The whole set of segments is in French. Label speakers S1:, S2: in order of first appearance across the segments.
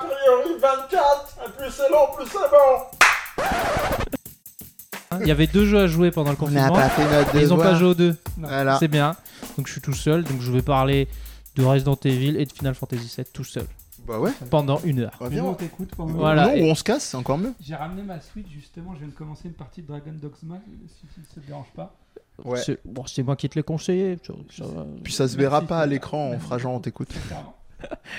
S1: théorie 24. Plus c'est long, plus c'est bon.
S2: Hein, Il y avait deux jeux à jouer pendant le
S3: On n'a
S2: confinement.
S3: pas fait notre
S2: et
S3: devoir.
S2: ils ont pas joué aux deux. Non,
S3: Voilà.
S2: C'est bien. Donc je suis tout seul. Donc je vais parler de Resident Evil et de Final Fantasy VII tout seul
S3: Bah ouais.
S2: pendant une heure.
S3: Bah,
S4: Nous,
S3: viens.
S4: on t'écoute pendant-
S2: Voilà.
S3: Non,
S2: et-
S3: ou on se casse, c'est encore mieux.
S4: J'ai ramené ma Switch justement, je viens de commencer une partie de Dragon Dogma, si si ça te dérange pas.
S3: Ouais.
S2: C'est bon, c'est moi qui te l'ai conseillé. Ça- ça va.
S3: Puis ça se verra
S4: Merci.
S3: pas à l'écran en frageant, on t'écoute.
S4: Clairement.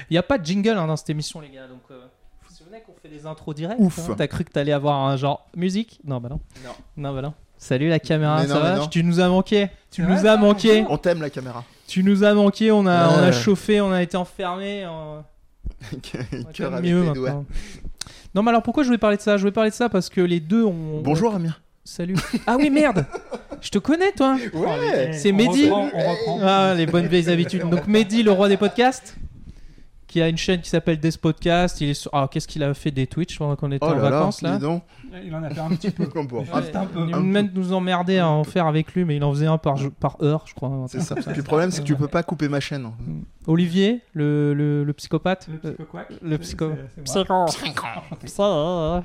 S2: Il n'y a pas de jingle hein, dans cette émission, les gars. Donc, euh, vous vous souvenez qu'on fait des intros directs
S3: Ouf.
S2: hein T'as cru que t'allais avoir un genre musique Non, bah non.
S3: Non.
S2: Non, bah non. Salut la caméra,
S3: Mais
S2: ça
S3: non, mais
S2: va
S3: non.
S2: Tu nous as manqué. Tu
S4: Ouais,
S2: nous
S4: ça
S2: as
S4: va,
S2: manqué.
S3: On t'aime la caméra.
S2: Tu nous as manqué. On a, on a
S3: Ouais.
S2: chauffé, on a été enfermés. euh, on
S3: Cœur
S2: t'aime
S3: avec
S2: mieux
S3: les doigts.
S2: maintenant. Non, mais alors pourquoi je voulais parler de ça Je voulais parler de ça parce que les deux ont.
S3: Bonjour Amir.
S2: Salut. Ah oui, merde Je te connais, toi
S4: Eh,
S2: C'est
S4: on
S2: Mehdi.
S4: reprend, on reprend.
S2: Ah, les bonnes vieilles habitudes. Donc Mehdi, le roi des podcasts, qui a une chaîne qui s'appelle Des Podcasts. Il est sur... Ah, qu'est-ce qu'il a fait des Twitch pendant qu'on était
S3: Oh
S2: en
S3: là là,
S2: vacances là
S3: dis donc. Ah,
S4: Il en a fait un petit peu.
S3: Comme pour-
S4: Juste un peu.
S2: Il
S3: Un
S2: même nous emmerdait à en faire avec lui, mais il en faisait un par, jeu- par heure, je crois.
S3: C'est ça. Puis le problème, c'est que tu peux pas couper ma chaîne.
S2: Olivier, le, le- le psychopathe.
S4: Le
S2: euh,
S4: psycho-quack.
S2: le psycho-
S4: c'est- c'est moi.
S2: Psycho. Ça.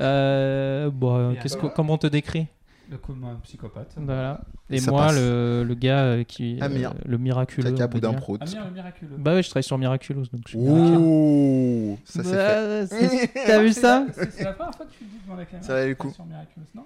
S2: Euh, bon,
S4: Et
S2: qu'est-ce que,
S4: alors
S2: comment on te décrit
S4: Le coup de main, un psychopathe.
S2: Bah, Voilà. Et
S3: Ça
S2: moi,
S3: passe.
S2: le, le gars euh, qui.
S3: Amir.
S2: le miraculeux.
S3: Caca
S2: on peut
S3: boudin
S2: dire.
S3: prout.
S4: Amir le miraculeux.
S2: Bah ouais, je travaille sur Miraculous, donc je suis miraculeux.
S3: Ouh, ça c'est fait.
S2: Ouais, ouais, c'est- T'as vu ça
S4: C'est c'est la première fois que tu le dis devant la caméra.
S3: Ça valait le coup. Ah
S4: Sur Miraculous, non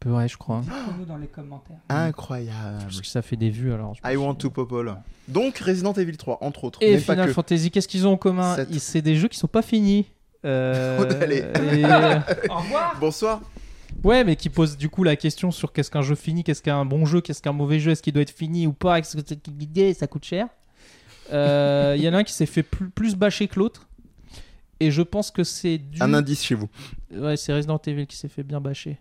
S2: Peu ouais, je crois. hein.
S4: Dites-nous dans les commentaires.
S3: Incroyable.
S2: Parce que ça fait des vues alors. je
S3: I
S2: pense.
S3: want to popol. Donc Resident Evil 3, entre autres.
S2: Et
S3: mais pas
S2: Final
S3: que.
S2: Fantasy, qu'est-ce qu'ils ont en commun
S3: Sept.
S2: Ils- C'est des jeux qui sont pas finis. Euh,
S3: Allez.
S2: et- euh,
S4: Au revoir
S3: Bonsoir.
S2: Ouais, mais qui posent du coup la question sur qu'est-ce qu'un jeu fini, qu'est-ce qu'un bon jeu, qu'est-ce qu'un mauvais jeu, est-ce qu'il doit être fini ou pas, est-ce que c'est guidé, ça coûte cher. Euh, Il y en a un qui s'est fait plus, plus bâcher que l'autre. Et je pense que c'est dû.
S3: Un indice chez vous.
S2: Ouais, c'est Resident Evil qui s'est fait bien bâcher.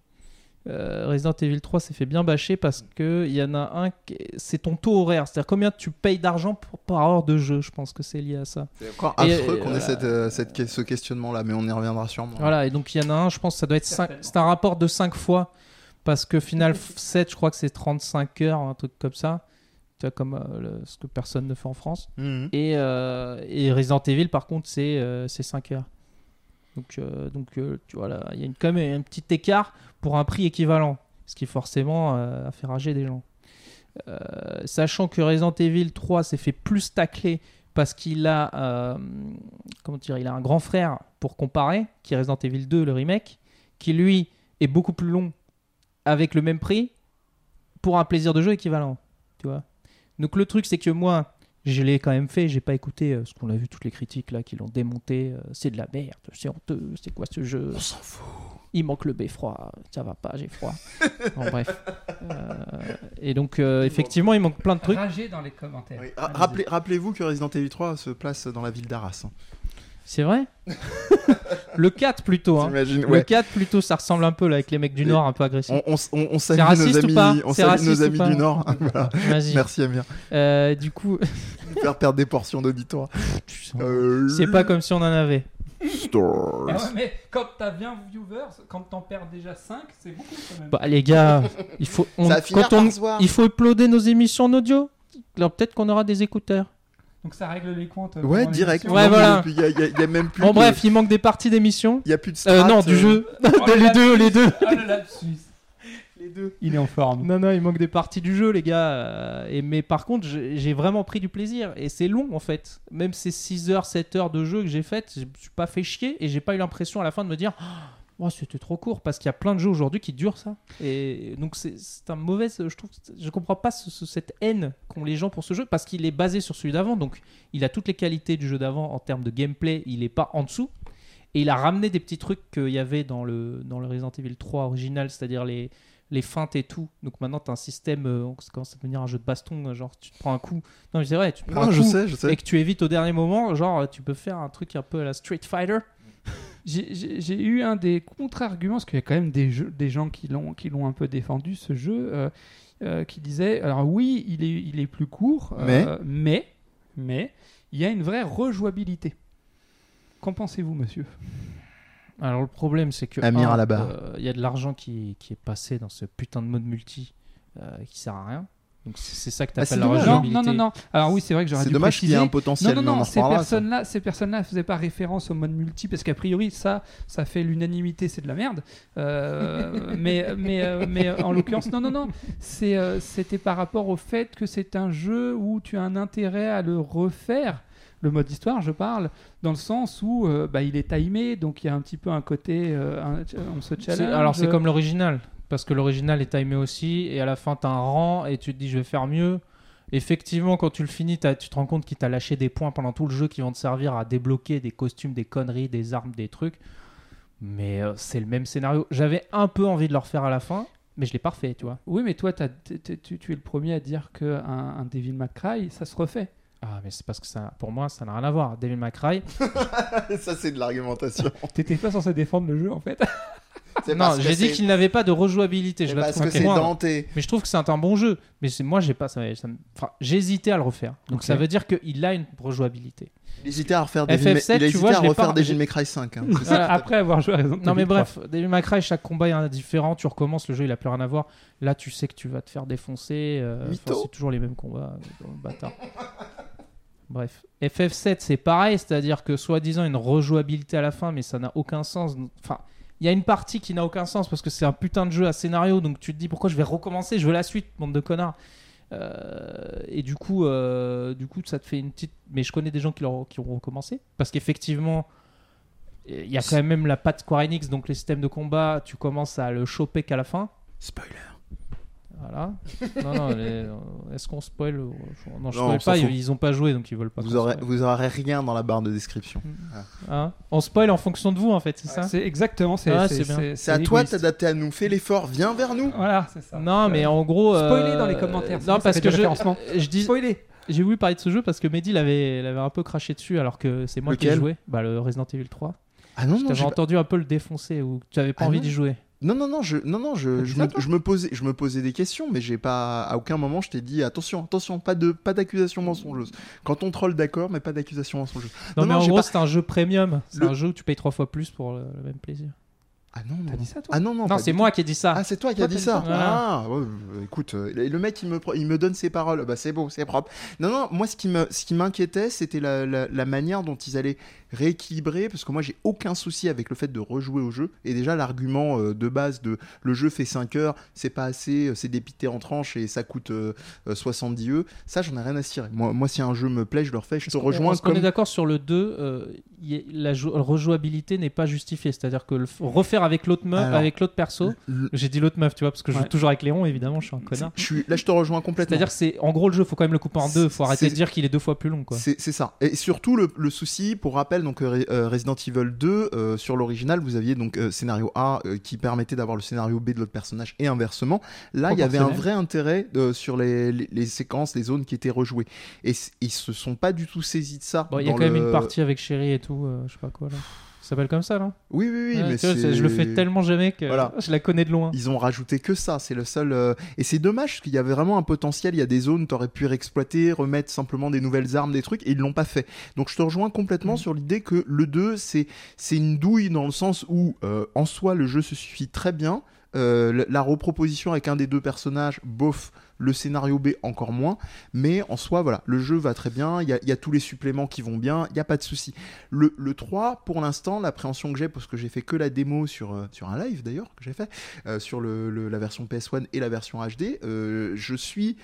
S2: Euh, Resident Evil 3 s'est fait bien bâcher parce que il y en a un qui... c'est ton taux horaire, c'est-à-dire combien tu payes d'argent pour- par heure de jeu. Je pense que c'est lié à ça.
S3: C'est encore
S2: Et-
S3: affreux
S2: et
S3: qu'on
S2: voilà.
S3: ait cette, euh, cette que- ce questionnement-là, mais on y reviendra sûrement.
S2: Voilà, et donc il y en a un, je pense que ça doit être cinq- c'est un rapport de 5 fois parce que Final 7, je crois que c'est 35 heures, un truc comme ça. Tu vois, comme euh, le- ce que personne ne fait en France.
S3: Mhm.
S2: Et, euh, et Resident Evil, par contre, c'est euh, c'est 5 heures. Donc, euh, donc euh, tu vois, là, il y a une- quand même un petit écart pour un prix équivalent. Ce qui, forcément, euh, a fait rager des gens. Euh, sachant que Resident Evil 3 s'est fait plus tacler parce qu'il a, euh, comment dire, il a un grand frère pour comparer, qui est Resident Evil 2, le remake, qui lui est beaucoup plus long avec le même prix pour un plaisir de jeu équivalent. Tu vois Donc le truc, c'est que moi, je l'ai quand même fait, j'ai pas écouté euh, ce qu'on a vu, toutes les critiques là qui l'ont démonté. euh, c'est de la merde, c'est honteux, c'est quoi ce jeu
S3: On s'en fout.
S2: Il manque le beffroi, ça va pas, j'ai froid. en bref. Euh, et donc, euh, effectivement, il manque plein de trucs.
S4: Ragez dans les commentaires.
S3: Oui. Ah, rappelez- Rappelez-vous que Resident Evil 3 se place dans la ville d'Arras. hein.
S2: C'est vrai Le 4 plutôt, hein.
S3: T'imagines
S2: Le
S3: ouais.
S2: 4 plutôt, ça ressemble un peu là avec les mecs du
S3: Les-
S2: Nord un peu agressifs.
S3: On, on, s- on- on
S2: C'est
S3: salue
S2: raciste
S3: nos
S2: ou pas
S3: amis, on
S2: C'est
S3: salue
S2: raciste
S3: nos
S2: ou
S3: amis
S2: pas
S3: du Nord. Voilà.
S2: Vas-y.
S3: Merci Amir.
S2: Euh, du coup,
S3: Faire perdre des portions d'auditoire. Euh,
S2: c'est pas comme si on en avait.
S3: Stars.
S4: Ah ouais, mais quand t'as 20 viewers, quand t'en perds déjà 5, c'est beaucoup quand même.
S2: Bah les gars, il faut on,
S3: Ça va finir
S2: quand on-
S3: par se voir.
S2: il faut uploader nos émissions en audio. Alors peut-être qu'on aura des écouteurs.
S4: Donc ça règle les comptes. euh,
S3: Ouais, direct.
S2: Ouais, voilà.
S3: Il y, a- y a- y a même plus.
S2: Bon
S3: de-
S2: bref, il manque des parties d'émissions.
S3: Il y a plus de
S2: Euh,
S3: strates,
S2: non, du
S3: euh,
S2: jeu. les deux, les deux.
S4: Ah le Oh, lapsus.
S2: Les deux.
S4: Il est en forme.
S2: Non, non, il manque des parties du jeu, les gars. Euh, Et, mais par contre, j'ai j'ai vraiment pris du plaisir. Et c'est long, en fait. Même ces 6 heures, 7 heures de jeu que j'ai faites, je me suis pas fait chier. Et j'ai pas eu l'impression à la fin de me dire Oh, c'était trop court. Parce qu'il y a plein de jeux aujourd'hui qui durent ça. Et donc, c'est c'est un mauvais. Je trouve. Je comprends pas ce- ce- cette haine qu'ont les gens pour ce jeu. Parce qu'il est basé sur celui d'avant. Donc, il a toutes les qualités du jeu d'avant en termes de gameplay. Il est pas en dessous. Et il a ramené des petits trucs qu'il y avait dans le, dans le Resident Evil 3 original, c'est-à-dire les, les feintes et tout. Donc maintenant, tu as un système, euh, ça commence à devenir un jeu de baston, euh, genre tu te prends un coup. Non, mais c'est vrai, tu te prends
S3: Non,
S2: un
S3: je
S2: coup
S3: sais, je sais.
S2: et que tu évites au dernier moment, genre euh, tu peux faire un truc un peu à la Street Fighter.
S4: J'ai- J'ai j'ai eu un des contre-arguments, parce qu'il y a quand même des, jeux- des gens qui l'ont qui l'ont un peu défendu, ce jeu, euh, euh, qui disaient, alors oui, il est, il est plus court, euh, mais, mais, il y a une vraie rejouabilité. Qu'en pensez-vous, monsieur
S2: Alors le problème, c'est que
S3: Amir
S2: un,
S3: à la barre.
S2: euh, il y a de l'argent qui, qui est passé dans ce putain de mode multi euh, qui sert à rien. Donc c'est c'est ça que
S3: Ah, c'est
S2: t'appelles la
S3: dommage.
S4: Non,
S2: rejouabilité.
S4: non, non, non. Alors oui, c'est vrai que j'aurais
S3: C'est
S4: dû
S3: dommage qu'il y
S4: préciser.
S3: ait un
S4: Non,
S3: potentiel.
S4: non,
S3: mais on
S4: non,
S3: en
S4: ces
S3: reparlera, ça.
S4: personnes-là, ces personnes-là ne faisaient pas référence au mode multi parce qu'a priori, ça, ça fait l'unanimité, c'est de la merde. Euh, mais, mais, euh, mais euh, en l'occurrence, non, non, non, c'est, euh, c'était par rapport au fait que c'est un jeu où tu as un intérêt à le refaire. Le mode histoire, je parle, dans le sens où euh, bah, il est timé, donc il y a un petit peu un côté, euh, un- on se
S2: C'est-
S4: challenge.
S2: Alors c'est comme l'original, parce que l'original est timé aussi, et à la fin t'as un rang et tu te dis je vais faire mieux. Effectivement, quand tu le finis, t'as- tu te rends compte qu'il t'a lâché des points pendant tout le jeu qui vont te servir à débloquer des costumes, des conneries, des armes, des trucs. Mais euh, c'est le même scénario. J'avais un peu envie de le refaire à la fin, mais je l'ai pas refait, tu vois.
S4: Oui, mais toi, t'as- t'es- t'es- tu, tu es le premier à dire que un, un Devil May Cry, ça se refait.
S2: Ah, mais c'est parce que ça, pour moi, ça n'a rien à voir. Devil May Cry.
S3: ça, c'est de l'argumentation.
S4: T'étais pas censé défendre le jeu, en fait.
S3: C'est
S2: Non,
S3: parce que
S2: j'ai dit
S3: c'est-
S2: qu'il n'avait pas de rejouabilité.
S3: c'est
S2: Je la
S3: Parce
S2: trouve
S3: que c'est
S2: moindre.
S3: Dante.
S2: Mais je trouve que c'est un bon jeu. Mais c'est- moi, j'ai pas. Ça, ça me- enfin, j'ai hésité à le refaire. Donc
S4: Ok.
S2: ça veut dire qu'il a une rejouabilité.
S3: Il hésitait à refaire des
S2: FF7,
S3: Devil May- il
S2: tu
S3: hésitait
S2: vois,
S3: à
S2: je l'ai
S3: refaire
S2: pas-
S3: des Devil May Cry 5. hein. C'est ça,
S4: Voilà, Euh, après avoir joué à Resident Evil
S2: Non, mais
S4: 3.
S2: bref, Devil May Cry, chaque combat est indifférent. Tu recommences le jeu, il a plus rien à voir. Là, tu sais que tu vas te faire défoncer. euh,
S3: Mytho.
S2: enfin, c'est toujours les mêmes combats. euh, dans le bâtard. Bref, FF7, c'est pareil, c'est-à-dire que soi-disant une rejouabilité à la fin, mais ça n'a aucun sens. Enfin, il y a une partie qui n'a aucun sens parce que c'est un putain de jeu à scénario, donc tu te dis pourquoi je vais recommencer, je veux la suite, bande de connards. Euh, et du coup, euh, du coup, ça te fait une petite. Mais je connais des gens qui, l'ont- qui ont recommencé parce qu'effectivement, il y a quand même la patte Square Enix, donc les systèmes de combat, tu commences à le choper qu'à la fin.
S3: Spoiler.
S2: Voilà. Non, non, les- euh, est-ce qu'on spoil ou- Non, je
S3: Non,
S2: spoil
S3: on s'en
S2: pas,
S3: fout.
S2: ils, ils ont pas joué donc ils veulent pas.
S3: Vous
S2: qu'on
S3: aurez,
S2: spoil.
S3: vous aurez rien dans la barre de description.
S2: Hein On spoil en fonction de vous en fait, c'est ça
S4: C'est exactement, c'est
S2: Ah,
S4: c'est-
S2: c'est bien.
S4: c'est- Ah.
S3: C'est à toi de
S4: égoïste.
S3: t'adapter à nous. Fais l'effort. Viens vers nous.
S4: Voilà, c'est ça.
S2: Non, mais en gros. euh,
S4: Spoiler dans les commentaires, sinon
S2: Non,
S4: ça
S2: parce
S4: fait
S2: que
S4: du
S2: je,
S4: référencement.
S2: je dis,
S4: Spoiler
S2: j'ai voulu parler de ce jeu parce que Mehdi l'avait, l'avait un peu craché dessus alors que c'est moi qui ai
S3: Lequel
S2: joué. Bah, le Resident Evil 3.
S3: Ah non,
S2: Je
S3: non,
S2: t'avais
S3: j'ai pas-
S2: entendu un peu le défoncer ou que tu avais pas
S3: Ah
S2: envie
S3: non.
S2: d'y jouer.
S3: non, non, non, je, non, non, je,
S4: T'as
S3: je
S4: dit ça,
S3: me,
S4: toi
S3: je me posais, je me posais des questions, mais j'ai pas, à aucun moment, je t'ai dit attention, attention, pas de, pas d'accusation mensongeuse. Quand on troll, d'accord, mais pas d'accusation mensongeuse.
S2: Non,
S3: Non,
S2: mais
S3: non,
S2: en
S3: j'ai
S2: gros,
S3: pas-
S2: c'est un jeu premium. C'est
S3: Le-
S2: un jeu où tu payes trois fois plus pour le, le même plaisir.
S3: Ah non, non,
S4: T'as
S3: non.
S4: dit ça, toi
S3: ah non, non,
S2: non,
S3: pas
S2: c'est
S3: du
S2: moi qui ai dit ça.
S3: Ah, c'est toi qui
S2: Toi,
S3: as dit
S2: t'as
S3: ça.
S2: dit ça.
S3: Ah, ouais, euh, écoute, euh, le mec il me, pro- il me donne ses paroles. Bah c'est beau, c'est propre. Non, non, moi ce qui me, ce qui m'inquiétait, c'était la, la- la manière dont ils allaient rééquilibrer, parce que moi j'ai aucun souci avec le fait de rejouer au jeu. Et déjà l'argument euh, de base de le jeu fait 5 heures, c'est pas assez, euh, c'est dépité en tranches et ça coûte euh, euh, 70 e. Ça j'en ai rien à cirer. Moi, moi si un jeu me plaît, je le refais. Je te rejoins
S2: Est-ce qu'on
S3: comme
S2: est d'accord sur le 2 euh, y est- La jou- rejouabilité n'est pas justifiée. C'est-à-dire que le f- refaire avec l'autre meuf,
S3: Alors,
S2: avec l'autre perso.
S3: Le-
S2: J'ai dit l'autre meuf, tu vois, parce que je
S4: Ouais.
S2: joue toujours avec Léon, évidemment, je suis un connard.
S3: je suis, là je te rejoins complètement.
S2: C'est-à-dire que c'est en gros le jeu, faut quand même le couper en deux. Faut arrêter
S3: C'est-
S2: de dire qu'il est deux fois plus long, quoi.
S3: C'est c'est ça. Et surtout, le, le souci, pour rappel, donc euh, Re- euh, Resident Evil 2, euh, sur l'original, vous aviez donc euh, scénario A euh, qui permettait d'avoir le scénario B de l'autre personnage et inversement. Là, il y avait un vrai intérêt euh, sur les, les- les séquences, les zones qui étaient rejouées. Et c- ils se sont pas du tout saisis de ça.
S2: Bon, il y a
S3: dans
S2: quand même
S3: le-
S2: une partie avec Chéri et tout, euh, je sais pas quoi là. Ça s'appelle comme ça, là
S3: Oui, oui, oui.
S2: Ouais,
S3: mais
S2: tu vois,
S3: c'est-
S2: Je le fais tellement jamais que
S3: Voilà.
S2: je la connais de loin.
S3: Ils ont rajouté que ça, c'est le seul. euh, Et c'est dommage parce qu'il y avait vraiment un potentiel. Il y a des zones, t'aurais pu réexploiter, remettre simplement des nouvelles armes, des trucs, et ils l'ont pas fait. Donc je te rejoins complètement
S2: Mhm.
S3: sur l'idée que le 2, c'est c'est une douille dans le sens où euh, en soi le jeu se suffit très bien. Euh, la- la reproposition avec un des deux personnages, bof, le scénario B encore moins, mais en soi, voilà, le jeu va très bien, il y a, il y a tous les suppléments qui vont bien, il n'y a pas de souci. Le, le 3, pour l'instant, l'appréhension que j'ai, parce que j'ai fait que la démo sur, euh, sur un live d'ailleurs, que j'ai fait, euh, sur le, le- la version PS1 et la version HD, euh, je suis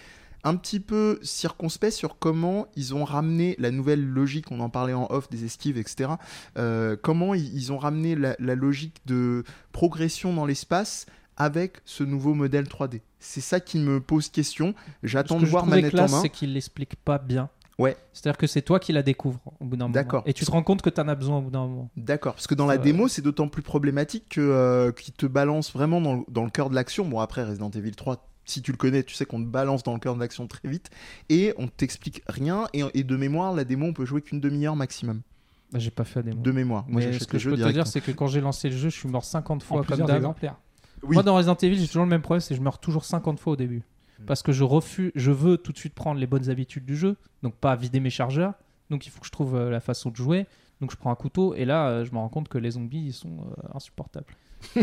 S3: un petit peu circonspect sur comment ils ont ramené la nouvelle logique, on en parlait en off des esquives, etc. euh, comment ils, ils ont ramené la, la logique de progression dans l'espace avec ce nouveau modèle 3D. C'est ça qui me pose question.
S2: Ce
S3: J'attends
S2: que
S3: de
S2: je
S3: voir
S2: trouvais
S3: manette en
S2: classe,
S3: main.
S2: c'est qu'il l'explique pas bien.
S3: Ouais.
S2: C'est-à-dire que c'est toi qui la découvres au bout d'un moment.
S3: D'accord.
S2: Et tu te rends compte que t'en as besoin au bout d'un moment.
S3: D'accord, parce que dans
S2: Ça
S3: la
S2: va.
S3: démo, c'est d'autant plus problématique que euh, qu'ils te balance vraiment dans le, dans le cœur de l'action. Bon, après Resident Evil 3, si tu le connais, tu sais qu'on te balance dans le cœur de l'action très vite et on t'explique rien. Et, et de mémoire, la démo, on peut jouer qu'une demi-heure maximum.
S2: Bah, j'ai pas fait la démo.
S3: De mémoire. Moi,
S2: Mais ce
S3: j'achète
S2: que
S3: le
S2: je
S3: jeu
S2: peux te dire,
S3: directement.
S2: c'est que quand j'ai lancé le jeu, je suis mort 50
S4: En
S2: fois comme
S4: plusieurs
S2: d'hab.
S4: exemplaires.
S3: Oui.
S2: Moi, dans Resident Evil, j'ai toujours le même problème, c'est que je meurs toujours 50 fois au début.
S4: Hmm.
S2: Parce que je refuse, je veux tout de suite prendre les bonnes habitudes du jeu, donc pas vider mes chargeurs. Donc il faut que je trouve euh, la façon de jouer. Donc je prends un couteau et là, euh, je me rends compte que les zombies, ils sont euh, insupportables. Et,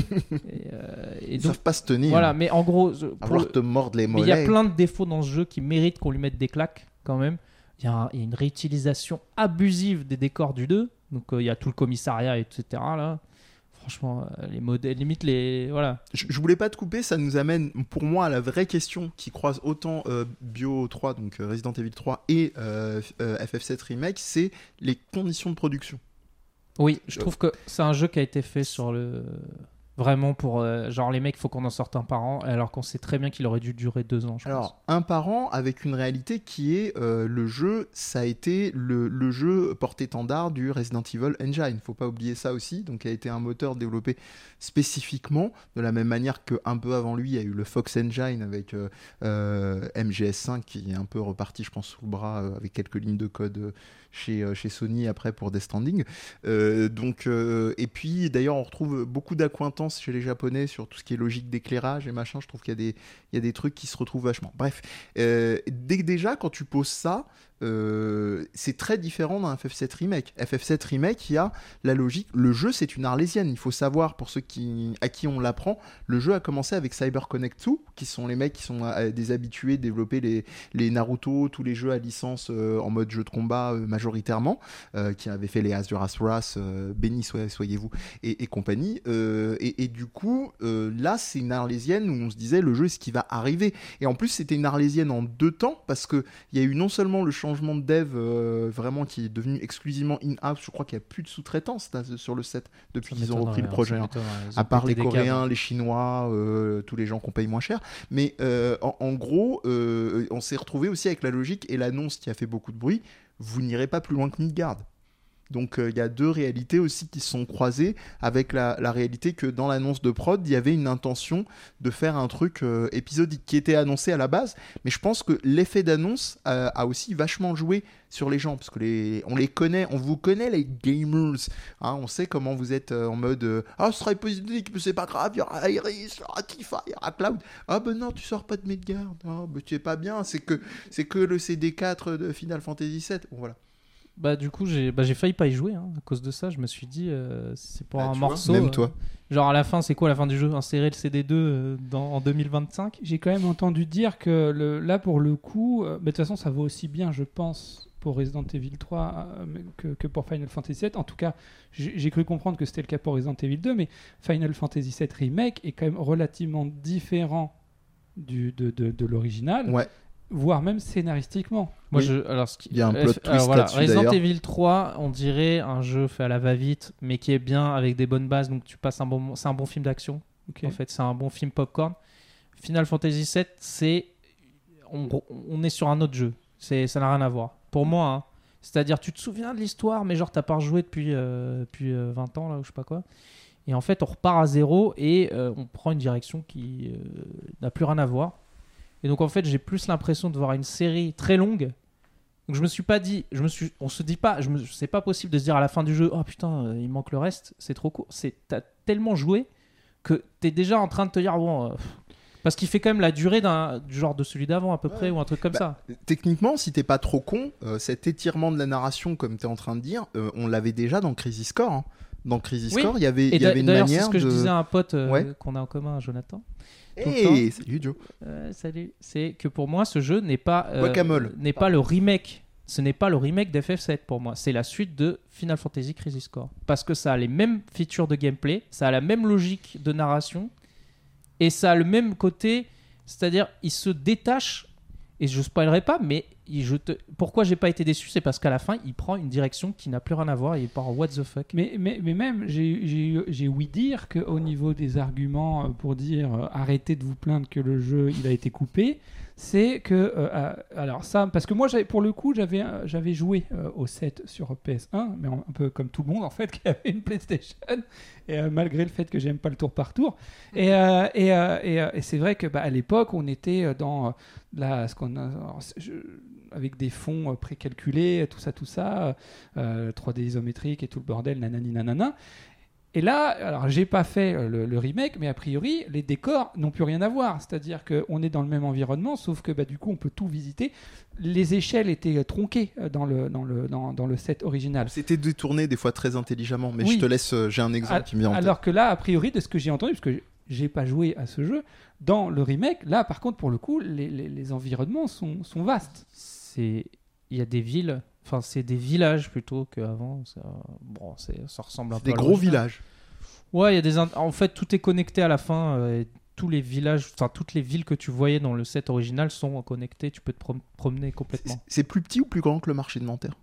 S2: euh, et
S3: Ils
S2: donc,
S3: savent pas se tenir.
S2: voilà, mais en gros, euh,
S3: À
S2: pour
S3: vouloir
S2: le-
S3: te mordre les
S2: mais il y
S3: mollets.
S2: a plein de défauts dans ce jeu qui méritent qu'on lui mette des claques quand même. Il y, a un- il y a une réutilisation abusive des décors du 2. Donc euh, il y a tout le commissariat, etc. Là. Franchement, euh, les modèles, limite les. Voilà.
S3: Je, je voulais pas te couper, ça nous amène pour moi à la vraie question qui croise autant euh, Bio 3, donc euh, Resident Evil 3 et euh, F- euh, FF7 Remake, c'est les conditions de production.
S2: Oui, je trouve que c'est un jeu qui a été fait sur le. Vraiment pour. euh, genre, les mecs, faut qu'on en sorte un par an, alors qu'on sait très bien qu'il aurait dû durer deux ans, je pense.
S3: Alors, un par an avec une réalité qui est euh, le jeu, ça a été le, le jeu porte-étendard du Resident Evil Engine. Faut pas oublier ça aussi. Donc, a été un moteur développé spécifiquement, de la même manière que un peu avant lui, il y a eu le Fox Engine avec euh, euh, MGS5 qui est un peu reparti, je pense, sous le bras euh, avec quelques lignes de code euh, chez, euh, chez Sony après pour des standings. Euh, donc, euh, et puis, d'ailleurs, on retrouve beaucoup d'acquaintances chez les Japonais sur tout ce qui est logique d'éclairage et machin. Je trouve qu'il y a des il y a des trucs qui se retrouvent vachement. Bref, euh, dès, déjà, quand tu poses ça, euh, c'est très différent d'un FF7 Remake. FF7 Remake, il y a la logique, le jeu, c'est une arlésienne. Il faut savoir, pour ceux qui, à qui on l'apprend, le jeu a commencé avec Cyber Connect 2, qui sont les mecs qui sont euh, des habitués de développer les, les Naruto, tous les jeux à licence euh, en mode jeu de combat euh, majoritairement, euh, qui avaient fait les Azuras Wrath, euh, béni soyez- soyez-vous, et, et compagnie. Euh, et, et du coup, euh, là, c'est une arlésienne où on se disait le jeu, est-ce qui va arriver Et en plus, c'était une arlésienne en deux temps parce que il y a eu non seulement le changement de dev euh, vraiment qui est devenu exclusivement in-house, je crois qu'il n'y a plus de sous-traitants c'est à- sur le set depuis
S2: Ça
S3: qu'ils ont
S2: m'étonnerait,
S3: repris le
S2: hein,
S3: projet.
S2: ça
S3: hein.
S2: m'étonnerait. Ils ont
S3: À part
S2: pété
S3: les
S2: des câbles.
S3: Coréens, les Chinois, euh, tous les gens qu'on paye moins cher. Mais euh, en, en gros, euh, on s'est retrouvé aussi avec la logique et l'annonce qui a fait beaucoup de bruit. Vous n'irez pas plus loin que Midgard. Donc euh, il y a deux réalités aussi qui se sont croisées avec la, la réalité que dans l'annonce de prod, il y avait une intention de faire un truc euh, épisodique qui était annoncé à la base. Mais je pense que l'effet d'annonce euh, a aussi vachement joué sur les gens parce que les, on les connaît, on vous connaît les gamers. Hein, on sait comment vous êtes euh, en mode euh, Ah, ce sera épisodique, mais c'est pas grave, il y aura Iris, il y aura Tifa, il y aura Cloud. Ah, ben non, tu sors pas de Midgard. Ah, ben tu es pas bien, c'est que, c'est que le CD4 de Final Fantasy VII. Bon, voilà.
S2: Bah, du coup, j'ai bah, j'ai failli pas y jouer hein. à cause de ça. Je me suis dit, euh, c'est pour
S3: Ah,
S2: un
S3: tu vois,
S2: morceau.
S3: même
S2: euh,
S3: toi.
S2: Genre, à la fin, c'est quoi la fin du jeu Insérer le CD2 euh, dans, en 2025
S4: J'ai quand même entendu dire que le, là, pour le coup, euh, mais de toute façon, ça vaut aussi bien, je pense, pour Resident Evil 3 euh, que, que pour Final Fantasy 7. En tout cas, j'ai j'ai cru comprendre que c'était le cas pour Resident Evil 2, mais Final Fantasy 7 Remake est quand même relativement différent du, de, de- de l'original,
S3: Ouais.
S4: voire même scénaristiquement.
S2: Moi,
S3: Oui.
S2: je, alors, ce qui-
S3: Il y a un plot
S2: alors,
S3: twist
S2: voilà,
S3: là-dessus,
S2: Resident
S3: d'ailleurs.
S2: Evil 3, on dirait un jeu fait à la va-vite, mais qui est bien avec des bonnes bases. Donc, tu passes un bon, mo- c'est un bon film d'action.
S4: Ok.
S2: En fait, c'est un bon film popcorn. Final Fantasy VII, c'est on, on est sur un autre jeu. C'est ça n'a rien à voir. Pour moi, hein. c'est-à-dire tu te souviens de l'histoire, mais genre t'as pas rejoué depuis euh, depuis euh, 20 ans là ou je sais pas quoi. Et en fait, on repart à zéro et euh, on prend une direction qui euh, n'a plus rien à voir. Et donc en fait, j'ai plus l'impression de voir une série très longue. Donc je me suis pas dit, je me suis, on se dit pas, je me, c'est pas possible de se dire à la fin du jeu, oh putain, euh, il manque le reste, c'est trop court. C'est t'as tellement joué que t'es déjà en train de te dire bon, euh, pff. parce qu'il fait quand même la durée d'un du genre de celui d'avant à peu près ou un truc comme
S3: Bah,
S2: ça.
S3: Techniquement, si t'es pas trop con, euh, cet étirement de la narration, comme t'es en train de dire, euh, on l'avait déjà dans Crisis Core. hein. Dans Crisis
S2: Oui.
S3: Core, il y avait,
S2: Et
S3: il y
S2: d'a-
S3: avait une
S2: d'ailleurs, c'est
S3: manière
S2: ce que
S3: de.
S2: je disais à un pote euh,
S3: Ouais.
S2: qu'on a en commun, Jonathan. tout le
S3: Hey, Eh, salut Joe.
S2: Euh, salut. C'est que pour moi, ce jeu n'est pas euh,
S3: Guacamole.
S2: n'est pas le remake. Ce n'est pas le remake d'FF7 pour moi. C'est la suite de Final Fantasy Crisis Core parce que ça a les mêmes features de gameplay, ça a la même logique de narration et ça a le même côté, c'est-à-dire il se détache. Et je spoilerai pas, mais il- je te... pourquoi j'ai pas été déçu, c'est parce qu'à la fin, il prend une direction qui n'a plus rien à voir. Il part en what the fuck.
S4: Mais, mais, mais même, j'ai- j'ai j'ai ouï dire qu'au niveau des arguments euh, pour dire euh, arrêtez de vous plaindre que le jeu il a été coupé, c'est que. euh, ah, alors, ça, parce que moi, j'avais- pour le coup, j'avais euh, j'avais joué euh, au 7 sur PS1, mais un peu comme tout le monde en fait qui avait une PlayStation, et, euh, malgré le fait que j'aime pas le tour par tour. Et, euh, et, euh, et, euh, et c'est vrai que bah, à l'époque, on était euh, dans euh, la, ce qu'on a, alors, c'est- je- avec des fonds euh, précalculés, tout ça, tout ça. euh, euh, 3D isométrique et tout le bordel, nanani nanana. Et là, alors j'ai pas fait euh, le, le remake, mais a priori, les décors n'ont plus rien à voir. C'est-à-dire qu'on est dans le même environnement, sauf que bah, du coup, on peut tout visiter. Les échelles étaient euh, tronquées euh, dans le, dans le, dans, dans le set original.
S3: C'était détourné des fois très intelligemment, mais
S4: Oui.
S3: je te laisse. euh, J'ai un exemple
S2: Ah,
S4: Al-
S3: qui me vient en tête.
S4: Alors que là, a priori, de ce que j'ai entendu, parce que j'ai pas joué à ce jeu, dans le remake, là, par contre, pour le coup, les, les- les environnements sont, sont vastes.
S2: c'est il y a des villes enfin c'est des villages plutôt qu'avant ça, bon c'est ça ressemble un
S3: C'est
S2: peu
S3: Des
S2: à
S3: gros
S2: l'original.
S3: villages.
S2: ouais il y a des in- en fait tout est connecté à la fin euh, et tous les villages enfin toutes les villes que tu voyais dans le set original sont connectées tu peux te prom- promener
S3: C'est-
S2: complètement
S3: C'est plus petit ou plus grand que le marché de Nanterre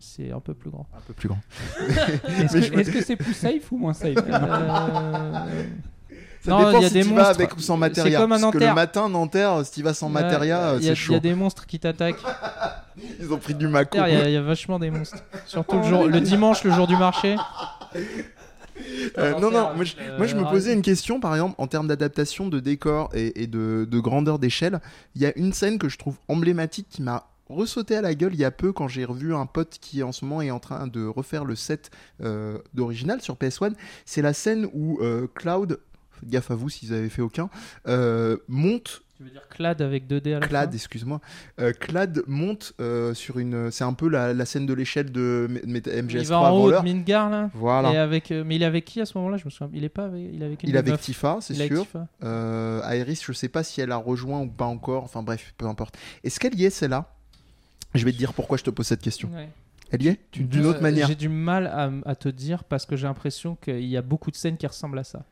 S2: c'est un peu plus grand
S3: Un peu plus grand.
S4: Est-ce
S3: Mais
S4: que
S3: je me-
S4: est-ce que c'est plus safe ou moins safe
S3: Ah
S2: Euh,
S3: Ça
S2: Non,
S3: dépend
S2: il y a
S3: si
S2: des
S3: tu vas
S2: monstres.
S3: avec ou sans matéria.
S2: comme un
S3: parce que le
S2: Nanterre.
S3: matin, Nanterre, si tu vas sans
S2: ouais, il
S3: matéria,
S2: y a-
S3: c'est
S2: il y
S3: chaud. Ah,
S2: a des monstres qui t'attaquent
S3: Ils ont pris du
S2: il
S3: maco.
S2: y, a- il y a vachement des monstres surtout le jour le dimanche le jour du marché
S3: Euh, non, non, moi je,
S2: Euh,
S3: moi, je me posais une question, par exemple, en termes d'adaptation de décor et, et de, de grandeur d'échelle. Il y a une scène que je trouve emblématique qui m'a ressauté à la gueule il y a peu quand j'ai revu un pote qui en ce moment est en train de refaire le set euh, d'original sur PS1. C'est la scène où euh, Cloud, faites gaffe à vous s'ils avaient fait aucun, euh, monte
S2: tu veux dire clad avec 2D à la
S3: Clad,
S2: fin
S3: excuse-moi. Euh, Clad monte euh, sur une. C'est un peu la, la scène de l'échelle de M- M-
S2: il
S3: MGS3
S2: va en haut de
S3: Roller.
S2: Midgar là Et
S3: Voilà.
S2: avec, euh, mais il est avec qui à ce moment-là Je me souviens. Il est pas avec. Il est avec une
S3: Il est
S2: des
S3: avec
S2: meufs.
S3: Tifa, c'est
S2: Il est avec
S3: sûr.
S2: Tifa.
S3: Euh, Iris, je sais pas si elle a rejoint ou pas encore. Enfin bref, peu importe. Est-ce qu'elle y est celle-là Je vais te dire pourquoi je te pose cette question.
S2: Ouais.
S3: Elle y est D'une autre
S2: Euh,
S3: manière.
S2: J'ai du mal à, m- à te dire parce que j'ai l'impression qu'il y a beaucoup de scènes qui ressemblent à ça.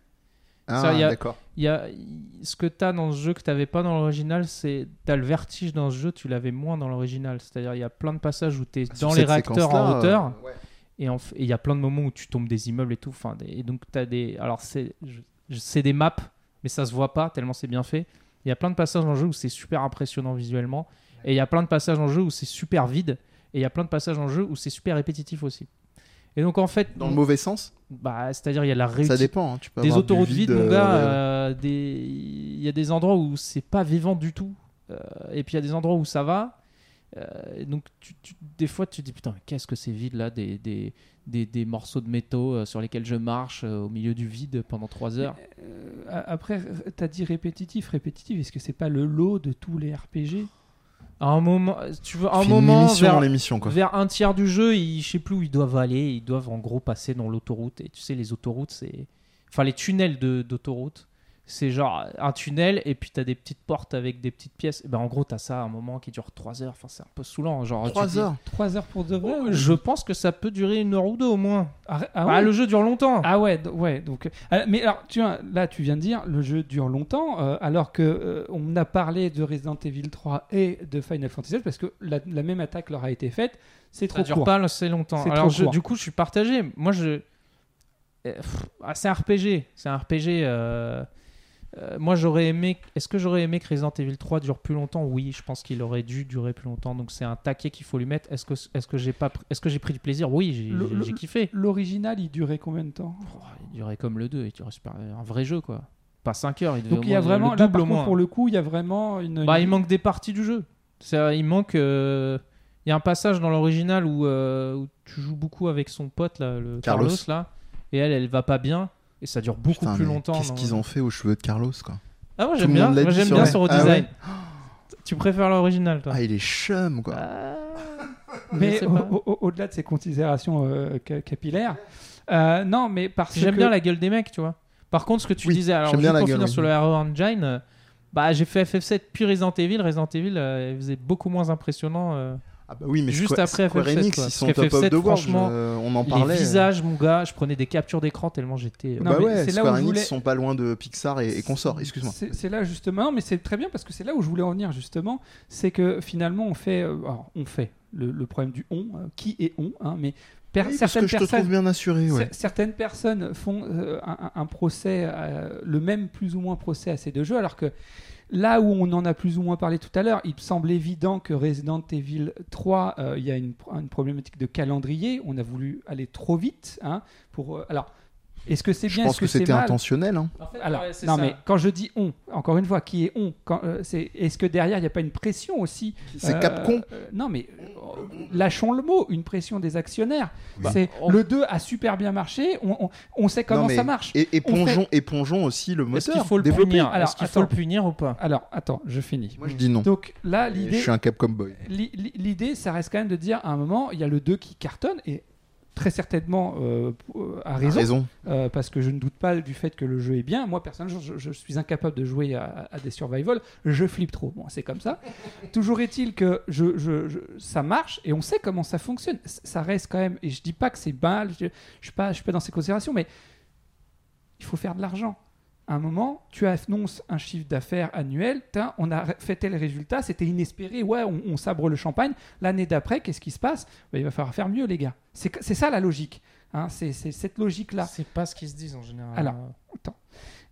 S3: Ah,
S2: ça, il y a-
S3: d'accord.
S2: Il y a il- ce que t'as dans ce jeu que t'avais pas dans l'original, c'est t'as le vertige dans ce jeu, tu l'avais moins dans l'original. C'est-à-dire il y a plein de passages où t'es
S3: Sur
S2: dans les
S3: Ah, cette
S2: réacteurs en
S3: séquence-là,
S2: hauteur.
S3: euh, ouais.
S2: Et en f- et il y a plein de moments où tu tombes des immeubles et tout. Enfin, des- et donc t'as des. Alors c'est, je- je- c'est des maps, mais ça se voit pas tellement c'est bien fait. Il y a plein de passages dans le jeu où c'est super impressionnant visuellement. Et il y a plein de passages dans le jeu où c'est super vide. Et il y a plein de passages dans le jeu où c'est super répétitif aussi. Et donc en fait,
S3: Dans le mauvais sens
S2: bah, c'est-à-dire il y a la
S3: Ça
S2: réutilisation
S3: dépend. hein, Tu peux
S2: des
S3: avoir du
S2: autoroutes vides, mon
S3: euh,
S2: gars.
S3: ouais, ouais.
S2: euh, des- Il y a des endroits où c'est pas vivant du tout. Euh, et puis il y a des endroits où ça va. Euh, donc tu- tu- des fois tu te dis putain mais qu'est-ce que c'est vide là des, des, des, des morceaux de métaux euh, sur lesquels je marche euh, au milieu du vide pendant 3 heures.
S4: Euh, a- Après, t'as dit répétitif, répétitif. Est-ce que c'est pas le lot de tous les RPG
S2: À un moment, tu veux un
S3: Fini
S2: moment
S3: l'émission dans
S2: vers,
S3: l'émission quoi.
S2: vers un tiers du jeu, ils, je sais plus où ils doivent aller, ils doivent en gros passer dans l'autoroute. Et tu sais, les autoroutes, c'est. Enfin, les tunnels de- d'autoroute, c'est genre un tunnel et puis t'as des petites portes avec des petites pièces. Et ben, en gros, t'as ça à un moment qui dure 3 heures. Enfin, c'est un peu saoulant. Genre, tu
S3: 3
S2: dis,
S3: heures.
S4: 3 heures pour de vrai
S2: Oh,
S4: ou-
S2: je pense que ça peut durer une heure ou deux au moins.
S4: Ah, ah
S2: Bah,
S4: ouais
S2: Le jeu dure longtemps.
S4: Ah ouais, do- ouais. Donc, euh, ah, mais alors, tu vois, là, tu viens de dire, le jeu dure longtemps, euh, alors que euh, on a parlé de Resident Evil 3 et de Final Fantasy VII, parce que la, la même attaque leur a été faite. C'est
S2: ça
S4: trop
S2: dure
S4: court.
S2: pas assez longtemps.
S4: C'est
S2: Alors
S4: trop
S2: je-
S4: court.
S2: du coup, je suis partagé. Moi, je Euh, pff, ah, c'est un RPG, c'est un RPG. euh, euh, moi, j'aurais aimé. Est-ce que j'aurais aimé que Resident Evil 3 dure plus longtemps Oui, je pense qu'il aurait dû durer plus longtemps. Donc c'est un taquet qu'il faut lui mettre. Est-ce que est-ce que j'ai pas pr- est-ce que j'ai pris du plaisir Oui, j'ai-
S4: Le-
S2: j'ai-
S4: le-
S2: j'ai kiffé.
S4: L'original, il durait combien de temps
S2: Pff, il durait comme le 2 et tu restes pas un vrai jeu quoi. Pas 5 heures. Il devait
S4: Donc
S2: au
S4: il y a
S2: moins- le
S4: vraiment, là,
S2: double
S4: par
S2: au
S4: contre,
S2: moins.
S4: pour le coup, il y a vraiment une.
S2: Bah,
S4: une-
S2: il manque des parties du jeu. C'est-à-dire, il manque. euh, Il y a un passage dans l'original où, euh, où tu joues beaucoup avec son pote, là, le Carlos.
S3: Carlos.
S2: là, et elle, elle va pas bien, et ça dure beaucoup
S3: Putain,
S2: plus
S3: mais
S2: longtemps.
S3: Qu'est-ce
S2: non.
S3: qu'ils ont fait aux cheveux de Carlos quoi
S2: Ah, moi
S3: Tout
S2: j'aime
S3: le
S2: bien,
S3: monde l'a
S2: moi,
S3: dit
S2: j'aime
S3: sur
S2: bien
S3: la-
S2: son
S3: Ah ouais.
S2: redesign. Tu préfères l'original, toi
S3: Ah, il est chum quoi.
S2: Bah,
S4: mais
S2: sais
S4: au-
S2: pas.
S4: au- au- au-delà de ces considérations euh, ca- capillaires, euh, non, mais parce que
S2: J'aime bien la gueule des mecs, tu vois. Par contre, ce que tu
S3: Oui,
S2: disais, alors
S3: j'aime
S2: juste
S3: bien la
S2: pour
S3: gueule,
S2: finir
S3: oui.
S2: sur le Hero Engine, euh, bah, j'ai fait FF7 puis Resident Evil. Resident Evil euh, il faisait beaucoup moins impressionnant. euh,
S3: Ah bah oui, mais
S2: Juste
S3: Square-
S2: après
S3: Square
S2: FF7,
S3: Enix,
S2: quoi.
S3: ils sont
S2: Parce que
S3: top of
S2: FF7,
S3: the world.
S2: franchement,
S3: euh, on en
S2: les
S3: parlait.
S2: visages, mon gars, je prenais des captures d'écran tellement j'étais.
S4: Non,
S3: bah
S4: mais
S3: ouais,
S4: c'est là
S3: Square
S4: où je
S3: Enix
S4: voulais-
S3: sont pas loin de Pixar et, et consorts. Excuse-moi.
S4: C'est c'est là justement, non, mais c'est très bien parce que c'est là où je voulais en venir justement, c'est que finalement on fait, euh, alors, on fait le, le problème du on, euh, qui est on, hein, mais per-
S3: Oui, parce
S4: certaines
S3: que je te
S4: personnes.
S3: trouve bien assuré. Ouais.
S4: cer- Certaines personnes font euh, un, un- un procès, euh, le même plus ou moins procès à ces deux jeux, alors que là où on en a plus ou moins parlé tout à l'heure, il me semble évident que Resident Evil 3, euh, il y a une, pro- une problématique de calendrier, on a voulu aller trop vite. hein, pour, euh, alors, Est-ce que c'est
S3: Je
S4: bien
S3: pense
S4: Est-ce
S3: que,
S4: que, c'est
S3: c'était
S4: mal
S3: intentionnel. hein.
S2: En fait,
S4: Alors,
S2: ouais, c'est
S4: non
S2: ça.
S4: mais quand je dis on, encore une fois, qui est on quand, euh, c'est, Est-ce que derrière il n'y a pas une pression aussi
S3: C'est
S4: euh,
S3: Capcom.
S4: euh, Non mais euh, lâchons le mot, une pression des actionnaires.
S5: Bah,
S4: c'est
S2: on-
S4: le 2 a super bien marché, on, on- on sait comment
S3: Non, mais-
S4: ça marche.
S3: Et et
S4: on fait-
S3: plongeons, et plongeons aussi le
S2: Est-ce
S3: moteur.
S2: qu'il faut le
S3: développé.
S2: punir
S4: Alors,
S2: Est-ce qu'il faut le
S4: attends.
S2: punir ou pas
S4: Alors attends, je finis.
S3: Moi, je dis non.
S4: Donc là
S3: Je
S4: l'idée,
S3: suis un Capcom boy.
S4: L'i- l'i- L'idée, ça reste quand même de dire à un moment, il y a le 2 qui cartonne et très certainement euh, p- euh, à raison,
S3: Raison.
S4: euh, parce que je ne doute pas du fait que le jeu est bien. Moi, personnellement, je, je suis incapable de jouer à, à des survival. Je flippe trop. Bon, c'est comme ça. Toujours est-il que je, je- je- ça marche et on sait comment ça fonctionne. C- Ça reste quand même, et je dis pas que c'est mal, je ne suis, pas- je suis pas dans ces considérations, mais il faut faire de l'argent. À un moment, tu annonces un chiffre d'affaires annuel, Tiens, on a fait tel résultat, c'était inespéré, ouais, on, on sabre le champagne. L'année d'après, qu'est-ce qui se passe Ben, Il va falloir faire mieux, les gars. C'est que- c'est ça la logique. hein, c'est c'est cette logique-là.
S2: C'est pas ce qu'ils se disent en général. Hein.
S4: Alors,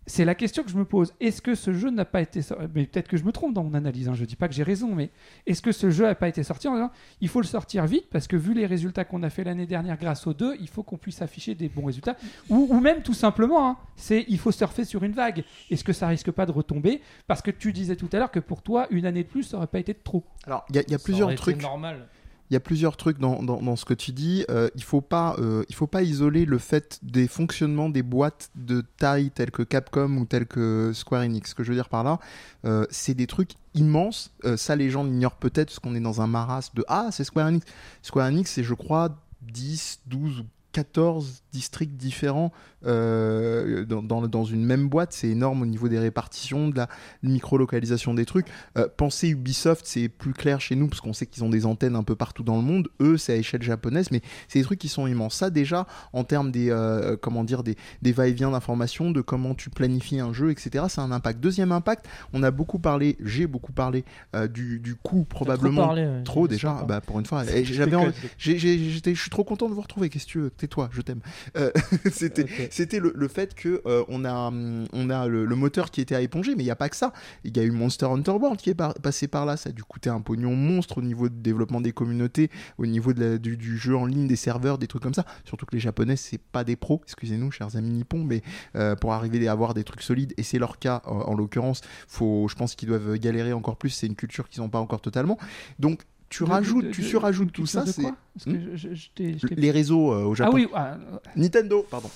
S4: C'est la question que je me pose. Est-ce que ce jeu n'a pas été sorti Mais peut-être que je me trompe dans mon analyse. hein, Je dis pas que j'ai raison, mais est-ce que ce jeu n'a pas été sorti en disant il faut le sortir vite parce que vu les résultats qu'on a fait l'année dernière grâce aux deux, il faut qu'on puisse afficher des bons résultats ou, ou même tout simplement, hein, c'est il faut surfer sur une vague. Est-ce que ça risque pas de retomber Parce que tu disais tout à l'heure que pour toi, une année de plus, ça aurait pas été de trop.
S3: Alors, il y a- il y a plusieurs trucs.
S2: normal.
S3: Il y a plusieurs trucs dans, dans- dans ce que tu dis. Euh, il faut pas, euh, il faut pas isoler le fait des fonctionnements des boîtes de taille telles que Capcom ou telles que Square Enix. Ce que je veux dire par là, euh, c'est des trucs immenses. Euh, ça, les gens l'ignorent peut-être parce qu'on est dans un maras de ah, c'est Square Enix. Square Enix, c'est je crois 10, 12 ou 14 districts différents euh, dans, dans- dans une même boîte. C'est énorme au niveau des répartitions, de la micro-localisation des trucs. Euh, pensez Ubisoft, c'est plus clair chez nous parce qu'on sait qu'ils ont des antennes un peu partout dans le monde. Eux, c'est à échelle japonaise, mais c'est des trucs qui sont immenses. Ça, déjà, en termes des, euh, comment dire, des, des va-et-vient d'informations, de comment tu planifies un jeu, etc., c'est un impact. Deuxième impact, on a beaucoup parlé, j'ai beaucoup parlé euh, du, du coût probablement.
S2: Trop, parlé, ouais,
S3: Trop
S2: j'ai laissé
S3: déjà,
S2: parler.
S3: bah pour une fois, eh, j'avais envie- j'ai- j'ai- j'étais- je suis trop content de vous retrouver. Qu'est-ce que tu veux Tais-toi, je t'aime. Euh, C'était
S2: Ok.
S3: c'était le, le fait que euh, on a, hum, on a le, le moteur qui était à éponger, mais il n'y a pas que ça. Il y a eu Monster Hunter World qui est par- passé par là. Ça a dû coûter un pognon monstre au niveau du développement des communautés, au niveau de la- du, du jeu en ligne, des serveurs, des trucs comme ça. Surtout que les Japonais, c'est pas des pros, excusez-nous, chers amis nippons, mais euh, pour arriver à avoir des trucs solides, et c'est leur cas en, en l'occurrence, faut, je pense qu'ils doivent galérer encore plus. C'est une culture qu'ils n'ont pas encore totalement. Donc, tu
S4: De-
S3: rajoutes,
S4: de-
S3: tu
S4: de-
S3: surajoutes
S4: de-
S3: tout
S4: euh, de
S3: ça,
S4: quoi
S3: c'est Hmm
S4: Parce que je- je- je t'ai- je t'ai-
S3: les réseaux euh, au Japon.
S4: Ah oui, ah, euh,
S3: Nintendo, pardon.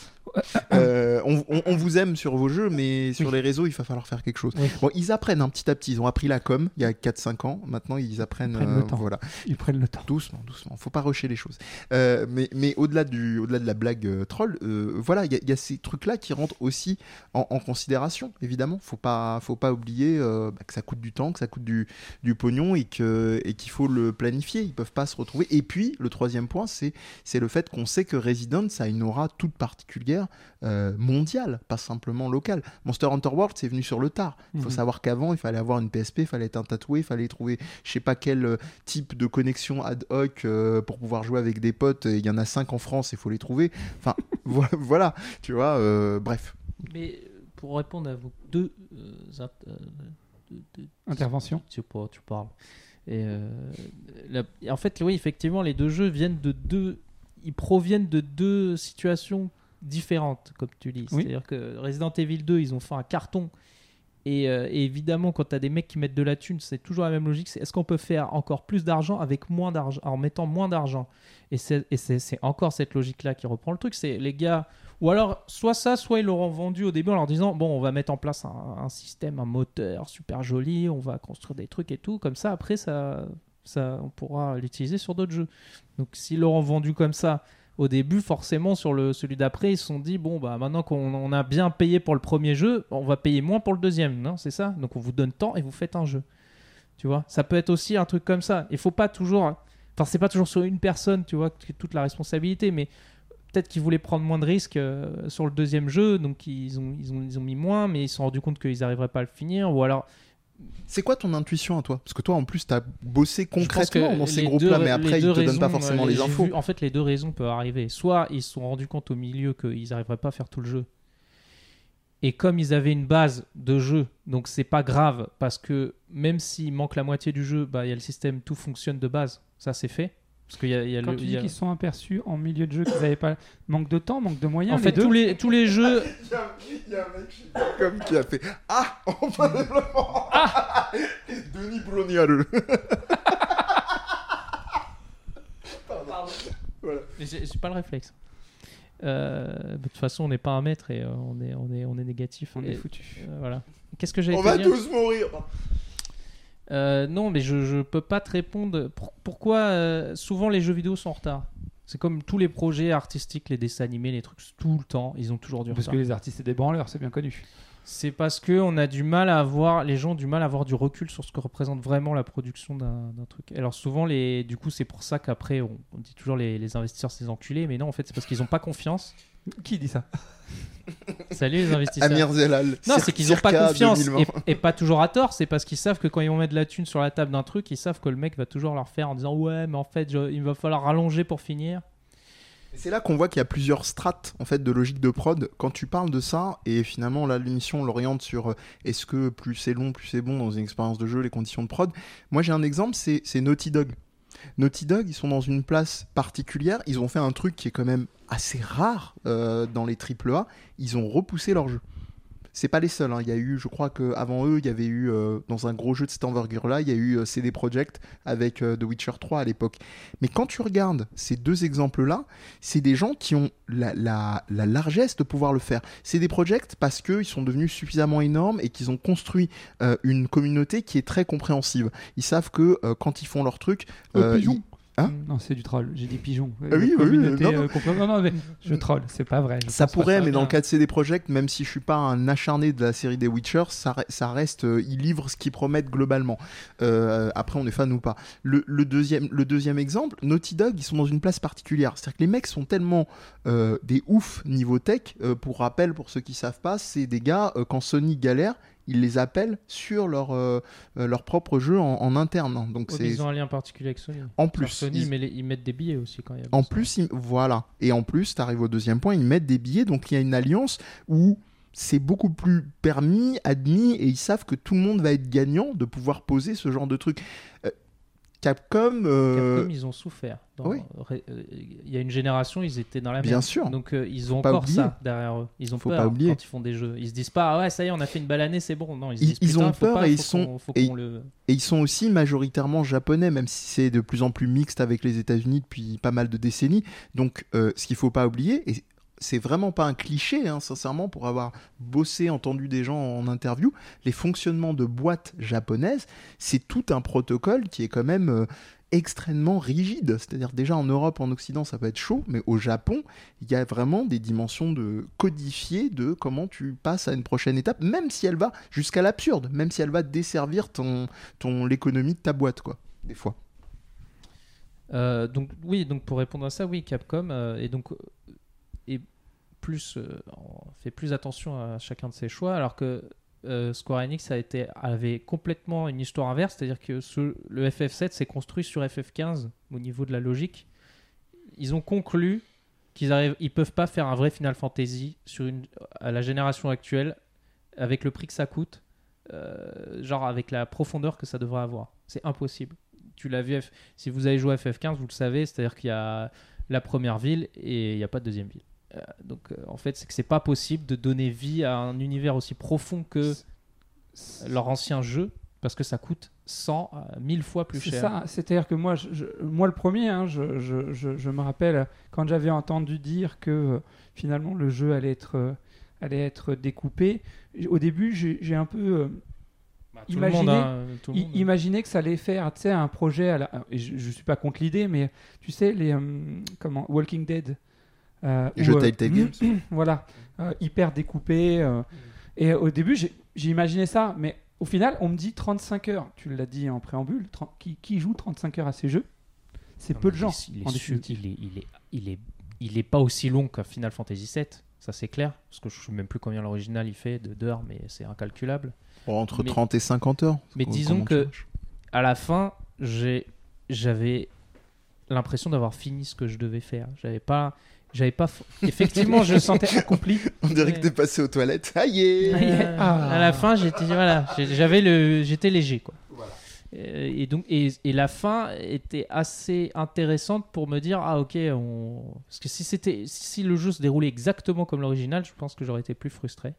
S3: Euh, on, on- on vous aime sur vos jeux, mais sur les réseaux, il va falloir faire quelque chose.
S2: Oui.
S3: Bon, ils apprennent un petit à petit. Ils ont appris la com il y a 4-5 ans. Maintenant, ils apprennent. euh,
S4: prennent le temps.
S3: Voilà.
S4: ils prennent le temps.
S3: Doucement, doucement. Faut pas rusher les choses. Euh, mais mais au-delà du, au-delà de la blague euh, troll, euh, voilà, il y, a- il y a ces trucs-là qui rentrent aussi en, en considération. Évidemment, faut pas, faut pas oublier euh, bah, que ça coûte du temps, que ça coûte du, du pognon et que et qu'il faut le planifier. Ils peuvent pas se retrouver. Et puis le troisième point, c'est c'est le fait qu'on sait que Resident ça a une aura toute particulière euh, mondiale, pas simplement locale. Monster Hunter World, c'est venu sur le tard. Il faut
S4: Mhm.
S3: savoir qu'avant, il fallait avoir une PSP, il fallait être un tatoué, il fallait trouver je sais pas quel euh, type de connexion ad hoc euh, pour pouvoir jouer avec des potes. Et Il y en a cinq en France, il faut les trouver. Enfin, vo- voilà, tu vois, euh, bref.
S2: Mais euh, pour répondre à vos deux. euh, int- euh, deux- deux-
S4: Intervention.
S2: tu, par- tu parles. Et euh, la- et en fait, oui, effectivement, les deux jeux viennent de deux. Ils proviennent de deux situations différentes, comme tu dis.
S4: Oui.
S2: C'est-à-dire que Resident Evil 2, ils ont fait un carton. Et, euh, et évidemment, quand tu as des mecs qui mettent de la thune, c'est toujours la même logique. C'est est-ce qu'on peut faire encore plus d'argent avec moins d'argent, en mettant moins d'argent Et c'est et c'est- c'est encore cette logique-là qui reprend le truc. C'est les gars, ou alors, soit ça, soit ils l'auront vendu au début en leur disant Bon, on va mettre en place un, un système, un moteur super joli, on va construire des trucs et tout. Comme ça, après, ça, ça, on pourra l'utiliser sur d'autres jeux. Donc, s'ils l'auront vendu comme ça au début, forcément, sur le, celui d'après, ils se sont dit Bon, bah maintenant qu'on on a bien payé pour le premier jeu, on va payer moins pour le deuxième, non C'est ça Donc, on vous donne temps et vous faites un jeu. Tu vois Ça peut être aussi un truc comme ça. Il faut pas toujours. Enfin, c'est pas toujours sur une personne, tu vois, que toute la responsabilité, mais peut-être qu'ils voulaient prendre moins de risques euh, sur le deuxième jeu, donc ils ont, ils, ont, ils ont mis moins, mais ils se sont rendus compte qu'ils n'arriveraient pas à le finir, ou alors...
S3: C'est quoi ton intuition à toi Parce que toi, en plus, t'as bossé
S2: Je pense que
S3: concrètement dans ces
S2: les
S3: groupes-là,
S2: deux-
S3: mais
S2: les
S3: après, ils
S2: deux
S3: te donnent pas
S2: raisons,
S3: forcément
S2: euh,
S3: les
S2: j'ai
S3: infos.
S2: vu- en fait, les deux raisons peuvent arriver. Soit ils se sont rendus compte au milieu qu'ils n'arriveraient pas à faire tout le jeu, et comme ils avaient une base de jeu, donc c'est pas grave, parce que même s'il manque la moitié du jeu, bah, il y a le système, tout fonctionne de base, ça c'est fait. Parce qu'il y a, il y a
S4: Quand
S2: le-
S4: tu
S2: il y
S4: dis
S2: a-
S4: qu'ils sont aperçus en milieu de jeu, qu'ils n'avaient pas manque de temps, manque de moyens.
S2: En fait,
S4: deux.
S2: tous les, tous les jeux.
S1: Il y a- il y a un mec chez
S3: Comme qui a fait Ah En plein développement
S2: Ah
S3: Denis Brognial
S2: Mais J'ai j'ai pas le réflexe. Euh, de toute façon, on n'est pas un maître et euh, on, est, on, est, on est négatif.
S4: on est
S2: Et,
S4: foutu.
S2: euh, voilà. Qu'est-ce que j'avais
S1: On va
S2: dire
S1: tous mourir.
S2: Euh, Non, mais je, je peux pas te répondre. Pour- pourquoi euh, souvent les jeux vidéo sont en retard C'est comme tous les projets artistiques, les dessins animés, les trucs, tout le temps, ils ont toujours du
S4: Parce
S2: retard.
S4: que les artistes, c'est des branleurs, c'est bien connu.
S2: C'est parce que on a du mal à avoir, les gens ont du mal à avoir du recul sur ce que représente vraiment la production d'un d'un truc. Alors souvent, les, du coup, c'est pour ça qu'après, on, on dit toujours les, les investisseurs, c'est des enculés, mais non, en fait, c'est parce qu'ils n'ont pas confiance.
S4: Qui dit ça
S2: Salut les investisseurs.
S3: Amir Zelal.
S2: Non,
S3: cir-
S2: c'est qu'ils n'ont pas
S3: circa
S2: confiance
S3: 2020.
S2: et, et pas toujours à tort. C'est parce qu'ils savent que quand ils vont mettre de la thune sur la table d'un truc, ils savent que le mec va toujours leur faire en disant ouais, mais en fait, je- il va falloir rallonger pour finir.
S3: Et C'est là qu'on voit qu'il y a plusieurs strates en fait de logique de prod. Quand tu parles de ça et finalement là l'émission l'oriente sur euh, est-ce que plus c'est long plus c'est bon dans une expérience de jeu les conditions de prod. Moi j'ai un exemple c'est c'est Naughty Dog. Naughty Dog ils sont dans une place particulière. Ils ont fait un truc qui est quand même assez rare euh, dans les AAA. Ils ont repoussé leur jeu. C'est pas les seuls. hein. Il y a eu je crois que avant eux il y avait eu euh, dans un gros jeu de cette envergure là il y a eu euh, CD Projekt avec euh, The Witcher 3 à l'époque. Mais quand tu regardes ces deux exemples là c'est des gens qui ont la, la- la largesse de pouvoir le faire. C'est des projects parce qu'ils sont devenus suffisamment énormes et qu'ils ont construit euh, une communauté qui est très compréhensive. Ils savent que euh, quand ils font leur truc, euh,
S4: pigeon
S3: Hein
S4: Non, c'est du troll. J'ai dit pigeon.
S3: Ah oui, oui, oui, non,
S4: non,
S3: non.
S4: euh, non, non, mais je troll, c'est pas vrai. je
S3: Ça
S4: pense pas
S3: pourrait,
S4: que
S3: mais
S4: ça
S3: dans
S4: va
S3: le cas de CD Projekt, même si je suis pas un acharné de la série des Witcher, ça, re- ça reste, euh, ils livrent ce qu'ils promettent globalement. Euh, après, on est fan ou pas. Le, le deuxième, le deuxième exemple, Naughty Dog, ils sont dans une place particulière. C'est-à-dire que les mecs sont tellement euh, des oufs niveau tech. Euh, pour rappel, pour ceux qui savent pas, c'est des gars euh, quand Sony galère. Ils les appellent sur leur, euh, euh, leur propre jeu en, en interne. hein. Donc
S2: Oh,
S3: c'est
S2: Ils ont un lien particulier avec Sony.
S3: en
S2: Plus
S3: plus.
S2: Sony,
S3: ils-
S2: mais les- ils mettent des billets aussi quand il y a
S3: en
S2: besoin.
S3: plus, ils- voilà. Et en plus, t'arrives au deuxième point, ils mettent des billets, donc il y a une alliance où c'est beaucoup plus permis, admis, et ils savent que tout le monde va être gagnant de pouvoir poser ce genre de truc. Euh, Capcom, euh,
S2: Capcom, ils ont souffert. Dans-
S3: oui.
S2: ré- euh, Il y a une génération, ils étaient dans la
S3: bien
S2: merde.
S3: sûr.
S2: Donc euh, ils ont
S3: pas
S2: encore
S3: oublier.
S2: ça derrière eux. Ils ont
S3: Faut
S2: peur
S3: pas oublier.
S2: quand ils font des jeux. Ils se disent pas ah ouais ça y est on a fait une belle année c'est bon. Non ils, se
S3: Ils-
S2: disent,
S3: ils
S2: Putain,
S3: ont
S2: faut
S3: peur
S2: pas,
S3: et ils
S2: faut
S3: sont-
S2: qu'on- faut
S3: et-
S2: qu'on le-
S3: Et ils sont aussi majoritairement japonais, même si c'est de plus en plus mixte avec les États-Unis depuis pas mal de décennies. Donc, euh, ce qu'il faut pas oublier, et c'est vraiment pas un cliché, hein, sincèrement, pour avoir bossé, entendu des gens en interview, les fonctionnements de boîtes japonaises, c'est tout un protocole qui est quand même euh, extrêmement rigide. C'est-à-dire, déjà en Europe, en Occident, ça peut être chaud, mais au Japon, il y a vraiment des dimensions de codifiées de comment tu passes à une prochaine étape, même si elle va jusqu'à l'absurde, même si elle va desservir ton, ton l'économie de ta boîte quoi des fois
S2: Euh, donc oui, donc pour répondre à ça, oui, Capcom euh, et donc euh, et plus euh, on fait plus attention à chacun de ses choix, alors que euh, Square Enix a été avait complètement une histoire inverse, c'est-à-dire que ce- le FF7 s'est construit sur FF15 au niveau de la logique. Ils ont conclu qu'ils arrivent, ils peuvent pas faire un vrai Final Fantasy sur une à la génération actuelle avec le prix que ça coûte, euh, genre avec la profondeur que ça devrait avoir. C'est impossible. Tu l'as vu, F- si vous avez joué à FF15, vous le savez, c'est-à-dire qu'il y a la première ville et il n'y a pas de deuxième ville. Euh, donc euh, en fait, c'est que c'est pas possible de donner vie à un univers aussi profond que leur ancien jeu parce que ça coûte 100 à 1000 fois plus
S4: C'est
S2: cher.
S4: ça, c'est-à-dire que moi, je- je- moi le premier, hein, je, je- je- je me rappelle quand j'avais entendu dire que euh, finalement le jeu allait être, euh, allait être découpé. j- Au début, j'ai j'ai un peu euh,
S2: Bah, tout
S4: Imaginez-
S2: le monde, hein, tout le
S4: i-
S2: monde.
S4: imaginé que ça allait faire tu sais, un projet. À la- euh, et je, je suis pas contre l'idée, mais tu sais, les euh, comment, Walking Dead. euh,
S3: Les jeux
S4: où, euh,
S3: Telltale
S2: Mm.
S3: Games.
S4: voilà, euh, hyper découpé. euh, et euh, au début, j'ai j'ai imaginé ça, mais au final, on me dit 35 heures. Tu l'as dit en préambule, 30 qui, qui joue 35 heures à ces jeux C'est peu de gens.
S2: Il est,
S4: en
S2: il est su-
S4: définitive.
S2: il est- il est- il est- il est pas aussi long qu'un Final Fantasy VII, ça c'est clair, parce que je ne sais même plus combien l'original il fait de- d'heures, mais c'est incalculable.
S3: Bon, entre
S2: mais-
S3: 30 et 50 heures
S2: mais
S3: Comment-
S2: disons
S3: comment
S2: que-
S3: tu marches
S2: à la fin, j'ai- j'avais l'impression d'avoir fini ce que je devais faire. J'avais pas, j'avais pas. f- Effectivement, je le sentais accompli.
S3: on dirait que t'es passé aux toilettes aïe
S2: Euh,
S4: Ah.
S2: À la fin, j'étais voilà, j'ai- j'avais le, j'étais léger quoi. Euh, Et donc, et, et la fin était assez intéressante pour me dire ah ok on parce que si c'était si le jeu se déroulait exactement comme l'original, je pense que j'aurais été plus frustré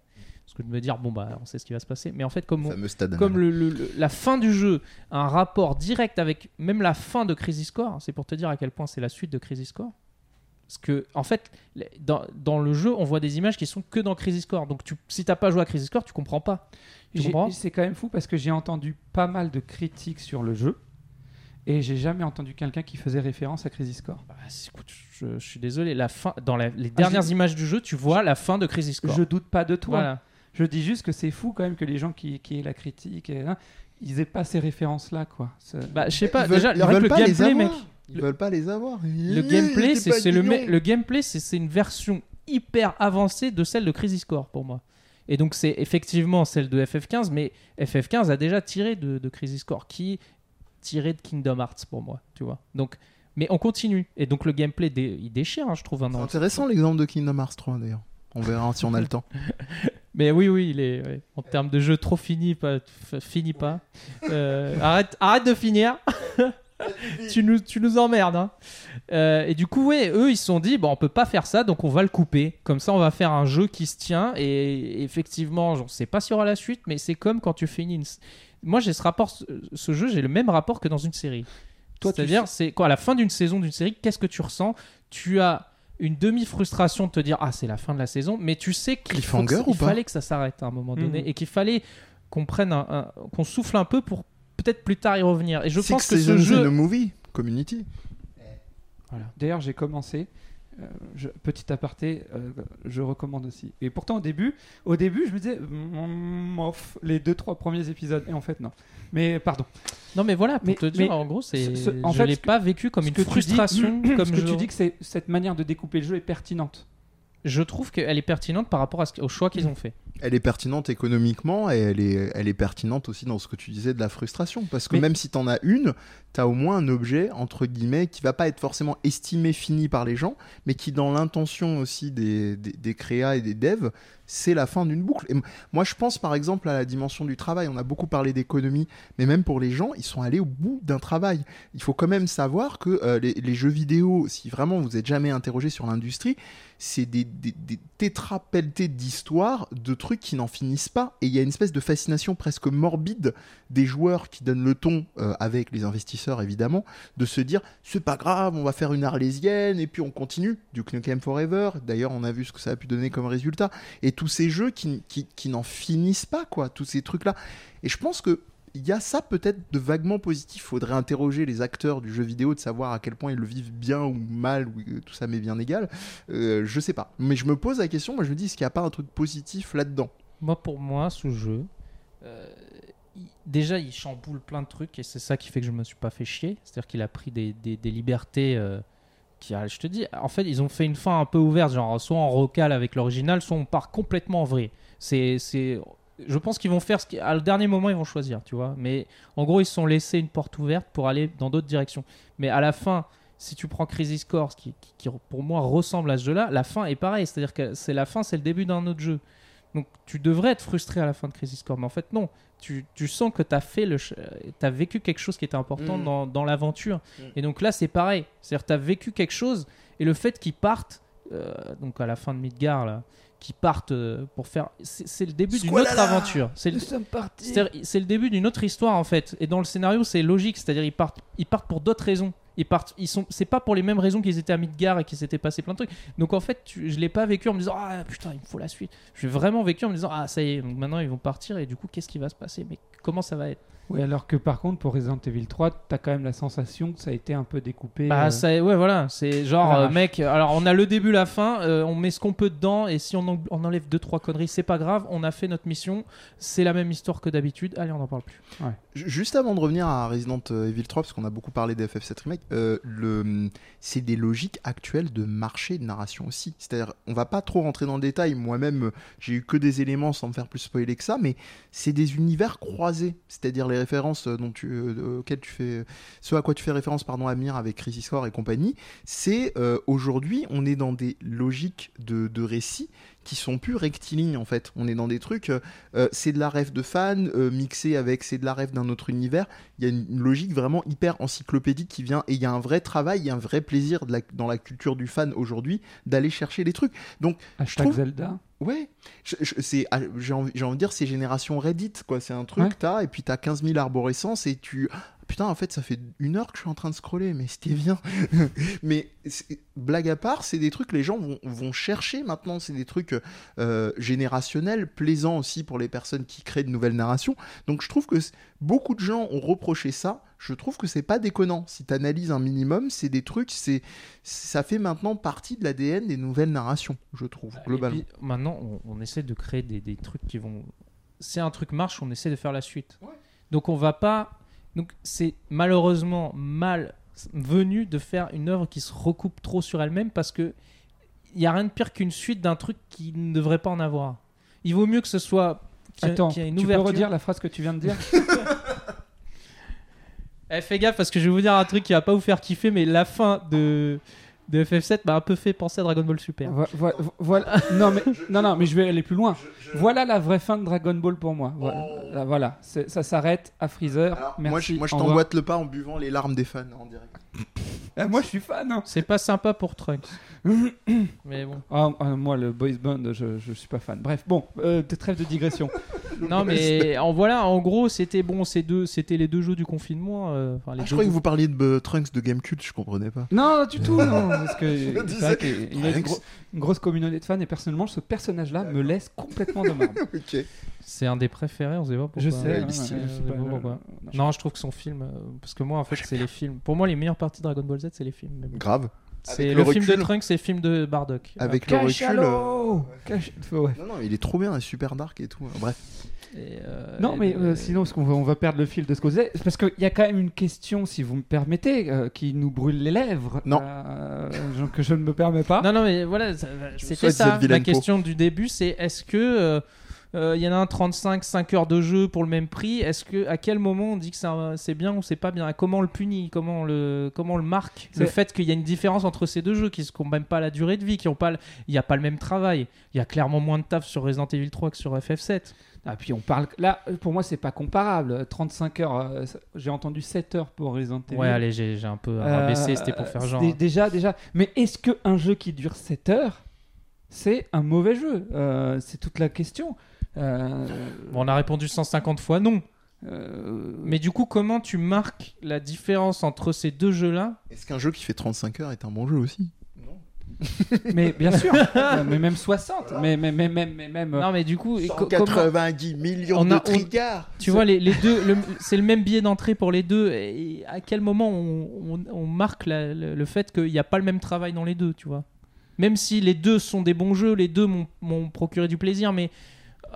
S2: parce que de me dire bon bah on sait ce qui va se passer. Mais en fait comme on-
S3: fameux stade.
S2: comme le- le- le- la fin du jeu a un rapport direct avec même la fin de Crisis Core, c'est pour te dire à quel point c'est la suite de Crisis Core. Parce que, en fait, les- dans, dans le jeu, on voit des images qui sont que dans Crisis Core. Donc, tu, si t'as pas joué à Crisis Core, tu comprends pas. Tu
S4: J'ai-
S2: comprends
S4: C'est quand même fou parce que j'ai entendu pas mal de critiques sur le jeu et j'ai jamais entendu quelqu'un qui faisait référence à Crisis Core.
S2: Bah, c'est- écoute, je, je suis désolé. La fin, dans la- les
S3: Ah,
S2: dernières images du jeu, tu vois la fin de Crisis Core.
S4: Je doute pas de toi.
S2: Voilà.
S4: Je dis juste que c'est fou quand même que les gens qui, qui aient la critique, et, hein, ils aient pas ces références-là. quoi. C'est-
S2: Bah, je sais pas.
S3: Ils veulent-
S2: déjà,
S3: ils
S2: le-
S3: veulent
S2: le
S3: pas les
S2: gameplay,
S3: avoir.
S2: mec.
S3: Ils
S2: Le-
S3: veulent pas les avoir.
S2: Le gameplay, c'est c'est le, me- le gameplay, c'est c'est une version hyper avancée de celle de Crisis Core pour moi. Et donc c'est effectivement celle de FF15, mais FF15 a déjà tiré de, de Crisis Core, qui tiré de Kingdom Hearts pour moi, tu vois. Donc, mais on continue. Et donc le gameplay, dé- il déchire, hein, je trouve. Un
S3: C'est intéressant l'exemple de Kingdom Hearts 3 d'ailleurs. On verra si on a le temps.
S2: Mais oui, oui, il est ouais. en termes de jeu trop fini, pas f- fini pas. Euh, arrête, arrête de finir. tu nous, tu nous emmerdes. hein. Euh, et du coup, ouais, eux, ils se sont dit, bon, on peut pas faire ça, donc on va le couper. Comme ça, on va faire un jeu qui se tient. Et effectivement, je ne sais pas s'il y aura la suite, mais c'est comme quand tu finis. Une... s- Moi, j'ai ce rapport, ce- ce jeu, j'ai le même rapport que dans une série.
S4: Toi, tu
S2: C'est-à-dire, c'est quoi à la fin d'une saison d'une série, qu'est-ce que tu ressens Tu as une demi-frustration de te dire ah c'est la fin de la saison, mais tu sais qu'il faut que
S3: Cliffhanger
S2: ça-
S3: ou
S2: il
S3: pas
S2: fallait que ça s'arrête à un moment donné
S4: Mhm.
S2: et qu'il fallait qu'on prenne un, un- qu'on souffle un peu pour peut-être plus tard y revenir. Et je
S3: Six
S2: pense que ce
S3: Seasons
S2: jeu
S3: in a Movie, Community.
S4: D'ailleurs, j'ai commencé. euh, je- petit aparté, euh, je recommande aussi. Et pourtant, au début, au début, je me disais, mm, off, les deux trois premiers épisodes. Et en fait, non. Mais pardon.
S2: non mais voilà pour
S4: Mais-
S2: te dire
S4: mais
S2: en gros c'est
S4: ce- ce- en
S2: je
S4: fait,
S2: l'ai
S4: ce que-
S2: pas vécu comme
S4: ce
S2: une
S4: que tu dis- hmm.
S2: frustration
S4: Parce
S2: comme
S4: que
S2: je...
S4: tu dis que c'est- cette manière de découper le jeu est pertinente.
S2: je trouve qu'elle est pertinente par rapport à ce- au choix qu'ils ont fait.
S3: Elle est pertinente économiquement et elle est, elle est pertinente aussi dans ce que tu disais de la frustration. Parce que
S4: Mais-
S3: même si t'en as une, t'as au moins un objet, entre guillemets, qui va pas être forcément estimé fini par les gens, mais qui, dans l'intention aussi des, des, des créas et des devs, c'est la fin d'une boucle. Et m- moi, je pense par exemple à la dimension du travail. On a beaucoup parlé d'économie, mais même pour les gens, ils sont allés au bout d'un travail. Il faut quand même savoir que euh, les, les jeux vidéo, si vraiment vous êtes jamais interrogé sur l'industrie, c'est des, des, des tétrapelletés d'histoires, de trucs qui n'en finissent pas. Et il y a une espèce de fascination presque morbide des joueurs qui donnent le ton, euh, avec les investisseurs évidemment, de se dire c'est pas grave, on va faire une arlésienne et puis on continue. Du Nukem Forever, d'ailleurs, on a vu ce que ça a pu donner comme résultat. Et tous ces jeux qui, qui, qui n'en finissent pas, quoi, tous ces trucs-là. Et je pense que. Il y a ça peut-être de vaguement positif. Faudrait interroger les acteurs du jeu vidéo de savoir à quel point ils le vivent bien ou mal, ou euh, tout ça m'est bien égal. Euh, je sais pas. Mais je me pose la question, moi je me dis, est-ce qu'il n'y a pas un truc positif là-dedans
S2: Moi pour moi ce jeu euh, il- déjà il chamboule plein de trucs et c'est ça qui fait que je me suis pas fait chier. C'est-à-dire qu'il a pris des, des- des libertés euh, qui, ah, je te dis, en fait, ils ont fait une fin un peu ouverte, genre soit on recale avec l'original, soit on part complètement en vrai. C'est, c'est, je pense qu'ils vont faire ce qui- à le dernier moment, ils vont choisir, tu vois. Mais en gros, ils se sont laissés une porte ouverte pour aller dans d'autres directions. Mais à la fin, si tu prends Crisis Core, ce qui, qui- qui, pour moi ressemble à ce jeu-là, la fin est pareille, c'est-à-dire que c'est la fin, c'est le début d'un autre jeu. Donc tu devrais être frustré à la fin de Crisis Core, mais en fait non. Tu, tu sens que tu as fait le, ch- euh, t'as vécu quelque chose qui était important
S3: Mm.
S2: dans, dans l'aventure.
S3: Mm.
S2: Et donc là c'est pareil, c'est-à-dire tu as vécu quelque chose et le fait qu'ils partent, euh, donc à la fin de Midgar là, qu'ils partent euh, pour faire, c'est c'est le début d'une autre
S4: Squalala
S2: aventure. C'est le,
S4: sommes partis.
S2: c'est-à-dire, C'est le début d'une autre histoire en fait. Et dans le scénario, c'est logique, c'est-à-dire ils partent, ils partent pour d'autres raisons. Ils partent, ils sont, c'est pas pour les mêmes raisons qu'ils étaient à Midgar et qu'ils s'étaient passé plein de trucs. Donc en fait, tu- je l'ai pas vécu en me disant ah putain il me faut la suite. J'ai vraiment vécu en me disant ah ça y est, donc maintenant ils vont partir et du coup qu'est-ce qui va se passer Mais comment ça va être
S4: Oui, alors que par contre, pour Resident Evil 3, t'as quand même la sensation que ça a été un peu découpé.
S2: Bah
S4: euh,
S2: ça, ouais voilà, c'est genre
S4: Ah,
S2: euh,
S4: vache.
S2: mec. Alors on a le début, la fin, euh, on met ce qu'on peut dedans et si on, en- on enlève deux trois conneries, c'est pas grave. On a fait notre mission, c'est la même histoire que d'habitude. Allez on en parle plus.
S3: Ju- Juste avant de revenir à Resident Evil 3, parce qu'on a beaucoup parlé des FF7 Remake, euh, le, c'est des logiques actuelles de marché de narration aussi. C'est-à-dire, on va pas trop rentrer dans le détail. Moi-même, euh, j'ai eu que des éléments sans me faire plus spoiler que ça, mais c'est des univers croisés. C'est-à-dire les références euh, dont tu, euh, auxquelles tu fais, ce à quoi tu fais référence, pardon, Amir avec Crisis Core et compagnie. C'est euh, aujourd'hui, on est dans des logiques de, de récits qui sont plus rectilignes en fait. On est dans des trucs, euh, euh, c'est de la rêve de fan euh, mixé avec c'est de la rêve d'un d'un autre univers. Il y a une, une logique vraiment hyper encyclopédique qui vient et il y a un vrai travail, il y a un vrai plaisir de la- dans la culture du fan aujourd'hui d'aller chercher les trucs. Donc
S4: Hashtag
S3: trouve-
S4: Zelda.
S3: Ouais, Je- je- c'est, ah, j'ai, envie, j'ai envie de dire, c'est génération Reddit, quoi. C'est un truc,
S4: Ouais.
S3: t'as, et puis t'as 15 000 arborescences, et tu. Putain, en fait, ça fait une heure que je suis en train de scroller, mais c'était bien. mais c'est- blague à part, c'est des trucs que les gens vont, vont chercher maintenant. C'est des trucs euh, générationnels, plaisants aussi pour les personnes qui créent de nouvelles narrations. Donc je trouve que c- beaucoup de gens ont reproché ça. Je trouve que c'est pas déconnant. Si t'analyses un minimum, c'est des trucs, c'est, ça fait maintenant partie de l'ADN des nouvelles narrations, je trouve, globalement.
S2: Bah, Et puis, maintenant, on, on essaie de créer des, des trucs qui vont. Si un truc marche, on essaie de faire la suite.
S3: Ouais.
S2: Donc on va pas. Donc c'est malheureusement mal venu de faire une œuvre qui se recoupe trop sur elle-même parce que il y a rien de pire qu'une suite d'un truc qui ne devrait pas en avoir. Il vaut mieux que ce soit qu'il y a-
S4: Attends,
S2: qu'il y ait une
S4: tu peux
S2: ouverture.
S4: redire la phrase que tu viens de dire
S2: Eh, fais gaffe parce que je vais vous dire un truc qui va pas vous faire kiffer, mais la fin de, de FF7 m'a un peu fait penser à Dragon Ball Super.
S4: Vo- vo- vo- Voilà. Non mais non non, mais je vais aller plus loin. Voilà la vraie fin de Dragon Ball pour moi. Voilà,
S2: Euh,
S4: Là, voilà. C'est- ça s'arrête à Freezer.
S3: Alors,
S4: Merci.
S3: moi, je, moi, je
S4: au revoir.
S3: t'emboîte le pas en buvant les larmes des fans hein, en direct.
S4: Ah, moi, je suis fan. hein.
S2: C'est pas sympa pour Trunks. mais bon.
S4: Ah, ah, moi, le boys band, je, je suis pas fan. Bref, bon, euh, trêve de digression.
S3: Ah,
S2: Non mais en voilà, en gros c'était bon, ces deux, c'était les deux jeux du confinement. euh, enfin, les
S3: Ah, je
S2: deux
S3: croyais que
S2: jeux-
S3: vous parliez de euh, Trunks de Gamecube, je comprenais pas.
S4: Non, non, du tout, non, parce que
S3: Je me
S4: c'est vrai
S3: disais,
S4: qu'il y a une,
S3: Trunks.
S4: gro- une grosse communauté de fans et personnellement, ce personnage-là me laisse complètement de marbre.
S3: Ok.
S2: C'est un des préférés, on sait pas pourquoi.
S4: Je sais,
S2: Ouais,
S4: hein,
S2: je sais
S4: ouais, je sais
S2: pas
S4: pas, le-
S2: pourquoi.
S4: non, je-
S2: Non, je trouve que son film, euh, parce que moi en fait c'est les films. Pour moi les meilleures parties de Dragon Ball Z c'est les films. mais bon.
S3: Grave.
S2: C'est
S3: Avec
S2: le,
S3: le
S2: film de
S3: recul.
S2: Trunks, c'est le film de Bardock.
S3: Avec le recul. euh,
S4: Cachalo Cache- ouais.
S3: Non, non, il est trop bien, il est super dark et tout. hein. Bref.
S2: Et, euh,
S4: Non,
S2: et
S4: mais
S2: de-
S4: euh, sinon, parce qu'on va, on va perdre le fil de ce qu'on disait, parce qu'il y a quand même une question, si vous me permettez, euh, qui nous brûle les lèvres.
S3: Non.
S4: Euh, je- que je ne me permets pas.
S2: Non, non, mais voilà, ça- c'était
S3: Ah. souhaite
S2: ça.
S3: cette
S2: La
S3: vilaine peau.
S2: question du début, c'est est-ce que euh, euh, il y en a un 35, 5 heures de jeu pour le même prix Est-ce que à quel moment on dit que c'est un- c'est bien ou c'est pas bien Comment on le punit Comment on le comment on le marque Le
S4: C'est-
S2: fait qu'il y a une différence entre ces deux jeux qui se combattent même pas la durée de vie, qui ont pas, le- il y a pas le même travail. Il y a clairement moins de taf sur Resident Evil 3 que sur FF7.
S4: Ah, puis on parle. Là, pour moi, c'est pas comparable. 35 heures, euh, ça- j'ai entendu 7 heures pour Horizon Evil.
S2: Ouais, allez, j'ai j'ai un peu
S4: Euh,
S2: rabaissé, c'était pour faire genre. hein.
S4: dé- Déjà, déjà. Mais est-ce qu'un jeu qui dure 7 heures, c'est un mauvais jeu Euh, C'est toute la question. Euh,
S2: Bon, on a répondu 150 fois non.
S4: euh,
S2: Mais du coup, comment tu marques la différence entre ces deux jeux-là
S3: Est-ce qu'un jeu qui fait 35 heures est un bon jeu aussi
S4: mais bien sûr, Euh, mais même 60, mais mais mais même mais même.
S2: Non, mais du coup, et co- comment-
S3: 190 millions
S2: On a-
S3: de
S2: on-
S3: triggers
S2: Tu vois, les, les deux, le- c'est le même billet d'entrée pour les deux. Et à quel moment on, on- on marque la- le, le fait qu'il n'y a pas le même travail dans les deux, tu vois Même si les deux sont des bons jeux, les deux m'ont- m'ont procuré du plaisir, mais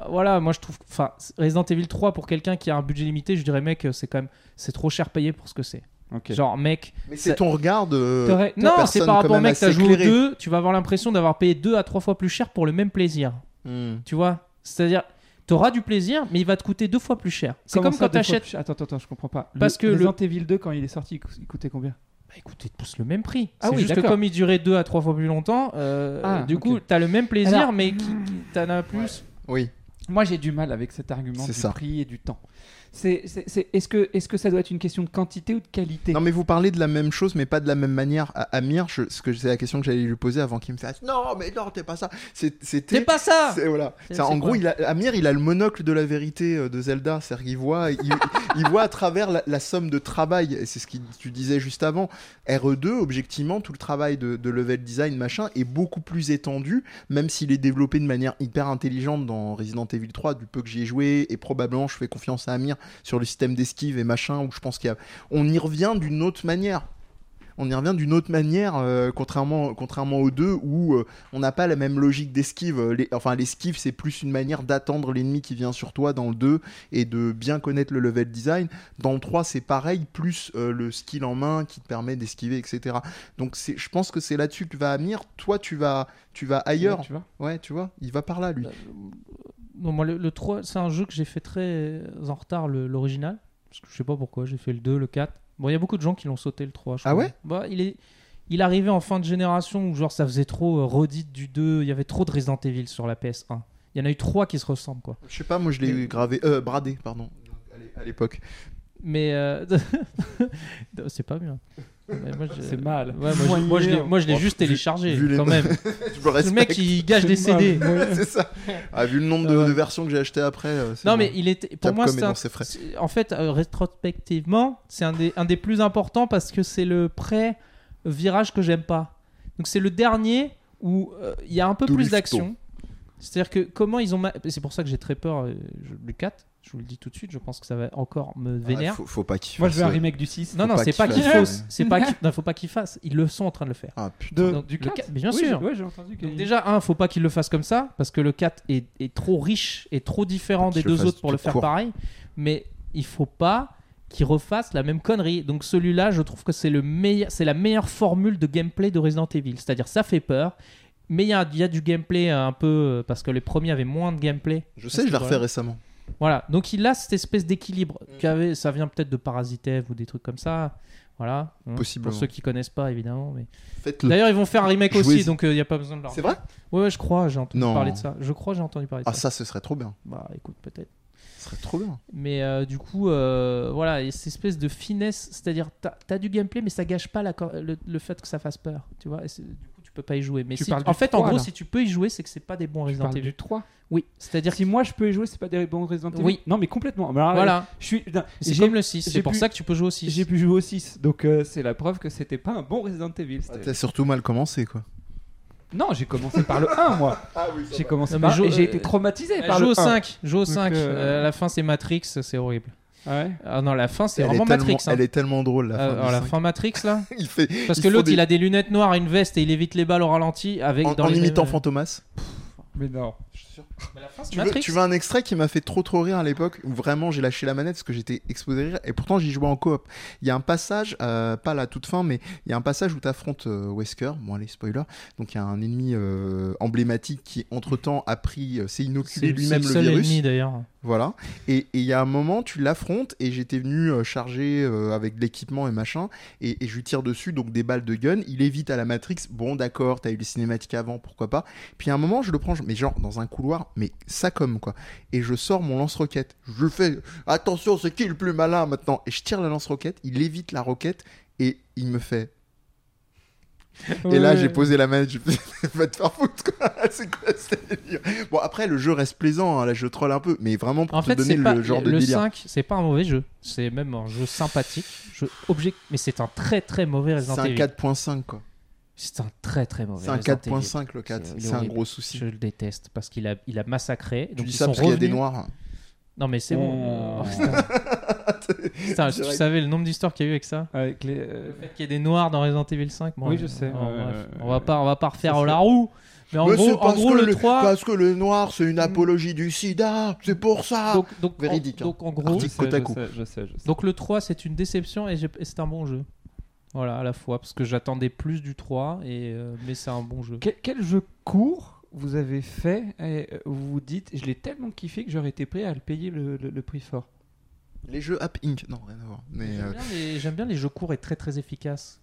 S2: euh, voilà, moi je trouve. Enfin, Resident Evil 3, pour quelqu'un qui a un budget limité, je dirais, mec, c'est quand même. C'est trop cher payé pour ce que c'est.
S4: euh, Ok. Euh,
S2: Genre, mec.
S3: Mais c'est
S2: ça-
S3: ton regard de.
S4: T'aurais-
S3: de
S2: Non,
S3: personne
S2: c'est par
S3: quand
S2: rapport,
S3: même
S2: mec, t'as
S3: assez
S2: joué aux
S3: éclairée.
S2: deux, tu vas avoir l'impression d'avoir payé deux à trois fois plus cher pour le même plaisir.
S3: Hmm.
S2: Tu vois C'est-à-dire, t'auras du plaisir, mais il va te coûter deux fois plus cher. C'est
S4: Comment
S2: comme
S4: ça,
S2: quand
S4: deux fois
S2: t'achètes.
S4: plus- Attends, attends, attends, je comprends pas.
S2: Parce que
S4: le
S2: le-
S4: Resident Evil 2 quand il est sorti, il cou- il coûtait combien
S2: Bah écoutez, pousse le même prix.
S4: Ah
S2: c'est
S4: oui,
S2: juste que
S4: d'accord.
S2: comme il durait deux à trois fois plus longtemps, euh,
S4: Ah,
S2: du
S4: ok.
S2: coup, t'as le même plaisir,
S4: Alors-
S2: mais qui- qui- t'en as plus.
S3: Oui.
S4: Moi, j'ai du mal avec cet argument
S3: C'est
S4: du
S3: ça.
S4: prix et du temps. C'est, c'est- c'est- est-ce que, est-ce que ça doit être une question de quantité ou de qualité
S3: Non, mais vous parlez de la même chose, mais pas de la même manière. À Amir, je- ce que c'est la question que j'allais lui poser avant qu'il me fasse. Non, mais non, t'es pas ça. C'est- C'était.
S2: C'est pas ça
S3: C'est- voilà.
S2: C'est-
S3: C'est- en
S2: c'est
S3: gros,
S2: quoi
S3: il a, Amir, il a le monocle de la vérité euh, de Zelda. C'est-à-dire qu'il voit, il, il voit à travers la, la somme de travail. Et c'est ce que tu disais juste avant. RE2, objectivement, tout le travail de, de level design, machin, est beaucoup plus étendu, même s'il est développé de manière hyper intelligente dans Resident Evil 3, du peu que j'y ai joué. Et probablement, je fais confiance à Amir sur le système d'esquive et machin, où je pense qu'il y a. On y revient d'une autre manière. On y revient d'une autre manière, euh, contrairement, contrairement aux deux, où euh, on n'a pas la même logique d'esquive. Euh, les- Enfin, l'esquive, c'est plus une manière d'attendre l'ennemi qui vient sur toi dans le 2 et de bien connaître le level design. Dans le 3, c'est pareil, plus euh, le skill en main qui te permet d'esquiver, etc. Donc, c'est- je pense que c'est là-dessus que va Amir. Toi, tu vas, tu vas Euh, ailleurs.
S4: Tu vois
S3: Ouais, tu vois, il va par là, lui.
S2: Euh, Non, moi, le, le 3, c'est un jeu que j'ai fait très euh, en retard, le- l'original. Parce que je sais pas pourquoi, j'ai fait le 2, le 4. Bon, il y a beaucoup de gens qui l'ont sauté, le 3. Je
S3: Ah
S2: crois.
S3: ouais
S2: Bah, il est. Il arrivait en fin de génération où genre ça faisait trop euh, redite du 2, il y avait trop de Resident Evil sur la PS1. Il y en a eu trois qui se ressemblent quoi.
S3: Je sais pas, moi, je l'ai gravé. Euh, bradé, pardon. À l'é- À l'époque.
S2: Mais euh, c'est pas bien. Mais moi, je-
S4: C'est mal.
S2: Ouais, moi, je- moi, je l'ai- moi, je l'ai juste téléchargé
S3: vu les
S2: quand
S3: noms-
S2: même.
S3: Je le
S2: Le mec
S3: respecte.
S2: il gâche des CD.
S3: C'est ça. Ah, vu le nombre de, de versions que j'ai achetées après. euh, c'est
S2: Non
S3: bon.
S2: mais il était pour
S3: Capcom
S2: moi
S3: est
S2: c'est un-
S3: dans ses frais.
S2: c'est- en fait euh, rétrospectivement c'est un des un des plus importants parce que c'est le pré virage que j'aime pas. Donc c'est le dernier où euh, il y a un peu
S3: Tout
S2: plus
S3: lifto.
S2: d'action. C'est-à-dire que comment ils ont ma- c'est pour ça que j'ai très peur euh, je- du 4, je vous le dis tout de suite, je pense que ça va encore me
S3: Ah,
S2: vénère.
S3: faut, faut pas qu'il
S4: Moi,
S3: fasse
S4: je veux
S2: Ah,
S4: un
S3: ça.
S4: remake du 6.
S2: Non non,
S3: pas
S2: c'est
S3: qu'il
S2: pas qu'il
S3: fasse,
S2: fausse,
S3: ouais.
S2: c'est pas qu'il- non, faut pas qu'ils fassent, ils le sont en train de le faire.
S3: Ah putain.
S4: De,
S2: Donc,
S4: du
S2: le
S4: 4
S2: quatre, mais bien
S4: Oui,
S2: sûr.
S4: j'ai- Ouais, j'ai entendu qu'il y a
S2: Donc
S4: une-
S2: déjà, un, faut pas qu'il le fasse comme ça, parce que le 4 est, est trop riche et trop différent
S3: Faut
S2: des
S3: qu'il le
S2: deux
S3: fasse
S2: autres pour le
S3: tout
S2: faire
S3: court.
S2: pareil. Mais il faut pas qu'il refasse la même connerie. Donc celui-là, je trouve que c'est le meilleur, c'est la meilleure formule de gameplay de Resident Evil. C'est-à-dire, ça fait peur, mais il y a, il y a du gameplay euh, un peu euh, parce que les premiers avaient moins de gameplay.
S3: Je sais, je l'ai refait
S2: Voilà.
S3: récemment.
S2: Voilà, donc il a cette espèce d'équilibre.
S3: Mm.
S2: qu'avait- Ça vient peut-être de Parasitev ou des trucs comme ça. Voilà. Hein,
S3: Possiblement.
S2: Pour ceux qui connaissent pas, évidemment. Mais...
S3: Faites-le.
S2: D'ailleurs, ils vont faire un remake aussi,
S3: Mm. Jouez-y.
S2: donc il n'y a pas besoin de leur
S3: C'est vrai
S2: Ouais, ouais, je crois, j'ai entendu
S3: Non.
S2: parler de ça. Je crois, j'ai entendu parler de
S3: Ah
S2: ça.
S3: ça, ce serait trop bien.
S2: Bah écoute, peut-être.
S3: Ce serait trop bien.
S2: Mais euh, du coup, euh, voilà, et cette espèce de finesse, c'est-à-dire, t'as as du gameplay, mais ça gâche pas la cor- le, le fait que ça fasse peur, tu vois. Et c'est- du coup, tu peux pas y jouer. Mais
S4: Tu
S2: si-
S4: parles
S2: en
S4: du
S2: fait, en
S4: 3,
S2: gros,
S4: là.
S2: si tu peux y jouer, c'est que c'est pas des bons
S4: Tu
S2: Resident
S4: parles
S2: Evil.
S4: du 3.
S2: Oui, c'est-à-dire,
S4: Si moi je peux y jouer, c'est pas des bons Resident Evil.
S2: Oui.
S4: Non, mais complètement. Mais alors,
S2: voilà,
S4: Je suis. non,
S2: c'est
S4: j'ai-
S2: comme le 6, c'est
S4: j'ai
S2: pour
S4: pu-
S2: ça que tu peux jouer aussi.
S4: J'ai pu jouer au 6, donc euh, c'est la preuve que c'était pas un bon Resident Evil.
S2: Euh,
S4: c'était-
S3: T'as surtout mal commencé quoi.
S4: non, j'ai commencé par le 1, moi.
S1: Ah oui, ça
S4: J'ai
S1: va.
S4: commencé
S2: Non, mais
S4: par.
S2: je-
S4: et J'ai
S2: euh,
S4: été traumatisé
S2: Euh,
S4: par
S2: joue
S4: le
S2: au
S4: 1.
S2: 5, joue au 5,
S4: ah. euh,
S2: euh, à la fin c'est Matrix, c'est horrible.
S4: Ouais.
S2: Ah non, la fin c'est
S3: Elle est,
S2: vraiment
S3: tellement,
S2: Matrix. hein.
S3: elle est tellement drôle la fin.
S2: Euh,
S3: du
S2: alors, la
S3: cinq.
S2: fin Matrix là
S3: Il fait.
S2: Parce
S3: ils
S2: que
S3: font
S2: l'autre
S3: des-
S2: il a des lunettes noires, une veste et il évite les balles au ralenti avec
S3: En,
S2: dans
S3: en
S2: les
S3: imitant
S2: mêmes- euh,
S3: Fantomas.
S4: Mais non.
S2: Mais la fin, c'est
S3: Tu veux,
S2: Matrix.
S3: tu veux un extrait qui m'a fait trop trop rire à l'époque où vraiment j'ai lâché la manette parce que j'étais explosé de rire et pourtant j'y jouais en coop. Il y a un passage, euh, pas la toute fin, mais il y a un passage où t'affrontes euh, Wesker. Bon allez spoiler. Donc il y a un ennemi euh, emblématique qui entre temps a pris, euh,
S2: C'est
S3: s'est inoculé
S2: c'est
S3: lui-même
S2: le
S3: le,
S2: seul
S3: virus.
S2: ennemi d'ailleurs.
S3: Voilà. Et et il y a un moment, tu l'affrontes et j'étais venu euh, charger euh, avec de l'équipement et machin. Et, et je lui tire dessus, donc des balles de gun. Il évite à la Matrix. Bon, d'accord, t'as eu les cinématiques avant, pourquoi pas. Puis à un moment, je le prends, je- mais genre dans un couloir, mais ça comme quoi. Et je sors mon lance-roquette. Je fais attention, c'est qui le plus malin maintenant Et je tire la lance-roquette. Il évite la roquette et il me fait. Et là, j'ai posé la manette, j'ai fait, va te faire foutre, quoi. C'est quoi ce délire Bon, après, le jeu reste plaisant, hein. là, je troll un peu, mais vraiment pour
S2: En
S3: te
S2: fait,
S3: donner
S2: c'est pas
S3: le genre de
S2: le
S3: délire.
S2: 5, c'est pas un mauvais jeu, c'est même un jeu sympathique, jeu object mais c'est un très très mauvais Resident
S3: C'est un
S2: Evil.
S3: 4.5 quoi.
S2: C'est un très très mauvais
S3: C'est un
S2: Resident Evil.
S3: 4.5 le 4.
S2: C'est- il est
S3: C'est un
S2: horrible.
S3: gros souci.
S2: Je le déteste parce qu'il a il a massacré
S3: Tu
S2: donc
S3: dis
S2: ils
S3: ça
S2: sont
S3: parce qu'il y a des
S2: revenus-
S3: noirs.
S2: Non mais c'est bon.
S4: Oh.
S2: euh, Putain, si tu
S3: Direct.
S2: savais le nombre d'histoires qu'il y a eu avec ça.
S4: Avec les.
S2: Le
S4: euh,
S2: fait qu'il y ait des noirs dans Resident Evil 5, bon,
S4: Oui, je sais,
S2: bon,
S4: ouais,
S2: bref,
S4: ouais, ouais,
S2: on va
S4: ouais.
S2: pas on va pas refaire
S4: Ça, c'est-
S2: la roue. Mais en
S3: Mais c'est
S2: gros, en
S3: parce
S2: gros
S3: que
S2: le 3
S3: Parce que le noir, c'est une apologie du sida. C'est pour ça.
S2: donc donc en-
S3: Véridique, hein.
S2: donc en
S4: je
S2: gros
S3: Article
S4: sais,
S3: côte à
S4: je
S3: côte.
S4: sais, Je sais, je sais.
S2: Donc le 3 c'est une déception et, j'ai- et c'est un bon jeu. Voilà, à la fois, parce que j'attendais plus du 3, et, euh, mais c'est un bon jeu.
S4: Quel, quel jeu court vous avez fait et euh, vous vous dites, je l'ai tellement kiffé que j'aurais été prêt à le payer le, le- le prix fort
S3: Les jeux App Inc. Non, rien à voir. Mais,
S2: J'aime
S3: euh,
S2: bien, les- j'aime bien les jeux courts et très très efficaces.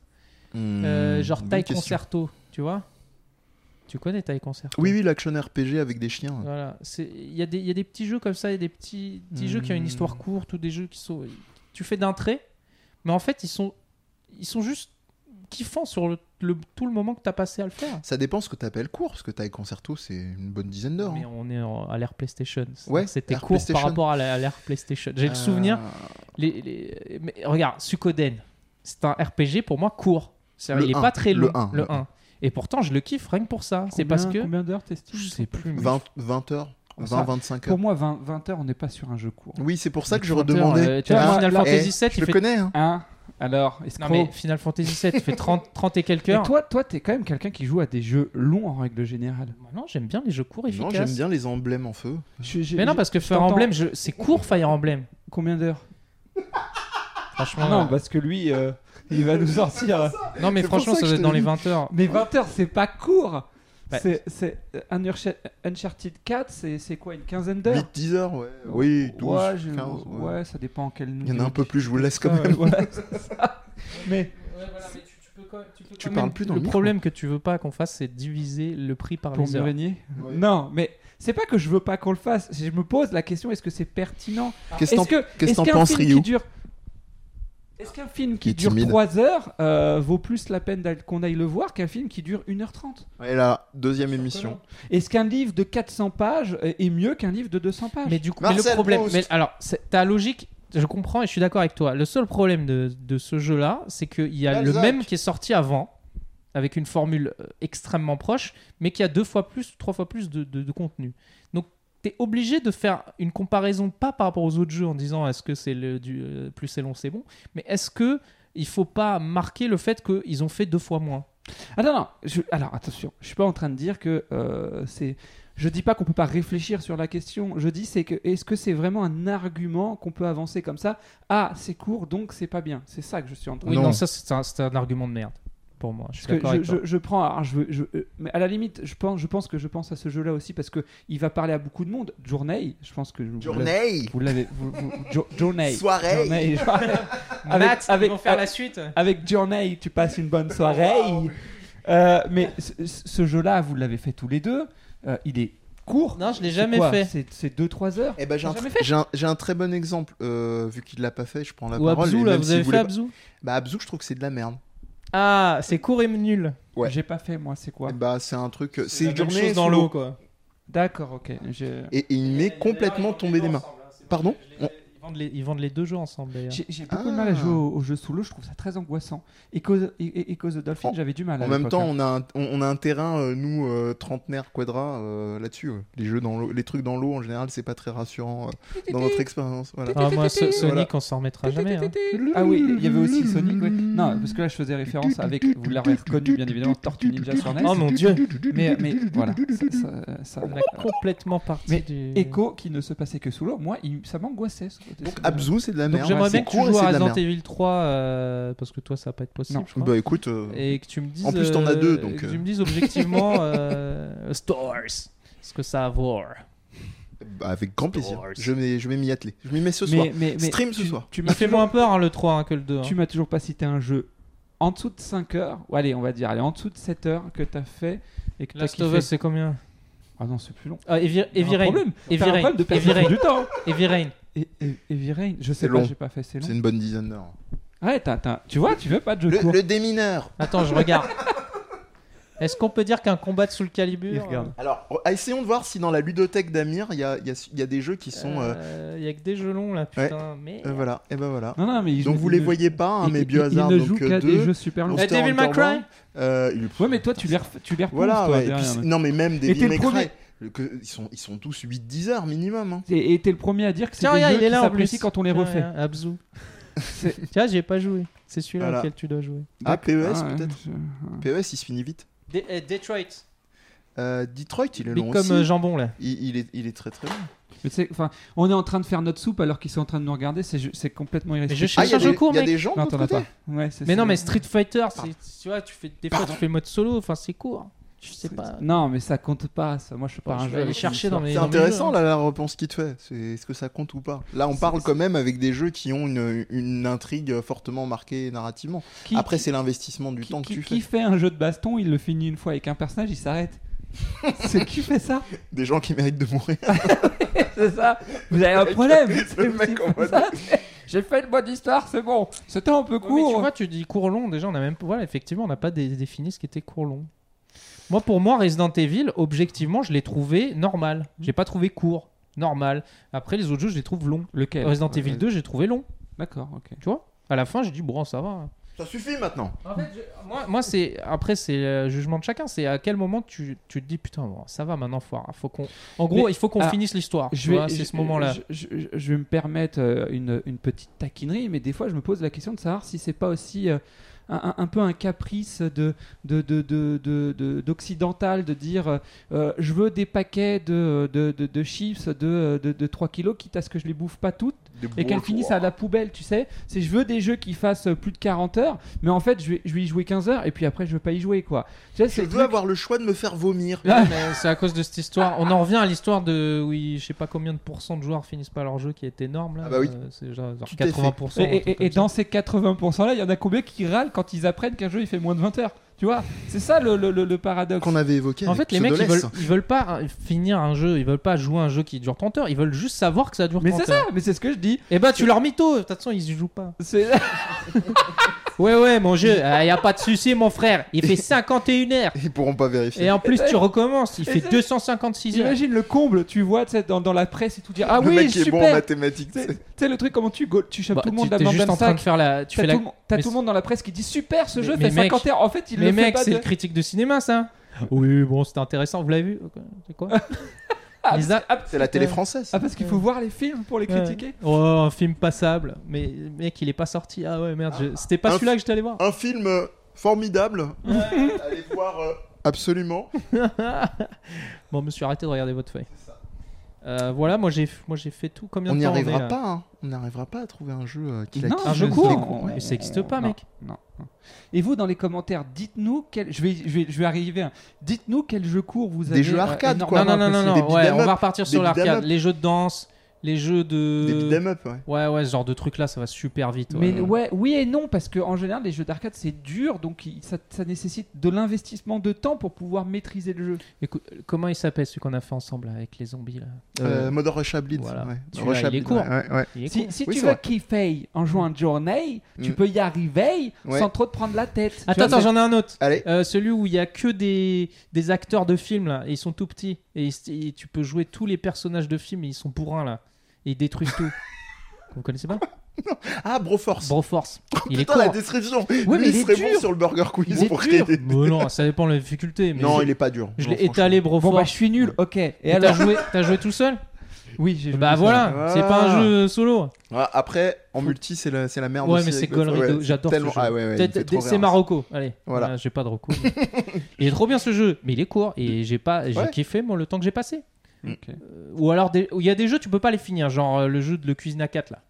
S2: Euh,
S3: hmm,
S2: genre
S3: bonne
S2: Taille
S3: question.
S2: Concerto, tu vois Tu connais Taille Concerto
S3: Oui, oui, l'action RPG avec des chiens.
S2: Voilà, c'est- il y, a des- il y a des petits jeux comme ça, il y a des petits, petits jeux qui ont une
S3: Hmm.
S2: histoire courte ou des jeux qui sont. Tu fais d'un trait, mais en fait ils sont, ils sont juste kiffants sur le- le- tout le moment que t'as passé à le faire.
S3: Ça dépend ce que t'appelles court, parce que Taille Concerto, c'est une bonne dizaine d'heures.
S2: Mais
S3: hein.
S2: on est en- à l'ère PlayStation. C'est-
S3: Ouais,
S2: C'était
S3: ère
S2: court par
S3: PlayStation. Euh.
S2: rapport à la- à l'ère PlayStation. J'ai le souvenir. Les, les- mais regarde, Sukoden, c'est un RPG pour moi court. C'est-
S3: Le
S2: il est
S3: un,
S2: pas très long.
S3: le un, le
S2: un. Et pourtant, je le kiffe rien que pour ça. C'est
S4: Combien-
S2: parce que.
S4: Combien d'heures t'estimes
S2: Je sais plus. mais-
S3: 20, 20 heures,
S4: Ah, ça,
S3: 20-25 heures.
S4: Pour moi, 20, 20 heures, on n'est pas sur un jeu court.
S3: Oui, c'est pour ça que je
S2: Hunter,
S3: redemandais.
S2: euh, tu vois,
S4: Ah,
S2: Final
S4: là,
S2: Fantasy
S3: Eh,
S2: VII,
S3: je
S2: il
S3: le
S2: fait.
S3: connais. hein.
S4: Hein Alors,
S2: Non,
S4: escroc.
S2: mais Final Fantasy VII, il fait 30, 30 et quelques
S4: Et
S2: heures.
S4: toi, toi, t'es quand même quelqu'un qui joue à des jeux longs en règle générale.
S2: Moi, Bah Non, j'aime bien les jeux courts
S3: Non,
S2: efficaces.
S3: j'aime bien les emblèmes en feu.
S4: Je- je-
S2: Mais non,
S4: je-
S2: parce que
S4: je
S2: Fire
S4: t'entends.
S2: Emblem, je- c'est court Fire Emblem.
S4: Combien d'heures
S2: Franchement,
S4: Non,
S2: euh,
S4: parce que lui, euh, il va nous sortir. euh,
S2: non, mais
S3: Ah c'est pour
S2: franchement, ça
S3: ça que
S2: doit
S3: je
S2: être
S3: te
S2: dans les
S3: dis.
S2: 20 heures.
S4: Mais 20 heures, c'est pas court.
S2: Ouais.
S4: C'est- C'est euh, Unchar- Uncharted 4, c'est c'est quoi une quinzaine d'heures
S3: 8-10 heures, ouais. Oui, 12,
S4: Euh, ouais, je-
S3: 15. ouais.
S4: ouais, ça dépend Ah, en quel.
S3: Il y en a un peu plus, je vous laisse quand même.
S4: Mais
S3: Tu parles plus dans
S2: le
S3: le micro.
S2: problème que tu veux pas qu'on fasse, c'est diviser le prix par
S4: pour
S2: les heures.
S4: Murigny
S3: Ouais.
S4: Non, mais c'est pas que je veux pas qu'on le fasse. Je me pose la question est-ce que c'est pertinent
S3: Qu'est-ce
S4: Est-ce
S3: t'en-
S4: que
S3: qu'est-ce
S4: est-ce
S3: t'en
S4: qu'un
S3: penses,
S4: film
S3: Ryu
S4: qui dure Est-ce qu'un film qui
S3: est
S4: dure
S3: timide.
S4: 3 heures euh, vaut plus la peine d'aller- qu'on aille le voir qu'un film qui dure 1h30
S3: Et là, deuxième émission.
S4: Est-ce qu'un livre de 400 pages est est mieux qu'un livre de 200 pages
S2: Mais du coup,
S3: Marcel
S2: mais le problème,
S3: Proust.
S2: mais alors, c'est- ta logique, je comprends et je suis d'accord avec toi. Le seul problème de, de ce jeu-là, c'est qu'il y a le
S3: Balzac.
S2: même qui est sorti avant, avec une formule euh, extrêmement proche, mais qui a deux fois plus, trois fois plus de, de- de contenu. Donc, tu es obligé de faire une comparaison, pas par rapport aux autres jeux en disant est-ce que c'est le du, euh, plus c'est long, c'est bon, mais est-ce que il faut pas marquer le fait qu'ils ont fait deux fois moins
S4: Ah non, non, je- alors attention, je suis pas en train de dire que euh, c'est. Je dis pas qu'on peut pas réfléchir sur la question. Je dis c'est que est-ce que c'est vraiment un argument qu'on peut avancer comme ça Ah, c'est court, donc c'est pas bien. C'est ça que je suis en train.
S2: Oui,
S3: Non.
S2: non, ça c'est un, c'est un argument de merde pour moi. Je suis
S4: Parce
S2: d'accord
S4: que
S2: avec
S4: je,
S2: toi.
S4: je- je prends, alors je, veux- je- euh, mais à la limite, je pense, je pense que je pense à ce jeu-là aussi parce que il va parler à beaucoup de monde. Journée, je pense que vous l'avez-
S3: Journée
S4: vous l'avez, vous- vous- Jo- Journey.
S3: Soirée.
S4: Journey, je- Avec-
S2: Matt, ils
S4: avec-
S2: vont faire la suite.
S4: avec Journey, tu passes une bonne soirée. Euh, mais ce, ce jeu-là, vous l'avez fait tous les deux. Euh, il est court.
S2: Non, je l'ai
S4: C'est
S2: jamais
S4: quoi
S2: fait.
S4: C'est- C'est 2-3 heures.
S3: Eh ben, j'ai un,
S4: T'as
S3: tr-
S4: jamais fait
S3: j'ai un- j'ai un très bon exemple, euh, vu qu'il l'a pas fait, je prends la
S2: Ou
S3: parole. et
S2: Abzu, là,
S3: même
S2: vous
S3: s'il
S2: avez fait
S3: voulait pas-
S2: Abzu
S3: Bah, Abzu, je trouve que c'est de la merde.
S2: Ah, c'est court et nul.
S3: Ouais.
S4: J'ai pas fait, moi, c'est quoi
S3: Eh Bah, c'est un truc. C'est
S2: la
S3: une
S2: même
S3: journée
S2: chose dans
S3: sous
S2: l'eau, quoi.
S4: D'accord, ok. je-
S3: Et, et il m'est complètement tombé des mains. Pardon On-
S2: Ils vendent, les, ils vendent les deux jeux ensemble, d'ailleurs.
S4: J'ai j'ai beaucoup de mal à
S3: Ah.
S4: jouer au, au jeu sous l'eau, je trouve ça très angoissant. Et Cause, et, et- et Cause the Dolphin,
S3: En-
S4: j'avais du mal. à
S3: Oh. En même
S4: l'époque,
S3: temps,
S4: hein.
S3: on a un, on, on a un terrain, euh, nous, euh, trentenaire quadra, euh, là-dessus. ouais. Les jeux dans l'eau, les trucs dans l'eau, en général, c'est pas très rassurant euh, dans notre expérience. Voilà.
S2: Ah, moi, ce- Sonic,
S3: Voilà.
S2: on s'en remettra jamais. hein.
S4: Ah oui, il y avait aussi Sonic. ouais. Non, parce que là, je faisais référence avec, vous l'avez reconnu, bien évidemment, Tortue Ninja sur NES.
S2: Oh mon dieu
S4: mais, mais voilà, ça- ça- ça-
S2: On a complètement parti
S4: Mais
S2: du...
S4: Echo qui ne se passait que sous l'eau, moi, il- ça m'angoissait. ce côté
S3: Donc,
S4: sous l'eau.
S3: Abzu, c'est de la
S2: Donc
S3: merde.
S2: j'aimerais
S3: c'est
S2: bien que tu
S3: court et
S2: joues à
S3: c'est de la
S2: Resident
S3: merde.
S2: Evil hein. 3, euh, parce que toi, ça va pas être possible,
S4: Non.
S2: je crois.
S3: Bah, écoute. euh,
S2: Et que tu me dises...
S3: En plus, t'en as
S2: euh,
S3: deux, donc,
S2: Que
S3: euh.
S2: tu me dises objectivement... euh, Stores ce que ça a à voir.
S3: Bah, avec grand plaisir. Je vais, je vais m'y atteler. Je m'y mets ce soir.
S4: mais, mais, mais
S3: Stream ce soir.
S4: tu
S2: Il
S4: m'as
S2: fait
S4: toujours,
S2: moins peur, hein, le 3, hein, que le 2. hein.
S4: tu m'as toujours pas cité un jeu en dessous de 5 heures, ou allez, on va dire, allez, en dessous de 7 heures que t'as fait et que t'as
S2: Last of Us,
S4: kiffé.
S2: c'est combien
S4: Ah non, c'est plus long.
S2: Ah, Heavy
S4: T'as
S2: Heavy
S4: un
S2: Rain.
S4: problème.
S2: Heavy
S4: T'as un
S2: Rain.
S4: problème de
S2: Heavy
S4: perception
S2: Rain.
S4: du temps.
S2: Heavy Rain.
S4: Et, et, Heavy Rain, je sais
S3: C'est
S4: pas,
S3: long.
S4: j'ai pas fait, c'est long.
S3: C'est une bonne dizaine d'heures.
S4: Ouais, t'as- t'as- tu vois, tu veux pas de jeu
S3: Le,
S4: court.
S3: le démineur.
S2: Attends, je regarde. Est-ce qu'on peut dire qu'un combat de Soul Calibur euh,
S4: Il regarde.
S3: Alors, oh, essayons de voir si dans la ludothèque d'Amir, il y a, il y a- il y a des jeux qui
S2: euh,
S3: sont. euh,
S2: euh, y a que des jeux longs là, putain. Mais.
S3: euh, voilà, et ben voilà.
S4: Non, non, mais il
S3: donc
S4: joue-
S3: vous
S4: il
S3: les
S4: ne-
S3: voyez pas, hein,
S4: il-
S3: mais
S4: il-
S3: Biohazard,
S4: Il ne
S3: donc
S4: joue qu'à
S3: euh,
S4: des
S3: deux,
S4: jeux super longs.
S2: Eh,
S3: Monster
S2: Devil May
S3: Hunter
S2: Cry
S3: World, euh, il-
S4: Ouais, mais toi, tu les, ref- tu les repousses,
S3: Voilà,
S4: toi,
S3: ouais, et puis
S4: derrière,
S3: c'est-
S4: ouais.
S3: non mais même
S4: Et
S3: des
S4: t'es le
S3: May Cry,
S4: premier.
S3: le- que- ils, sont, ils sont tous 8-10 heures minimum. hein.
S4: Et et t'es le premier à dire que c'est
S2: Tiens,
S4: des
S2: regarde,
S4: jeux
S2: il est
S4: qui
S2: là en plus.
S4: s'apprécient quand on les
S2: Tiens,
S4: refait.
S2: regarde, Abzu.
S4: C'est-
S2: Tiens, j'ai pas joué. C'est celui-là
S3: Voilà.
S2: auquel tu dois jouer.
S3: Ah, PES
S4: Ah, ouais,
S3: peut-être
S4: je-
S3: PES il se finit vite.
S2: Detroit.
S3: Euh, Detroit il est long
S2: comme
S3: aussi.
S2: euh, jambon là.
S3: Il, il est, il est très très long.
S4: Mais tu sais, enfin, on est en train de faire notre soupe alors qu'ils sont en train de nous regarder, c'est, ju- c'est complètement
S2: je
S4: irrespectueux.
S2: cherche
S3: Ah, il y a,
S2: un jeu
S3: des,
S2: court,
S3: il y a
S2: mec.
S3: des gens de
S4: non,
S3: l'autre
S4: t'en as
S3: côté
S4: pas. Ouais, c'est-
S2: Mais non,
S4: c'est-
S2: mais Street Fighter, c'est- tu vois, tu fais des fois tu fais mode solo, enfin c'est court. Je sais
S4: c'est-
S2: pas.
S4: Non, mais ça compte pas. Ça. Moi, je suis pas
S2: Je
S4: un
S2: vais
S4: jeu.
S2: aller chercher dans mes.
S3: C'est
S2: dans mes
S3: intéressant
S2: jeux, hein.
S3: là la réponse qu'il te fait. C'est est-ce que ça compte ou pas Là on
S4: C'est-
S3: parle
S4: c'est-
S3: quand même avec des jeux qui ont une, une intrigue fortement marquée narrativement.
S4: Qui,
S3: Après
S4: qui-
S3: c'est l'investissement du
S4: qui-
S3: temps que
S4: qui-
S3: tu
S4: qui
S3: fais.
S4: fait un jeu de baston, il le finit une fois avec un personnage, il s'arrête. c'est qui fait ça
S3: Des gens qui méritent de mourir.
S4: C'est ça. Vous avez un problème. c'est
S3: mec
S4: aussi
S3: en
S4: pour
S3: mode-
S4: ça. J'ai fait une bonne histoire, c'est bon. C'était un peu
S2: Ouais, mais tu
S4: court.
S2: vois, tu dis court long, déjà, on a même. Voilà, effectivement, on n'a pas dé- défini ce qu'était court long. Moi, pour moi, Resident Evil, objectivement, je l'ai trouvé normal. J'ai pas trouvé court, normal. Après, les autres jeux, je les trouve longs.
S4: Lequel
S2: Resident
S4: Ouais,
S2: Evil
S4: ouais.
S2: 2, j'ai trouvé long,
S4: D'accord, ok.
S2: tu vois. À la fin, j'ai dit, bon, ça va. hein.
S3: Ça suffit maintenant.
S2: En fait, je- moi, moi c'est après c'est le jugement de chacun. C'est à quel moment tu, tu te dis putain bon, ça va maintenant faut, faut qu'on en gros
S4: Mais-
S2: il faut qu'on
S4: ah,
S2: finisse l'histoire.
S4: Je
S2: Tu
S4: vais,
S2: vois, c'est
S4: je-
S2: ce moment là.
S4: je- Je, je- je vais me permettre euh, une, une petite taquinerie, mais des fois, je me pose la question de savoir si c'est pas aussi euh, un, un- un peu un caprice de de- de- de- de- de- d'occidental de dire euh, euh, je veux des paquets de, de, de- de chips de, de, de 3 kilos, quitte à ce que je les bouffe pas toutes et qu'elles finissent à la poubelle, tu sais. C'est je veux des jeux qui fassent euh, plus de 40 heures, mais en fait, je vais, je vais y jouer 15 heures et puis après, je veux pas y jouer, quoi. Tu
S3: Je
S4: sais, c'est
S3: veux avoir le choix de me faire vomir.
S2: Ouais, Ah, mais c'est à cause de cette histoire. On en revient à l'histoire de oui, je sais pas combien de pourcents de joueurs finissent pas leur jeu qui est énorme là.
S3: Ah bah oui.
S2: Euh, c'est genre, genre
S3: Tout à fait.
S2: 80%.
S4: Et,
S2: un truc
S4: et- et
S2: comme ça.
S4: dans ces 80% là, il y en a combien qui râlent quand quand ils apprennent qu'un jeu il fait moins de 20 heures. Tu vois, c'est ça le, le- le- le paradoxe.
S3: qu'on avait évoqué.
S2: En
S3: avec
S2: fait, les mecs, ils
S3: Pseudoless.
S2: veulent, ils veulent pas hein, finir un jeu, ils veulent pas jouer à un jeu qui dure 30 heures, ils veulent juste savoir que ça dure
S4: Mais
S2: 30
S4: c'est
S2: heures.
S4: ça, mais c'est ce que je dis.
S2: Et bah, tu leur mytho, de toute façon, ils y jouent pas.
S4: C'est
S2: Ouais, ouais, mon jeu, il y a pas de souci, mon frère, il fait 51 heures.
S3: Ils pourront pas vérifier.
S2: Et en plus, tu recommences, il
S4: Et
S2: fait
S4: ça-
S2: 256 heures.
S4: Imagine le comble, tu vois, tu sais, dans, dans la presse et tout dire Ah
S3: le
S4: oui,
S3: mec qui
S4: super
S3: est bon en mathématiques.
S4: Tu sais-
S3: c'est-
S4: Tu sais, le truc, comment tu, go- tu chopes
S2: Bah,
S4: tout le
S2: tu-
S4: monde la
S2: t'es
S4: bande
S2: juste en train
S4: d'Amsac.
S2: de faire la. Tu
S4: T'as
S2: fais la.
S4: tout, le mo- t'as
S2: mais
S4: tout le monde dans la presse qui dit super ce jeu
S2: Mais- mais
S4: fait
S2: mec-
S4: 50 heures. En fait, il
S2: mais
S4: le fait
S2: mec,
S4: pas
S2: c'est
S4: de...
S2: le critique de cinéma, ça. Oui, bon, c'était intéressant. Vous l'avez vu C'est quoi
S4: Ah,
S2: Lisa-
S4: parce- ah,
S3: C'est la télé française.
S4: ah, parce qu'il faut voir les films pour les
S2: Ouais.
S4: critiquer.
S2: Oh, un film passable. Mais mec, il est pas sorti. Ah ouais, merde, je- c'était pas
S3: Un
S2: celui-là que j'étais allé voir.
S3: Un film euh, formidable. Allez voir. euh, Absolument.
S2: bon, je me suis arrêté de regarder votre feuille. Euh, voilà, moi j'ai moi j'ai fait tout. Combien
S3: On
S2: de
S3: n'y
S2: temps
S3: arrivera
S2: est, là
S3: pas. hein. On n'arrivera pas à trouver un jeu euh, qui la
S4: Non,
S3: quitte.
S2: Un jeu
S4: Je-
S2: court
S4: non, on-
S2: Mais ça existe pas,
S4: non,
S2: mec.
S4: Non. non. Et vous, dans les commentaires, dites-nous quel. Je vais, je vais, je vais arriver. hein. Dites-nous quel jeu court vous avez.
S3: jeux
S4: euh,
S3: arcade, quoi.
S2: Non,
S4: énormément
S2: non, non, non,
S3: c'est des
S2: non. Ouais,
S3: beat'em
S2: on
S3: up,
S2: va repartir
S3: des
S2: sur
S3: beat'em
S2: l'arcade.
S3: up.
S2: Les jeux de danse, les jeux
S3: Des
S2: de.
S3: beat'em up, ouais.
S2: Ouais, ouais, ce genre de truc là, ça va super vite.
S4: Mais ouais, oui et non, parce que en général, les jeux d'arcade c'est dur, donc il- ça, ça nécessite de l'investissement de temps pour pouvoir maîtriser le jeu.
S2: Écoute, comment il s'appelle celui qu'on a fait ensemble là, avec les zombies là
S3: Euh, Mode Rush Bleed.
S2: voilà.
S3: ouais.
S2: Celui-là,
S3: Rush
S2: il est
S3: Bleed,
S2: court.
S3: ouais, ouais, ouais.
S2: il est
S4: Si,
S2: con.
S4: si
S3: Oui,
S4: tu
S3: c'est
S4: veux
S3: vrai.
S4: kiffer en jouant à Journey, tu
S3: Mm.
S4: peux y arriver
S3: Ouais.
S4: sans trop te prendre la tête. Tu
S2: Attends,
S4: vois,
S2: attends, j'en ai un autre.
S3: Allez.
S2: Euh, celui où il y a que des, des acteurs de films là, et ils sont tout petits. Et, ils- et tu peux jouer tous les personnages de films, et ils sont bourrins là. Et ils détruisent tout. Vous connaissez pas
S3: Ah, Broforce.
S2: Broforce. Il est
S3: Putain,
S2: court.
S3: la description.
S4: Ouais, mais
S3: Lui, il
S4: il est
S3: serait
S4: dur.
S3: bon sur le Burger
S4: Il
S3: Quiz
S4: est
S3: pour
S4: dur.
S3: t'aider.
S2: Bon, non, ça dépend de la difficulté. Mais
S3: Non,
S2: je-
S3: il est pas dur.
S2: je
S3: Non,
S2: l'ai étalé
S4: Bon bah je
S2: Broforce.
S4: suis nul, ok. Et
S2: et t'as
S4: alors
S2: joué, t'as joué tout seul
S4: Oui, j'ai joué
S2: Bah
S4: tout seul.
S2: voilà, c'est pas un
S3: Ah.
S2: jeu solo.
S3: franchement. Ah, après, en multi, c'est la, c'est la merde.
S2: Ouais,
S3: aussi
S2: mais c'est
S3: avec
S2: connerie.
S3: le-
S2: de-
S3: ouais,
S2: J'adore
S3: tellement-
S2: ce jeu.
S3: Ah, ouais, ouais, il
S2: Peut-être-
S3: me fait trop
S2: C'est
S3: rire.
S2: Marocco. Allez,
S3: Voilà.
S2: voilà. J'ai pas de recours. il est trop bien ce jeu, mais il est court et j'ai pas, j'ai
S3: Mm. Ouais. Mm.
S2: kiffé moi le temps que j'ai passé.
S4: Ok.
S2: Euh, Ou alors, des- il y a des jeux tu peux pas les finir, genre euh, le jeu de le cuisine à 4 là.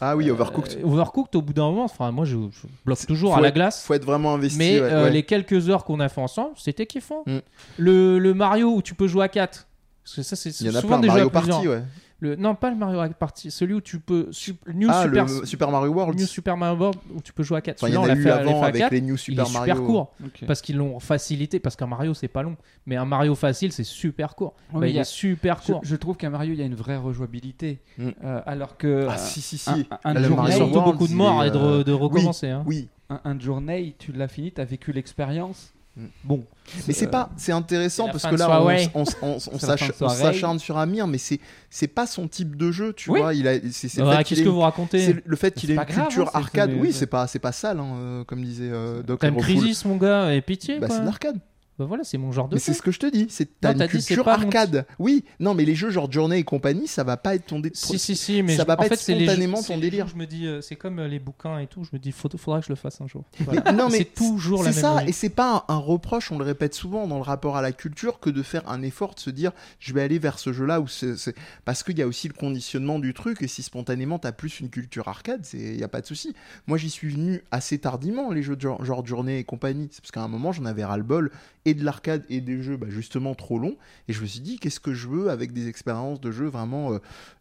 S3: Ah oui, Overcooked.
S2: Euh, Overcooked, au bout d'un moment, enfin moi je, je bloque toujours
S3: faut
S2: à la
S3: être-
S2: glace.
S3: Faut être vraiment investi.
S2: Mais
S3: ouais,
S2: euh,
S3: ouais.
S2: les quelques heures qu'on a fait ensemble, c'était kiffant.
S3: Mm.
S2: Le, le Mario où tu peux jouer à 4 parce que ça c'est
S3: Il y en a
S2: souvent
S3: plein.
S2: des jeux
S3: Mario
S2: à plusieurs.
S3: Party, ouais.
S2: Le- non pas le Mario Party, celui où tu peux sup- New
S3: ah,
S2: Super
S3: le Super Mario World.
S2: New Super Mario World où tu peux jouer à 4.
S3: Enfin, il y en a eu avant avec les New Super
S2: il est
S3: Mario.
S2: super court
S4: Ok.
S2: parce qu'ils l'ont facilité parce qu'un Mario c'est pas long mais un Mario facile c'est super court
S4: Oui,
S2: Bah,
S4: il
S2: il
S4: y a-
S2: est super
S4: Je,
S2: court
S4: je trouve qu'à Mario il y a une vraie rejouabilité,
S3: Mm.
S4: Euh, alors que
S3: Ah,
S4: euh,
S3: si, si, si.
S4: un- un,
S3: Là, le
S2: il y
S4: journée,
S2: a
S3: Mario
S2: surtout
S3: World,
S2: beaucoup de
S3: il
S2: morts
S3: est,
S2: et de, re-
S3: euh,
S2: de recommencer hein.
S3: Oui,
S4: un, un journée, tu l'as fini, t'as vécu l'expérience.
S3: Mm.
S4: Bon,
S3: mais c'est
S4: euh,
S3: pas, c'est intéressant
S2: c'est la
S3: parce
S2: fin
S3: que
S2: de
S3: là on,
S2: soirée.
S3: on, on- on
S4: C'est la fin de
S3: s'ach- on
S4: soirée.
S3: s'acharne sur Amir, mais c'est c'est pas son type de jeu, tu
S4: Oui.
S3: vois. Il a, c'est c'est le
S2: Ah,
S3: fait qu'il
S2: qu'est-ce
S3: ait
S2: que
S3: une-
S2: vous
S3: c'est
S2: racontez
S3: le fait qu'il
S4: C'est
S3: ait
S4: pas
S3: une
S4: grave,
S3: culture
S4: hein, c'est-
S3: arcade.
S4: mais-
S3: Oui, c'est pas, c'est pas sale, hein, euh, comme disait euh, Doc.
S2: Time
S3: Liverpool.
S2: Crisis mon gars et pitié
S3: Bah,
S2: quoi.
S3: c'est de l'arcade.
S2: bah voilà c'est mon genre de
S3: Mais c'est
S2: jeu
S3: ce que je te dis. C'est
S2: Non,
S3: t'as
S2: t'as
S3: une
S2: dit, c'est
S3: culture
S2: pas mon
S3: arcade. Oui, non, mais les jeux genre Journée et compagnie, ça va pas être ton dé-
S2: si si si mais
S3: ça
S2: je-
S3: va
S2: en
S3: pas
S2: fait
S3: être
S2: c'est les jeux-
S3: spontanément
S2: c'est
S3: ton
S2: les
S3: délire.
S2: jeux, je me dis euh, c'est comme euh, les bouquins et tout je me dis faut- faudra que je le fasse un jour
S3: Mais-
S2: Voilà.
S3: non, mais
S2: c'est toujours la
S3: C'est
S2: même
S3: ça,
S2: logique.
S3: et c'est pas un, un reproche, on le répète souvent dans le rapport à la culture, que de faire un effort de se dire je vais aller vers ce jeu-là. Où c'est, c'est- Parce qu'il y a aussi le conditionnement du truc, et si spontanément t'as plus une culture arcade, il n'y a pas de souci. Moi j'y suis venu assez tardivement, les jeux de genre, genre journée et compagnie. C'est parce qu'à un moment j'en avais ras-le-bol, et de l'arcade, et des jeux bah, justement trop longs, et je me suis dit qu'est-ce que je veux avec des expériences de jeux vraiment euh,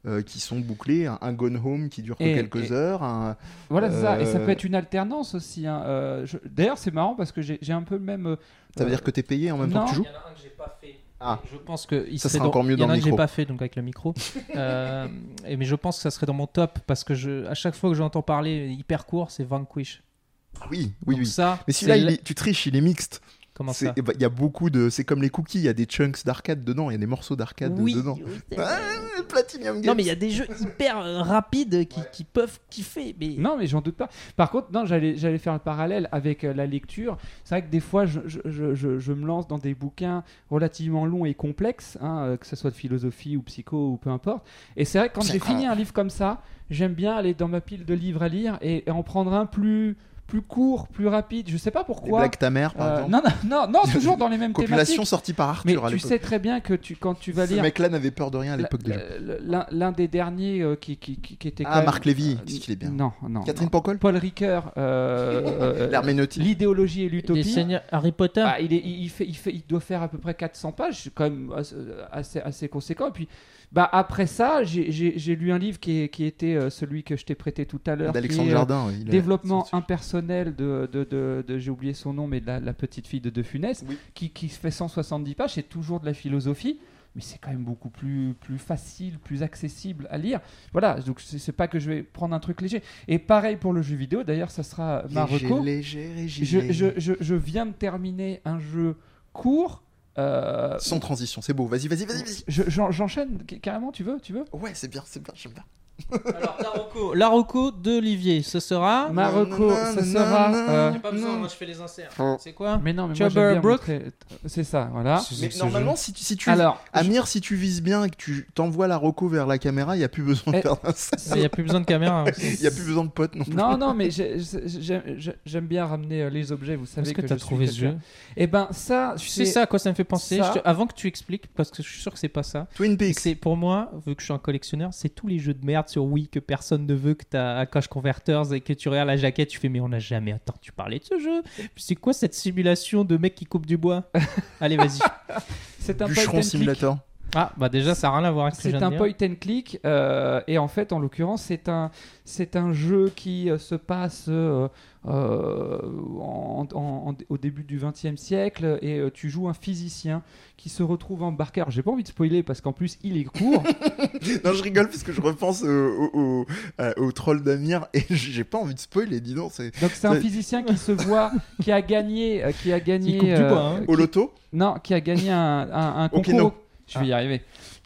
S3: euh, qui sont bouclées, un, un Gone Home qui dure que
S4: Et-
S3: quelques
S4: et-
S3: heures, un-
S4: Voilà, c'est ça. Et ça
S3: Euh,
S4: peut être une alternance aussi. hein. Euh, je- D'ailleurs, c'est marrant parce que j'ai j'ai un peu le même. euh,
S3: ça veut dire que t'es payé en même
S4: Non.
S3: temps que tu
S2: Il
S3: joues
S2: y en a un que j'ai pas fait.
S3: Ah.
S2: Je pense que il
S3: Ça
S2: serait
S3: sera encore mieux
S2: il y en a
S3: dans
S2: un
S3: le
S2: que
S3: micro.
S2: j'ai pas fait donc avec le micro. Euh, et mais je pense que ça serait dans mon top parce que je, à chaque fois que j'entends parler hyper court, c'est Vanquish.
S3: Ah Oui, oui,
S2: donc
S3: oui.
S2: ça,
S3: Mais si
S2: c'est
S3: là, il
S2: la-
S3: est- tu triches, il est mixte.
S2: comment
S3: C'est-
S2: ça
S3: eh ben, Il y a beaucoup de. C'est comme les cookies, il y a des chunks d'arcade dedans, il y a des morceaux d'arcade
S2: Oui,
S3: dedans.
S2: oui, c'est vrai.
S3: Ah, Platinum Games.
S2: non mais il y a des jeux hyper euh, rapides qui, qui peuvent kiffer. Mais
S4: Non, mais j'en doute pas. Par contre, non, j'allais j'allais faire le parallèle avec euh, la lecture. C'est vrai que des fois, je, je- je- je- je me lance dans des bouquins relativement longs et complexes, hein, euh, que ce soit de philosophie ou psycho ou peu importe. Et c'est vrai que quand j'ai
S3: Psycho.
S4: fini un livre comme ça, j'aime bien aller dans ma pile de livres à lire et, et en prendre un plus plus court, plus rapide. Je sais pas
S3: Les
S4: pourquoi.
S3: blagues ta mère, par
S4: Euh,
S3: exemple.
S4: non, non, non, non, toujours dans les mêmes thématiques.
S3: Compilation sortie par Arthur
S4: Mais
S3: à
S4: tu
S3: l'époque.
S4: sais très bien que tu, quand tu vas
S3: Ce
S4: lire
S3: mec-là n'avait peur de rien à l'époque déjà.
S4: le- le- L'un l'un des derniers euh, qui, qui, qui, qui était. quand
S3: Ah,
S4: même-
S3: Marc Lévy,
S4: euh,
S3: qu'est-ce qu'il est bien.
S4: Non, non.
S3: Catherine
S4: non.
S3: Pancol
S4: Paul Ricoeur, euh, euh,
S3: L'herméneutique.
S4: l'idéologie et
S2: des
S4: l'utopie.
S2: seigneurs Harry Potter.
S4: Ah, il, est, il, il fait, il, fait, il doit faire à peu près 400 pages, c'est quand même assez- assez, assez conséquent. Et puis, bah, après ça, j'ai- j'ai j'ai lu un livre qui, est- qui était euh, celui que je t'ai prêté tout à l'heure. qui
S3: D'Alexandre
S4: est, euh,
S3: Jardin. oui, il a-
S4: Développement
S3: c'est-
S4: impersonnel personnel de, de, de- de- j'ai oublié son nom, mais de la, la petite fille de De Funès,
S3: Oui.
S4: qui, qui fait 170 pages, c'est toujours de la philosophie. Mais c'est quand même beaucoup plus, plus facile, plus accessible à lire. Voilà, donc c'est c'est pas que je vais prendre un truc léger. Et pareil pour le jeu vidéo, d'ailleurs, ça sera ma reco.
S3: léger et
S4: Je, je, je, je viens de terminer un jeu court. euh,
S3: Sans transition, c'est beau. Vas-y, vas-y, vas-y, vas-y.
S4: je- j'en- J'enchaîne ca- carrément, tu veux, tu veux
S3: Ouais, c'est bien, c'est bien, j'aime bien.
S2: Alors, la reco- la reco d'Olivier, ce sera.
S4: Ma reco, ça sera. euh,
S2: Pas besoin, moi je fais les inserts. C'est quoi Ah.
S4: Mais non, mais moi
S2: Chubber
S4: j'aime bien
S2: Brook.
S4: montrer- euh, C'est ça, voilà.
S3: Mais normalement, Ah. si tu, si tu
S4: Alors,
S3: Amir, si tu vises bien et que tu t'envoies la reco vers la caméra, il n'y a plus besoin de
S4: Eh.
S3: faire ça.
S2: Ah, Il n'y a plus besoin de caméra. hein.
S3: Il n'y a plus besoin de potes non plus.
S4: non, non, mais j'ai- j'ai- j'ai- j'ai- j'aime bien ramener euh, les objets. Vous
S2: Où
S4: savez
S2: est-ce que,
S4: tu
S2: t'as trouvé ce jeu
S4: Eh ben, ça,
S2: Tu sais ça à quoi ça me fait penser
S4: ça.
S2: Je te- Avant que tu expliques, parce que je suis sûr que c'est pas ça.
S3: Twin Peaks.
S2: C'est pour moi, vu que je suis un collectionneur, c'est tous les jeux de merde sur Wii que personne ne veut, que t'as à Cash Converters et que tu regardes la jaquette, tu fais mais on n'a jamais entendu parler de ce jeu. Puis C'est quoi cette simulation de mec qui coupe du bois Allez vas-y.
S4: C'est un point
S3: Bûcheron
S4: and click.
S3: Simulator.
S2: ah bah déjà ça n'a rien à voir avec ce que je
S4: C'est
S2: viens
S4: un
S2: de
S4: point
S2: dire.
S4: and click euh, et en fait en l'occurrence c'est un c'est un jeu qui euh, se passe euh, euh, en- en- en- au début du XXe siècle et euh, tu joues un physicien qui se retrouve embarqué. Alors j'ai pas envie de spoiler parce qu'en plus il est court.
S3: Non, je rigole parce que je repense au, au- au- euh, au troll d'Amir et j'ai pas envie de spoiler, dis donc. C'est...
S4: Donc c'est un
S3: Ouais.
S4: physicien qui se voit, qui a gagné, euh, qui a gagné,
S2: Il coupe du
S4: euh,
S2: bois, hein.
S4: qui-
S3: Au loto,
S4: non, qui a gagné un, un-
S3: Au
S4: un
S3: Ah.
S4: concours.
S3: Keno.
S4: Je vais y arriver.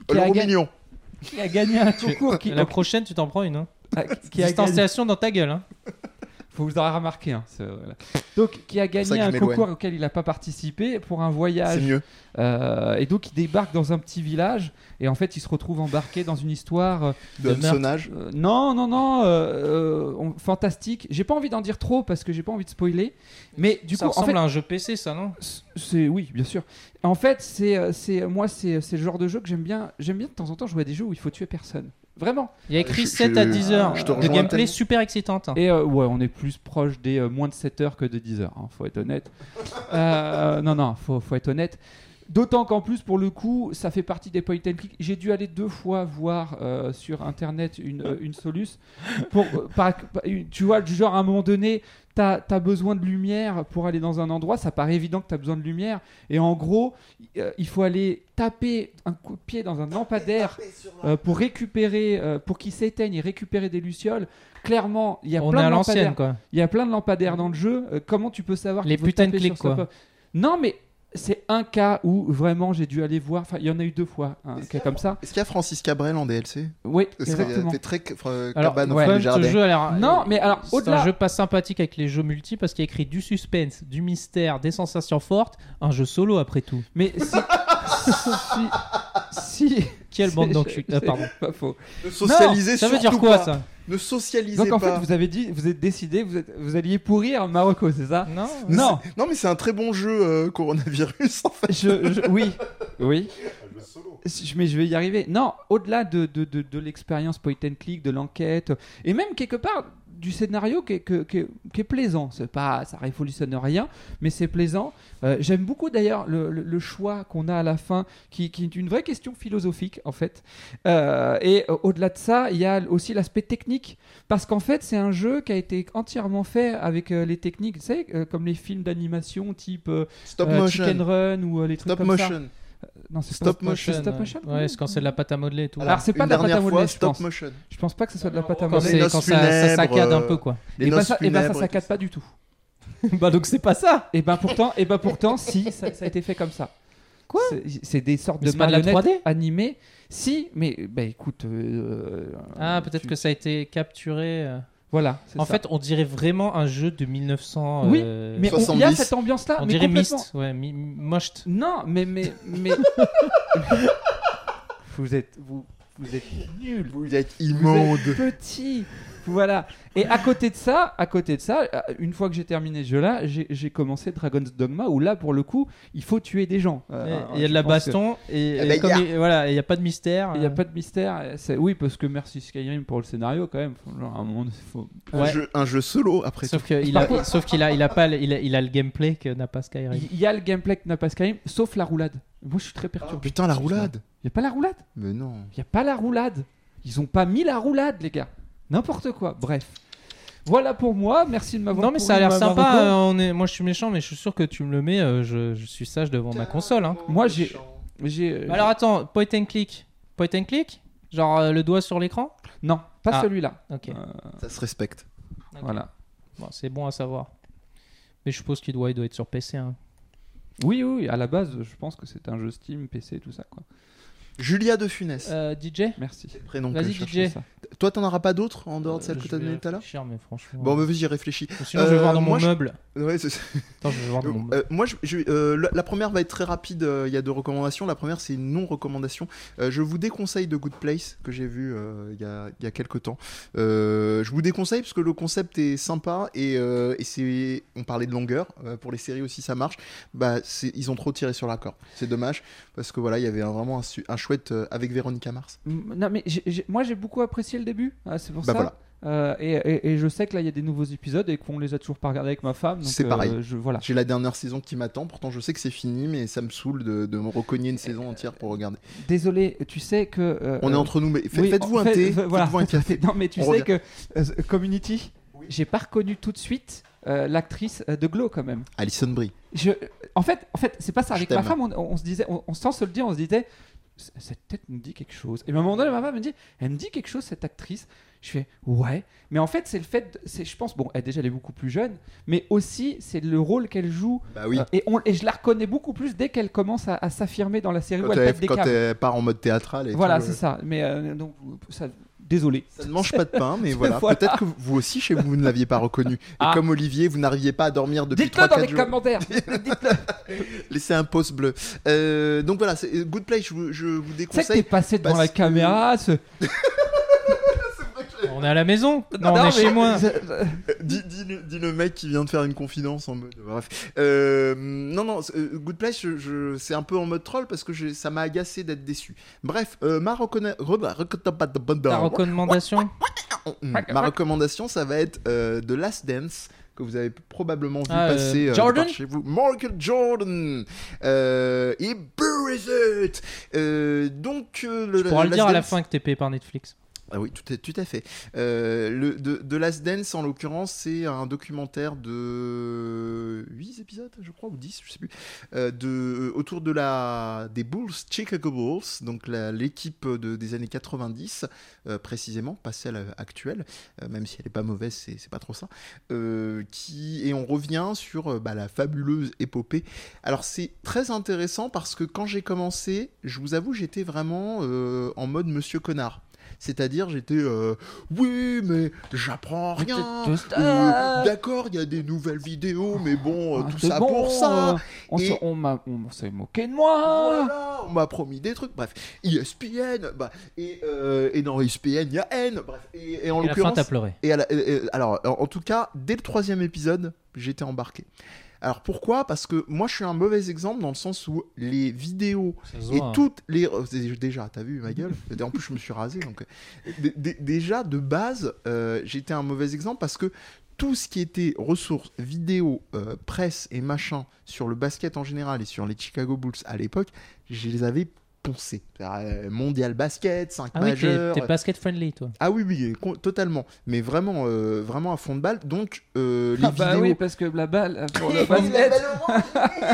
S3: au
S4: Qui a, ga-
S3: mignon.
S4: qui a gagné un concours, qui,
S2: La prochaine tu t'en prends une. Hein.
S4: euh, qui a gagné.
S2: Distanciation dans ta gueule. Hein.
S4: Faut vous aurez remarqué. hein, c'est- voilà. Donc qui a
S3: ça
S4: gagné
S3: que je
S4: un
S3: m'éloigne.
S4: concours auquel il n'a pas participé pour un
S3: C'est
S4: voyage.
S3: mieux.
S4: Euh, et donc il débarque dans un petit village et en fait il se retrouve embarqué dans une histoire. euh,
S3: De
S2: merde.
S3: sonnage.
S4: euh, non, non, non, euh, euh, on- fantastique. J'ai pas envie d'en dire trop parce que j'ai pas envie de spoiler. Mais du
S2: ça
S4: coup, en
S2: ressemble
S4: fait,
S2: à un jeu PC ça non
S4: C'est oui, bien sûr. En fait, c'est euh, c'est moi c'est c'est le genre de jeu que j'aime bien. J'aime bien de temps en temps jouer à des jeux où il faut tuer personne. Vraiment.
S2: Il y a écrit
S3: Je-
S2: 7
S3: je-
S2: à 10 heures
S4: je te
S2: de
S3: rejoins
S2: gameplay
S3: tellement.
S2: super excitante.
S4: Et euh, ouais, on est plus proche des euh, moins de 7 heures que de 10 heures, hein, faut être honnête. Euh, non non, faut faut être honnête. D'autant qu'en plus, pour le coup, ça fait partie des point and click. J'ai dû aller deux fois voir euh, sur internet une, euh, une solus. Pour, euh, par- par- une- tu vois, du genre, à un moment donné, t'as as besoin de lumière pour aller dans un endroit. Ça paraît évident que t'as besoin de lumière. Et en gros, euh, il faut aller taper un coup de pied dans un lampadaire euh, pour récupérer, euh, pour qu'il s'éteigne et récupérer des lucioles. Clairement, il y a
S2: On est
S4: plein
S2: à
S4: de
S2: l'ancienne
S4: lampadaires.
S2: quoi.
S4: Il y a plein de lampadaires dans le jeu. Euh, comment tu peux savoir
S2: Les
S4: qu'il faut
S2: putains de
S4: taper
S2: clics,
S4: sur sa
S2: quoi.
S4: pomme Non, mais c'est un cas où vraiment j'ai dû aller voir. Enfin, il y en a eu deux fois un
S3: Est-ce
S4: cas
S3: qu'il y a-
S4: comme ça.
S3: Est-ce qu'il y a Francis Cabrel en DLC
S4: Oui,
S3: Parce que
S4: exactement.
S3: T'es très c- fr-
S2: Alors,
S3: cabane au
S4: ouais,
S3: fond
S2: Quand même, ce
S3: du jardin.
S2: jeu a l'air-
S3: Ah,
S4: Non, mais alors,
S2: C'est
S4: au-delà-
S2: un jeu pas sympathique avec les jeux multi parce qu'il y a écrit du suspense, du mystère, des sensations fortes, un jeu solo après tout.
S4: Mais si, si, si-
S2: Quelle
S4: c'est-
S2: bande d'enculés.
S4: c'est
S2: Ah, pardon.
S4: Pas faux.
S3: Ne socialisez
S2: Ça veut
S3: surtout
S2: dire quoi
S3: pas.
S2: ça
S3: Ne socialisez
S4: Donc en
S3: pas.
S4: fait, vous avez dit, vous êtes décidé, vous êtes, vous alliez pourrir Marocco, c'est ça
S2: Non.
S3: Ne-
S4: Ah. Non.
S3: Non, mais c'est un très bon jeu euh, coronavirus en fait.
S4: je, je- oui, oui.
S1: Un jeu solo.
S4: Je- Mais je vais y arriver. Non, au-delà de, de, de, de l'expérience point and click, de l'enquête, et même quelque part du scénario qui est, que- que- qui est plaisant. C'est pas, ça révolutionne rien, mais c'est plaisant. Euh, J'aime beaucoup d'ailleurs le, le- le choix qu'on a à la fin, qui, qui est une vraie question philosophique en fait. Euh, et euh, au-delà de ça, il y a aussi l'aspect technique, parce qu'en fait c'est un jeu qui a été entièrement fait avec euh, les techniques, tu sais, euh, comme les films d'animation type euh,
S3: Stop
S4: euh, Chicken
S3: motion.
S4: Run ou euh, les trucs
S3: Stop
S4: comme ça.
S3: motion.
S4: Non, c'est pas
S3: Stop
S4: c'est Stop
S2: ouais.
S4: motion.
S2: euh, Ouais, c'est quand c'est de la pâte à modeler et tout.
S4: Alors, c'est pas
S3: une
S4: de la pâte à
S3: dernière
S4: modeler,
S3: fois,
S4: je
S3: stop
S4: pense.
S3: motion.
S4: Je pense pas que ce soit de la pâte à
S2: quand
S4: modeler.
S3: les
S2: c'est-
S3: noces
S2: quand ça, ça
S3: funèbres,
S2: saccade un
S3: euh,
S2: peu quoi.
S3: Les
S4: et ben
S3: noces
S4: ça, et ben ça
S3: funèbres et tout
S4: saccade pas du tout.
S2: bah donc c'est pas ça.
S4: Et ben pourtant, et ben pourtant, si ça, ça a été fait comme ça.
S2: Quoi
S4: C'est- C'est des sortes
S2: Mais
S4: de
S2: c'est pas de la
S4: marionnettes
S2: 3D
S4: animées. Si, mais bah écoute. euh,
S2: Ah
S4: euh,
S2: peut-être
S4: tu-
S2: que ça a été capturé. euh.
S4: Voilà. c'est
S2: En
S4: ça.
S2: fait, on dirait vraiment un jeu de 1900.
S4: Oui,
S2: euh,
S4: mais on- il y a
S3: 70.
S4: cette ambiance-là.
S2: on
S4: mais
S2: dirait
S4: complètement.
S2: Myst, ouais, mi- Mocht.
S4: Non, mais mais mais. vous êtes vous vous êtes nuls.
S3: Vous êtes
S4: Vous êtes
S3: immonde.
S4: petit. Voilà. Et à côté de ça, à côté de ça, euh, une fois que j'ai terminé ce jeu-là, j'ai j'ai commencé Dragon's Dogma où là, pour le coup, il faut tuer des gens. Euh,
S2: Et-
S4: alors,
S2: Eh, Il y a
S4: je
S2: de la
S4: pense que- Eh ben,
S2: baston et,
S3: Ah
S2: et
S3: bah,
S2: comme
S3: y a-
S2: il- voilà, il n'y a pas de mystère.
S4: Il n'y a
S2: euh.
S4: pas de mystère. euh, c'est- Oui, parce que merci Skyrim pour le scénario quand même. Faut- genre, à un moment, il faut-
S3: Un,
S2: Ouais.
S3: jeu, un jeu solo après
S2: Sauf qu'il a, il- sauf qu'il a, il a pas, le- il a, il a le gameplay que n'a pas Skyrim.
S4: Il y a le gameplay que n'a pas Skyrim, sauf la roulade. Moi, je suis très
S3: tout.
S4: perturbé.
S3: Oh, Putain, la roulade.
S4: Il n'y a pas la roulade.
S3: Mais non.
S4: Il n'y a pas la roulade. Ils ont pas mis la roulade, les gars. N'importe quoi. Bref. Voilà pour moi, merci de m'avoir
S2: Non, mais
S4: pourri
S2: ça a l'air
S4: ma- ma
S2: sympa.
S4: reco.
S2: euh, on est... Moi, je suis méchant, mais je suis sûr que tu me le mets. euh, je... je suis sage devant ma console. hein.
S4: Moi, j'ai- J'ai, euh,
S2: Alors attends, point and click. Point and click Genre euh, le doigt sur l'écran
S4: Non, pas
S2: Ah.
S4: celui-là.
S2: Ok.
S4: Euh,
S3: Ça se respecte.
S4: Voilà.
S2: Bon, c'est bon à savoir. Mais je suppose qu'il doit, il doit être sur PC. hein.
S4: Oui, oui, à la base, je pense que c'est un jeu Steam, PC, tout ça. Quoi.
S3: Julia de Funès.
S2: Euh, DJ
S4: Merci.
S3: C'est le prénom que
S2: vas-y,
S3: je cherche.
S2: DJ.
S4: C'est ça.
S3: Toi, t'en auras pas d'autres en dehors de
S2: Euh,
S3: celle que
S2: je
S3: t'as
S2: vais
S3: donnée tout à l'heure
S2: réfléchir, mais franchement.
S3: Bon, bah, vas-y, réfléchis.
S2: Ou sinon, je vais
S3: euh,
S2: voir dans mon
S3: moi, je-
S2: meuble.
S3: Ouais, c'est-
S2: Attends, je vais voir dans mon meuble.
S3: Euh, moi, je- je- euh, la, la première va être très rapide. euh, Il y a deux recommandations. La première, c'est une non-recommandation. Euh, je vous déconseille de Good Place que j'ai vu euh, il y, a, il y a quelques temps. Euh, je vous déconseille parce que le concept est sympa et, euh, et c'est. On parlait de longueur euh, pour les séries aussi, ça marche. Bah, c'est- ils ont trop tiré sur la corde. C'est dommage parce que voilà, il y avait un- vraiment un, su- un chouette euh, avec Véronica Mars.
S4: Mm, Non, mais j'ai- j'ai- moi, j'ai beaucoup apprécié le début. Ah, c'est pour
S3: Bah
S4: ça.
S3: voilà.
S4: Euh, et, et- et je sais que là, il y a des nouveaux épisodes et qu'on les a toujours pas regardés avec ma femme. donc,
S3: C'est pareil.
S4: euh, Je, voilà.
S3: J'ai la dernière saison qui m'attend. Pourtant, je sais que c'est fini, mais ça me saoule de, de me recogner une saison entière pour regarder.
S4: Désolé, tu sais que. euh,
S3: On est
S4: euh,
S3: entre nous, mais fa-
S4: oui,
S3: faites-vous
S4: en
S3: un
S4: fait,
S3: thé,
S4: fa- voilà.
S3: faites-vous un café.
S4: Non, mais tu
S3: On
S4: sais
S3: revient.
S4: que euh, Community, j'ai pas reconnu tout de suite euh, l'actrice euh, de Glow quand même.
S3: Alison Brie.
S4: Je, en fait, en fait, c'est pas ça.
S3: Je
S4: Avec ma
S3: t'aime.
S4: femme, on, on se disait, on, on- sans se le dire, on se disait, C- cette tête me dit quelque chose. Et à un moment donné, ma femme me dit, elle me dit quelque chose cette actrice. Je fais ouais, mais en fait, c'est le fait, de- c'est, je pense, bon, elle, déjà elle est beaucoup plus jeune, mais aussi c'est le rôle qu'elle joue.
S3: Bah oui.
S4: Euh, et, on, et je la reconnais beaucoup plus dès qu'elle commence à, à s'affirmer dans la série
S3: quand,
S4: où elle
S3: elle,
S4: pète des
S3: quand
S4: câbles.
S3: elle part en mode théâtral. Et
S4: Voilà,
S3: tout,
S4: c'est
S3: euh,
S4: ça. Mais euh, donc, ça, désolé.
S3: Ça ne mange pas de pain, mais voilà.
S4: Voilà.
S3: Peut-être que vous aussi, chez vous, vous ne l'aviez pas reconnu. Et
S4: Ah.
S3: comme Olivier, vous n'arriviez pas à dormir depuis
S4: Dites-le dans
S3: 3-4
S4: les
S3: jours.
S4: commentaires.
S3: Laissez un post bleu. Euh, donc voilà, c'est- Good Play, je vous, je vous
S4: C'est que t'es
S3: déconseille.
S4: passé devant
S3: Parce
S4: la
S3: que-
S4: caméra. ce-
S2: On est à la maison Non, on est
S4: mais-
S2: chez moi.
S3: Euh, Dis, dis le, dis le mec qui vient de faire une confidence en mode. Bref. Euh, non, non, c'est- euh, Good Play, je- je- c'est un peu en mode troll parce que j'ai- ça m'a agacé d'être déçu. Bref, euh, ma
S2: Ta
S3: reconnaissance.
S2: recommandation
S3: hmm, Ma recommandation, ça va être euh, The Last Dance que vous avez probablement vu
S2: Ah, euh,
S3: passer euh, de
S2: Jordan
S3: par chez vous. Michael Jordan euh, et Buries It Euh, Donc, euh, le,
S2: Tu pourras le
S3: Last
S2: dire à la
S3: Dance-
S2: fin que t'es payé par Netflix.
S3: Ah oui, tout à, tout à fait. Euh, le, de, The Last Dance, en l'occurrence, c'est un documentaire de 8 épisodes, je crois, ou 10, je sais plus, euh, de, autour de la, des Bulls, Chicago Bulls, donc la- l'équipe de, des années 90, euh, précisément, pas celle actuelle, euh, même si elle n'est pas mauvaise, c'est c'est pas trop ça. euh, qui, et on revient sur euh, bah, la fabuleuse épopée. Alors, c'est très intéressant parce que quand j'ai commencé, je vous avoue, j'étais vraiment euh, en mode monsieur connard. C'est-à-dire, j'étais euh, oui, mais j'apprends rien.
S4: Tout-
S3: Ou, euh, D'accord, il y a des nouvelles vidéos, mais bon, euh,
S4: Ah,
S3: tout
S4: c'est
S3: ça
S4: bon,
S3: pour ça.
S4: euh, On,
S3: Et-
S4: s'est- on m'a- on s'est moqué de moi.
S3: Voilà, on m'a promis des trucs. Bref, ESPN, bah, et, euh, et dans ESPN, il y a N. Bref, et, et en
S2: Et à la fin,
S3: l'occurrence.
S2: t'as pleuré.
S3: Et à la- et- et- alors, en en tout cas, dès le troisième épisode, j'étais embarqué. Alors pourquoi Parce que moi, je suis un mauvais exemple dans le sens où les vidéos
S2: Ça se
S3: et
S2: voit, hein.
S3: toutes les. euh, dé- Déjà, t'as vu ma gueule En plus, je me suis rasé. Donc... euh, Dé- dé- Déjà, de base, euh, j'étais un mauvais exemple parce que tout ce qui était ressources, vidéos, euh, presse et machin sur le basket en général et sur les Chicago Bulls à l'époque, je les avais poncés. Euh, mondial basket, 5
S2: Ah oui, t'es
S3: majeurs. euh,
S2: t'es basket friendly, toi.
S3: Ah oui, oui, con- totalement. Mais vraiment, euh, vraiment à fond de balle. Donc, euh, les
S4: Ah bah
S3: vidéos.
S4: oui, parce que la balle euh, pour
S3: Oui,
S4: le
S3: la
S4: basket.
S3: balle orange.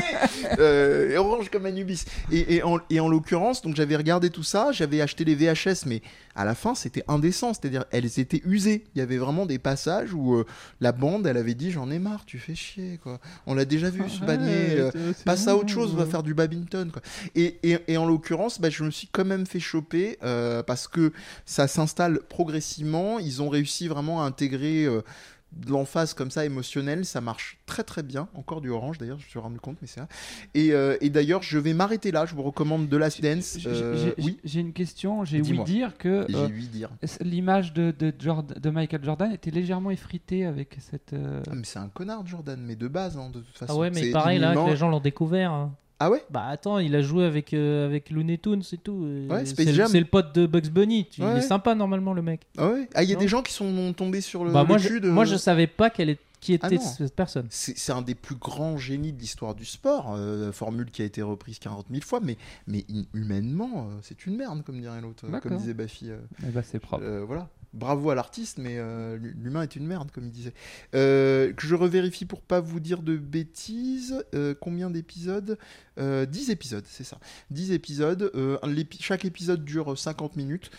S3: Euh, et orange comme Anubis. Et, et en, et en l'occurrence, donc j'avais regardé tout ça, j'avais acheté les VHS, mais à la fin c'était indécent, c'est-à-dire elles étaient usées. Il y avait vraiment des passages où euh, la bande, elle avait dit j'en ai marre, tu fais chier quoi. On l'a déjà vu
S4: Ah,
S3: ce panier. euh, passe à autre chose,
S2: Mmh.
S3: on va faire du badminton. Quoi. Et, et- et en l'occurrence, bah, je me suis quand même fait choper euh, parce que ça s'installe progressivement. Ils ont réussi vraiment à intégrer euh, de l'emphase comme ça émotionnelle. Ça marche très très bien. Encore du orange d'ailleurs, je me suis rendu compte, mais c'est ça. Et, euh, et d'ailleurs, je vais m'arrêter là. Je vous recommande The Last Dance.
S4: J'ai-
S3: euh,
S4: j'ai-
S3: oui,
S4: J'ai une question. J'ai ouï
S3: Dis-moi.
S4: dire que
S3: j'ai
S4: euh,
S3: ouï dire.
S4: l'image de, de, Jordan- de Michael Jordan était légèrement effritée avec cette. euh,
S3: Ah, mais c'est un connard, Jordan, mais de base, hein, de toute façon.
S2: Ah ouais, mais
S3: C'est
S2: pareil, là,
S3: imminent.
S2: que les gens l'ont découvert. hein.
S3: Ah ouais
S2: Bah attends, il a joué avec, euh, avec Looney Tunes et tout. euh,
S3: Ouais, Space
S2: c'est, le-
S3: Jam.
S2: c'est le pote de Bugs Bunny. tu- Il
S3: Ouais.
S2: est sympa normalement le mec.
S3: Ah ouais Ah, il y a
S2: Non.
S3: des gens qui sont tombés sur le,
S2: bah
S3: le
S2: moi,
S3: cul
S2: je,
S3: de.
S2: moi je savais pas quelle est- qui
S3: Ah
S2: était
S3: non.
S2: cette personne.
S3: C'est c'est un des plus grands génies de l'histoire du sport, euh, formule qui a été reprise 40 000 fois, mais, mais in- humainement, euh, c'est une merde, comme dirait l'autre, euh,
S4: D'accord.
S3: comme disait Baffy. euh,
S4: eh bah, c'est propre.
S3: euh, voilà. bravo à l'artiste, mais euh, l'humain est une merde, comme il disait. Euh, que je revérifie pour pas vous dire de bêtises. euh, combien d'épisodes Euh, 10 épisodes, c'est ça. 10 épisodes. euh, l'épi- chaque épisode dure 50 minutes.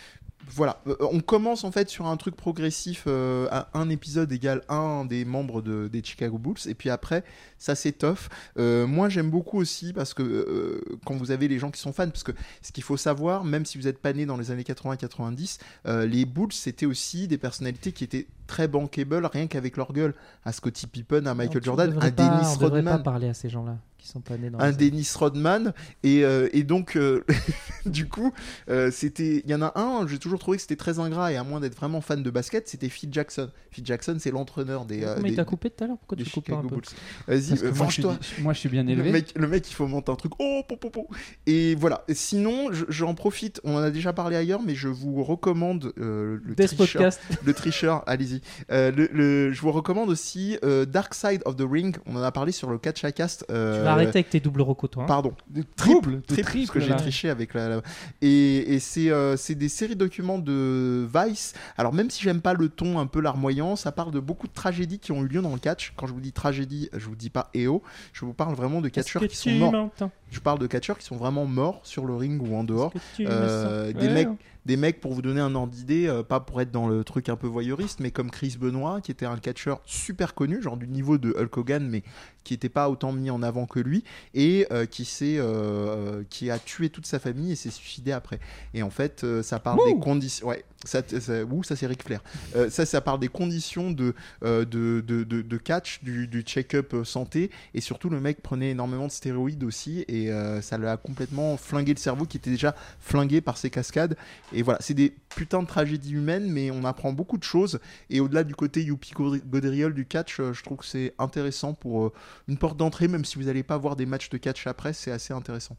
S3: Voilà, Euh, on commence en fait sur un truc progressif euh, à un épisode égale un des membres de- des Chicago Bulls, et puis après ça s'étoffe. Euh, moi j'aime beaucoup aussi parce que euh, quand vous avez les gens qui sont fans, parce que ce qu'il faut savoir, même si vous n'êtes pas né dans les années 80-90, euh, les Bulls, c'était aussi des personnalités qui étaient très bankable, rien qu'avec leur gueule. À Scottie Pippen, à Michael Jordan, à Dennis
S2: On devrait pas
S3: Rodman.
S2: parler à ces gens-là qui sont pas nés dans
S3: Un
S2: les-
S3: Dennis Rodman et, euh, et donc euh, du coup euh, c'était il y en a un j'ai toujours trouvé que c'était très ingrat et à moins d'être vraiment fan de basket c'était Phil Jackson Phil Jackson c'est l'entraîneur des, euh,
S2: Mais
S3: des-
S2: t'as coupé tout à l'heure, pourquoi
S3: des
S2: tu coupes pas un
S3: Chicago
S2: peu
S3: Bulls vas-y
S4: Parce que
S3: euh,
S4: moi, je
S3: venge-toi
S4: suis- moi, je suis bien élevé.
S3: le mec, le mec, il fomente un truc. Oh, po, po, po. Et voilà. Et Sinon, je- j'en profite. On en a déjà parlé ailleurs, mais je vous recommande euh, le,
S2: Death
S3: tricheur,
S2: Podcast.
S3: le tricheur. Allez-y. Euh, le- le- je vous recommande aussi euh, Dark Side of the Ring. On en a parlé sur le catch à cast. euh,
S2: Tu vas arrêter Bah, avec tes doubles recos, toi. hein.
S3: Pardon.
S4: Double,
S3: Triple, parce que j'ai
S4: là.
S3: triché avec la. la- Et, et c'est euh, c'est des séries documents de Vice. Alors même si j'aime pas le ton un peu larmoyant, ça parle de beaucoup de tragédies qui ont eu lieu dans le catch. Quand je vous dis tragédie, je vous dis pas EO. Je vous parle vraiment de
S2: Est-ce
S3: catcheurs
S2: que
S3: qui sont
S2: tu
S3: morts. Euh,
S2: m'entends
S3: Je parle de catcheurs qui sont vraiment morts sur le ring ou en dehors.
S2: Est-ce que tu me sens
S3: Euh, des,
S4: Ouais,
S3: mecs,
S4: ouais.
S3: des mecs, pour vous donner un ordre d'idée, euh, pas pour être dans le truc un peu voyeuriste, mais comme Chris Benoit, qui était un catcheur super connu, genre du niveau de Hulk Hogan, mais qui n'était pas autant mis en avant que lui, et euh, qui, s'est, euh, qui a tué toute sa famille et s'est suicidé après. Et en fait, euh, ça parle
S4: Ouh.
S3: des conditions. Ouais, ça, ça- ouh, ça c'est Ric Flair. Euh, ça, ça parle des conditions de, euh, de, de, de- de catch, du, du check-up euh, santé, et surtout le mec prenait énormément de stéroïdes aussi, et euh, ça l'a complètement flingué le cerveau qui était déjà flingué par ses cascades. Et voilà, c'est des putains de tragédies humaines, mais on apprend beaucoup de choses. Et au-delà du côté Youpi Godri- Godriol du catch, euh, je trouve que c'est intéressant pour euh, une porte d'entrée, même si vous n'allez pas voir des matchs de catch après, c'est assez intéressant.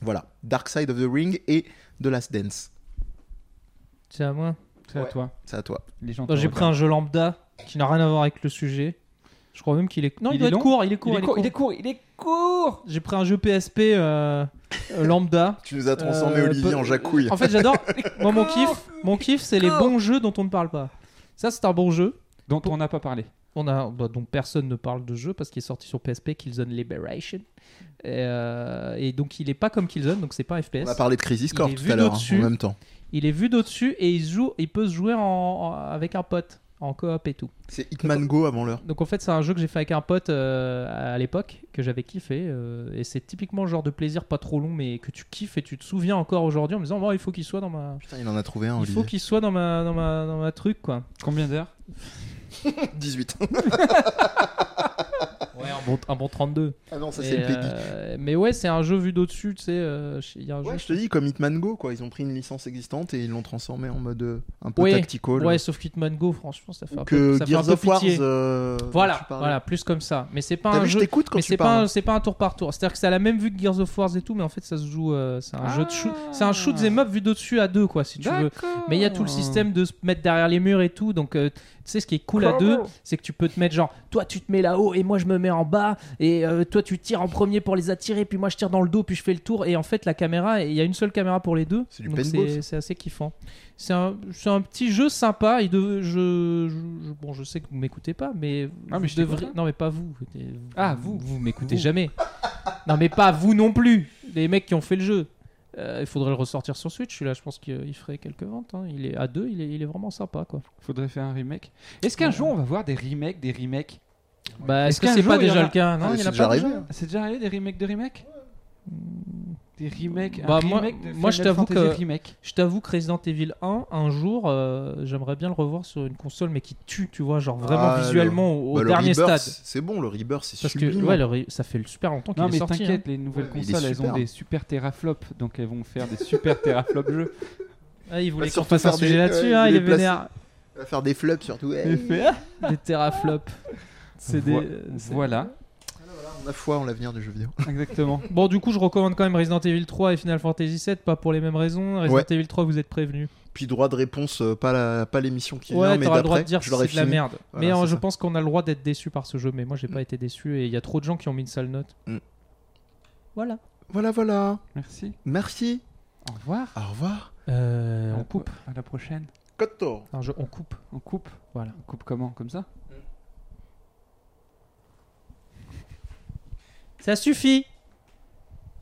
S3: Voilà, Dark Side of the Ring et The Last Dance.
S2: C'est à moi.
S4: C'est à
S3: Ouais.
S4: toi.
S3: C'est à toi.
S4: Les gens
S2: Bon,
S4: te
S2: Bah, J'ai pris un jeu lambda qui n'a rien à voir avec le sujet. Je crois même qu'il est. Non, il,
S4: Il
S2: doit
S4: est
S2: être
S4: long
S2: court. Il est
S4: regardent.
S2: court. Il est court.
S4: Il est court, il est court.
S2: J'ai pris un jeu PSP euh, euh, lambda.
S3: Tu nous as
S2: transformé Euh, Olivier peu- en
S3: jacouille.
S2: En fait, j'adore. Moi, mon kiff, mon kiff, c'est les bons jeux dont on ne parle pas. Ça, c'est un bon jeu.
S4: Dont on n'a pas parlé.
S2: On a, bah, dont personne ne parle de jeu parce qu'il est sorti sur PSP, Killzone Liberation. Et, euh, et donc, il est pas comme Killzone, donc c'est pas un FPS.
S3: On a parlé de Crisis
S2: Il
S3: Core
S2: est
S3: tout
S2: vu
S3: à l'heure, hein,
S2: d'au-dessus.
S3: en même temps.
S2: Il est vu d'au-dessus et il se joue, il peut se jouer en- en- avec un pote en coop et tout.
S3: C'est Hitman Go avant l'heure.
S2: Donc en fait, c'est un jeu que j'ai fait avec un pote euh, à l'époque que j'avais kiffé euh, et c'est typiquement le genre de plaisir pas trop long mais que tu kiffes et tu te souviens encore aujourd'hui en me disant "Oh, il faut qu'il soit dans ma
S3: Putain, il en a trouvé un,
S2: il faut
S3: Olivier.
S2: qu'il soit dans ma dans ma dans ma truc quoi."
S4: Combien d'heures
S3: 18.
S2: Ouais, un bon, un bon 32.
S3: ah non, ça
S2: mais,
S3: c'est le PEGI.
S2: euh, mais ouais, c'est un jeu vu d'au-dessus, tu sais. euh, je- il y a un
S3: Ouais,
S2: jeu-
S3: je te dis, comme Hitman Go, quoi. Ils ont pris une licence existante et ils l'ont transformé en mode euh, un peu
S2: Ouais.
S3: tactical.
S2: Ouais, sauf Hitman Go, franchement, ça fait
S3: Ou
S2: un peu,
S3: que
S2: ça fait un
S3: Gears
S2: peu
S3: of War.
S2: pitié.
S3: euh, dont
S2: voilà,
S3: tu parlais.
S2: voilà, plus comme ça. Mais c'est pas
S3: T'as
S2: un
S3: vu, je
S2: jeu.
S3: t'écoute quand
S2: Mais
S3: tu
S2: c'est pas, un-
S3: parles.
S2: c'est pas un tour par tour. C'est-à-dire que c'est à la même vue que Gears of War et tout, mais en fait, ça se joue. euh, c'est un jeu de shoot.
S3: Ah.
S2: C'est un shoot them up vu d'au-dessus à deux, quoi, si tu veux. Mais il y a tout le système de se mettre derrière les murs et tout. Donc, euh, tu sais, ce qui est cool à deux, c'est que tu peux te mettre genre, toi tu te mets là-haut et moi je me mets en bas. Et euh, toi tu tires en premier pour les attirer, puis moi je tire dans le dos, puis je fais le tour. Et en fait, la caméra, il y a une seule caméra pour les deux.
S3: C'est du
S2: donc
S3: paintball, ça.
S2: C'est assez kiffant. C'est un, c'est un petit jeu sympa. Il de, je, je- je- bon, je sais que vous m'écoutez pas, mais.
S4: Ah, mais
S2: vous
S4: je t'écoute, hein.
S2: Non, mais pas vous.
S4: Ah, vous.
S2: Vous m'écoutez
S4: Vous.
S2: jamais. non, mais pas vous non plus. Les mecs qui ont fait le jeu. Euh, il faudrait le ressortir sur Switch. Celui-là, je pense qu'il ferait quelques ventes. hein. Il est à deux, il est, il est vraiment sympa, quoi.
S4: Faudrait faire un remake. Est-ce qu'un
S2: Ouais.
S4: jour on va voir des remakes, des remakes
S2: Bah, est-ce
S4: Est-ce
S2: que
S4: qu'un
S2: c'est
S4: jour,
S2: pas
S4: il y en
S2: déjà
S4: a-
S2: le cas Non,
S3: Ah,
S2: il y en
S3: c'est
S2: a
S3: déjà
S2: pas
S3: arrivé.
S2: déjà
S4: C'est déjà arrivé des remakes de remakes Des remakes un
S2: Bah, moi-
S4: remake de
S2: moi, je
S4: Final
S2: t'avoue
S4: Fantasy
S2: que-
S4: remake.
S2: Je t'avoue que Resident Evil 1, un jour, euh, j'aimerais bien le revoir sur une console, mais qui tue, tu vois, genre vraiment
S3: Ah, le-
S2: visuellement au, au
S3: Bah, le
S2: dernier
S3: Rebirth,
S2: stade.
S3: C'est bon, le Rebirth, c'est
S2: Parce
S3: sublime. hein.
S2: que ouais, le ré- ça fait super longtemps qu'il
S4: Non
S2: est
S4: mais
S2: sorti. hein.
S4: t'inquiète, les nouvelles
S3: Ouais, mais il est
S4: consoles, elles ont
S3: super.
S4: des super teraflops, donc elles vont faire des super teraflops jeux.
S2: hein. Ah, il voulait
S3: Bah,
S2: qu'on
S3: surtout
S2: fasse un
S3: faire des-
S2: sujet là-dessus,
S3: ouais,
S2: hein,
S3: il
S2: il est
S3: est placé.
S2: vénère.
S3: Il va faire des flops surtout. Eh,
S4: Et fait, ah,
S2: Des teraflops. C'est des.
S4: Voi-
S2: c'est-
S4: Voilà,
S3: On a foi en l'avenir du jeu vidéo.
S4: exactement.
S2: Bon, du coup, je recommande quand même Resident Evil 3 et Final Fantasy 7, pas pour les mêmes raisons. Resident
S3: Ouais.
S2: Evil 3, vous êtes prévenus.
S3: Puis droit de réponse, euh, pas la- pas l'émission qui
S2: Ouais,
S3: vient, mais
S2: t'auras le droit de
S3: d'après,
S2: dire
S3: je
S2: si
S3: l'aurais
S2: c'est de la
S3: fini.
S2: merde.
S3: Voilà,
S2: mais euh,
S3: c'est
S2: je
S3: ça.
S2: pense qu'on a le droit d'être déçu par ce jeu. Mais moi, j'ai pas été déçu et il y a trop de gens qui ont mis une sale note.
S3: Mm.
S2: Voilà.
S3: Voilà, voilà.
S4: Merci.
S3: Merci.
S4: Au revoir.
S3: Au revoir.
S2: Euh,
S4: À
S2: on
S4: la
S2: coupe.
S3: Mm.
S4: pro- À la prochaine.
S3: Kotor.
S2: C'est un jeu, on coupe.
S4: On coupe
S2: Voilà.
S4: On coupe comment Comme ça
S2: Ça suffit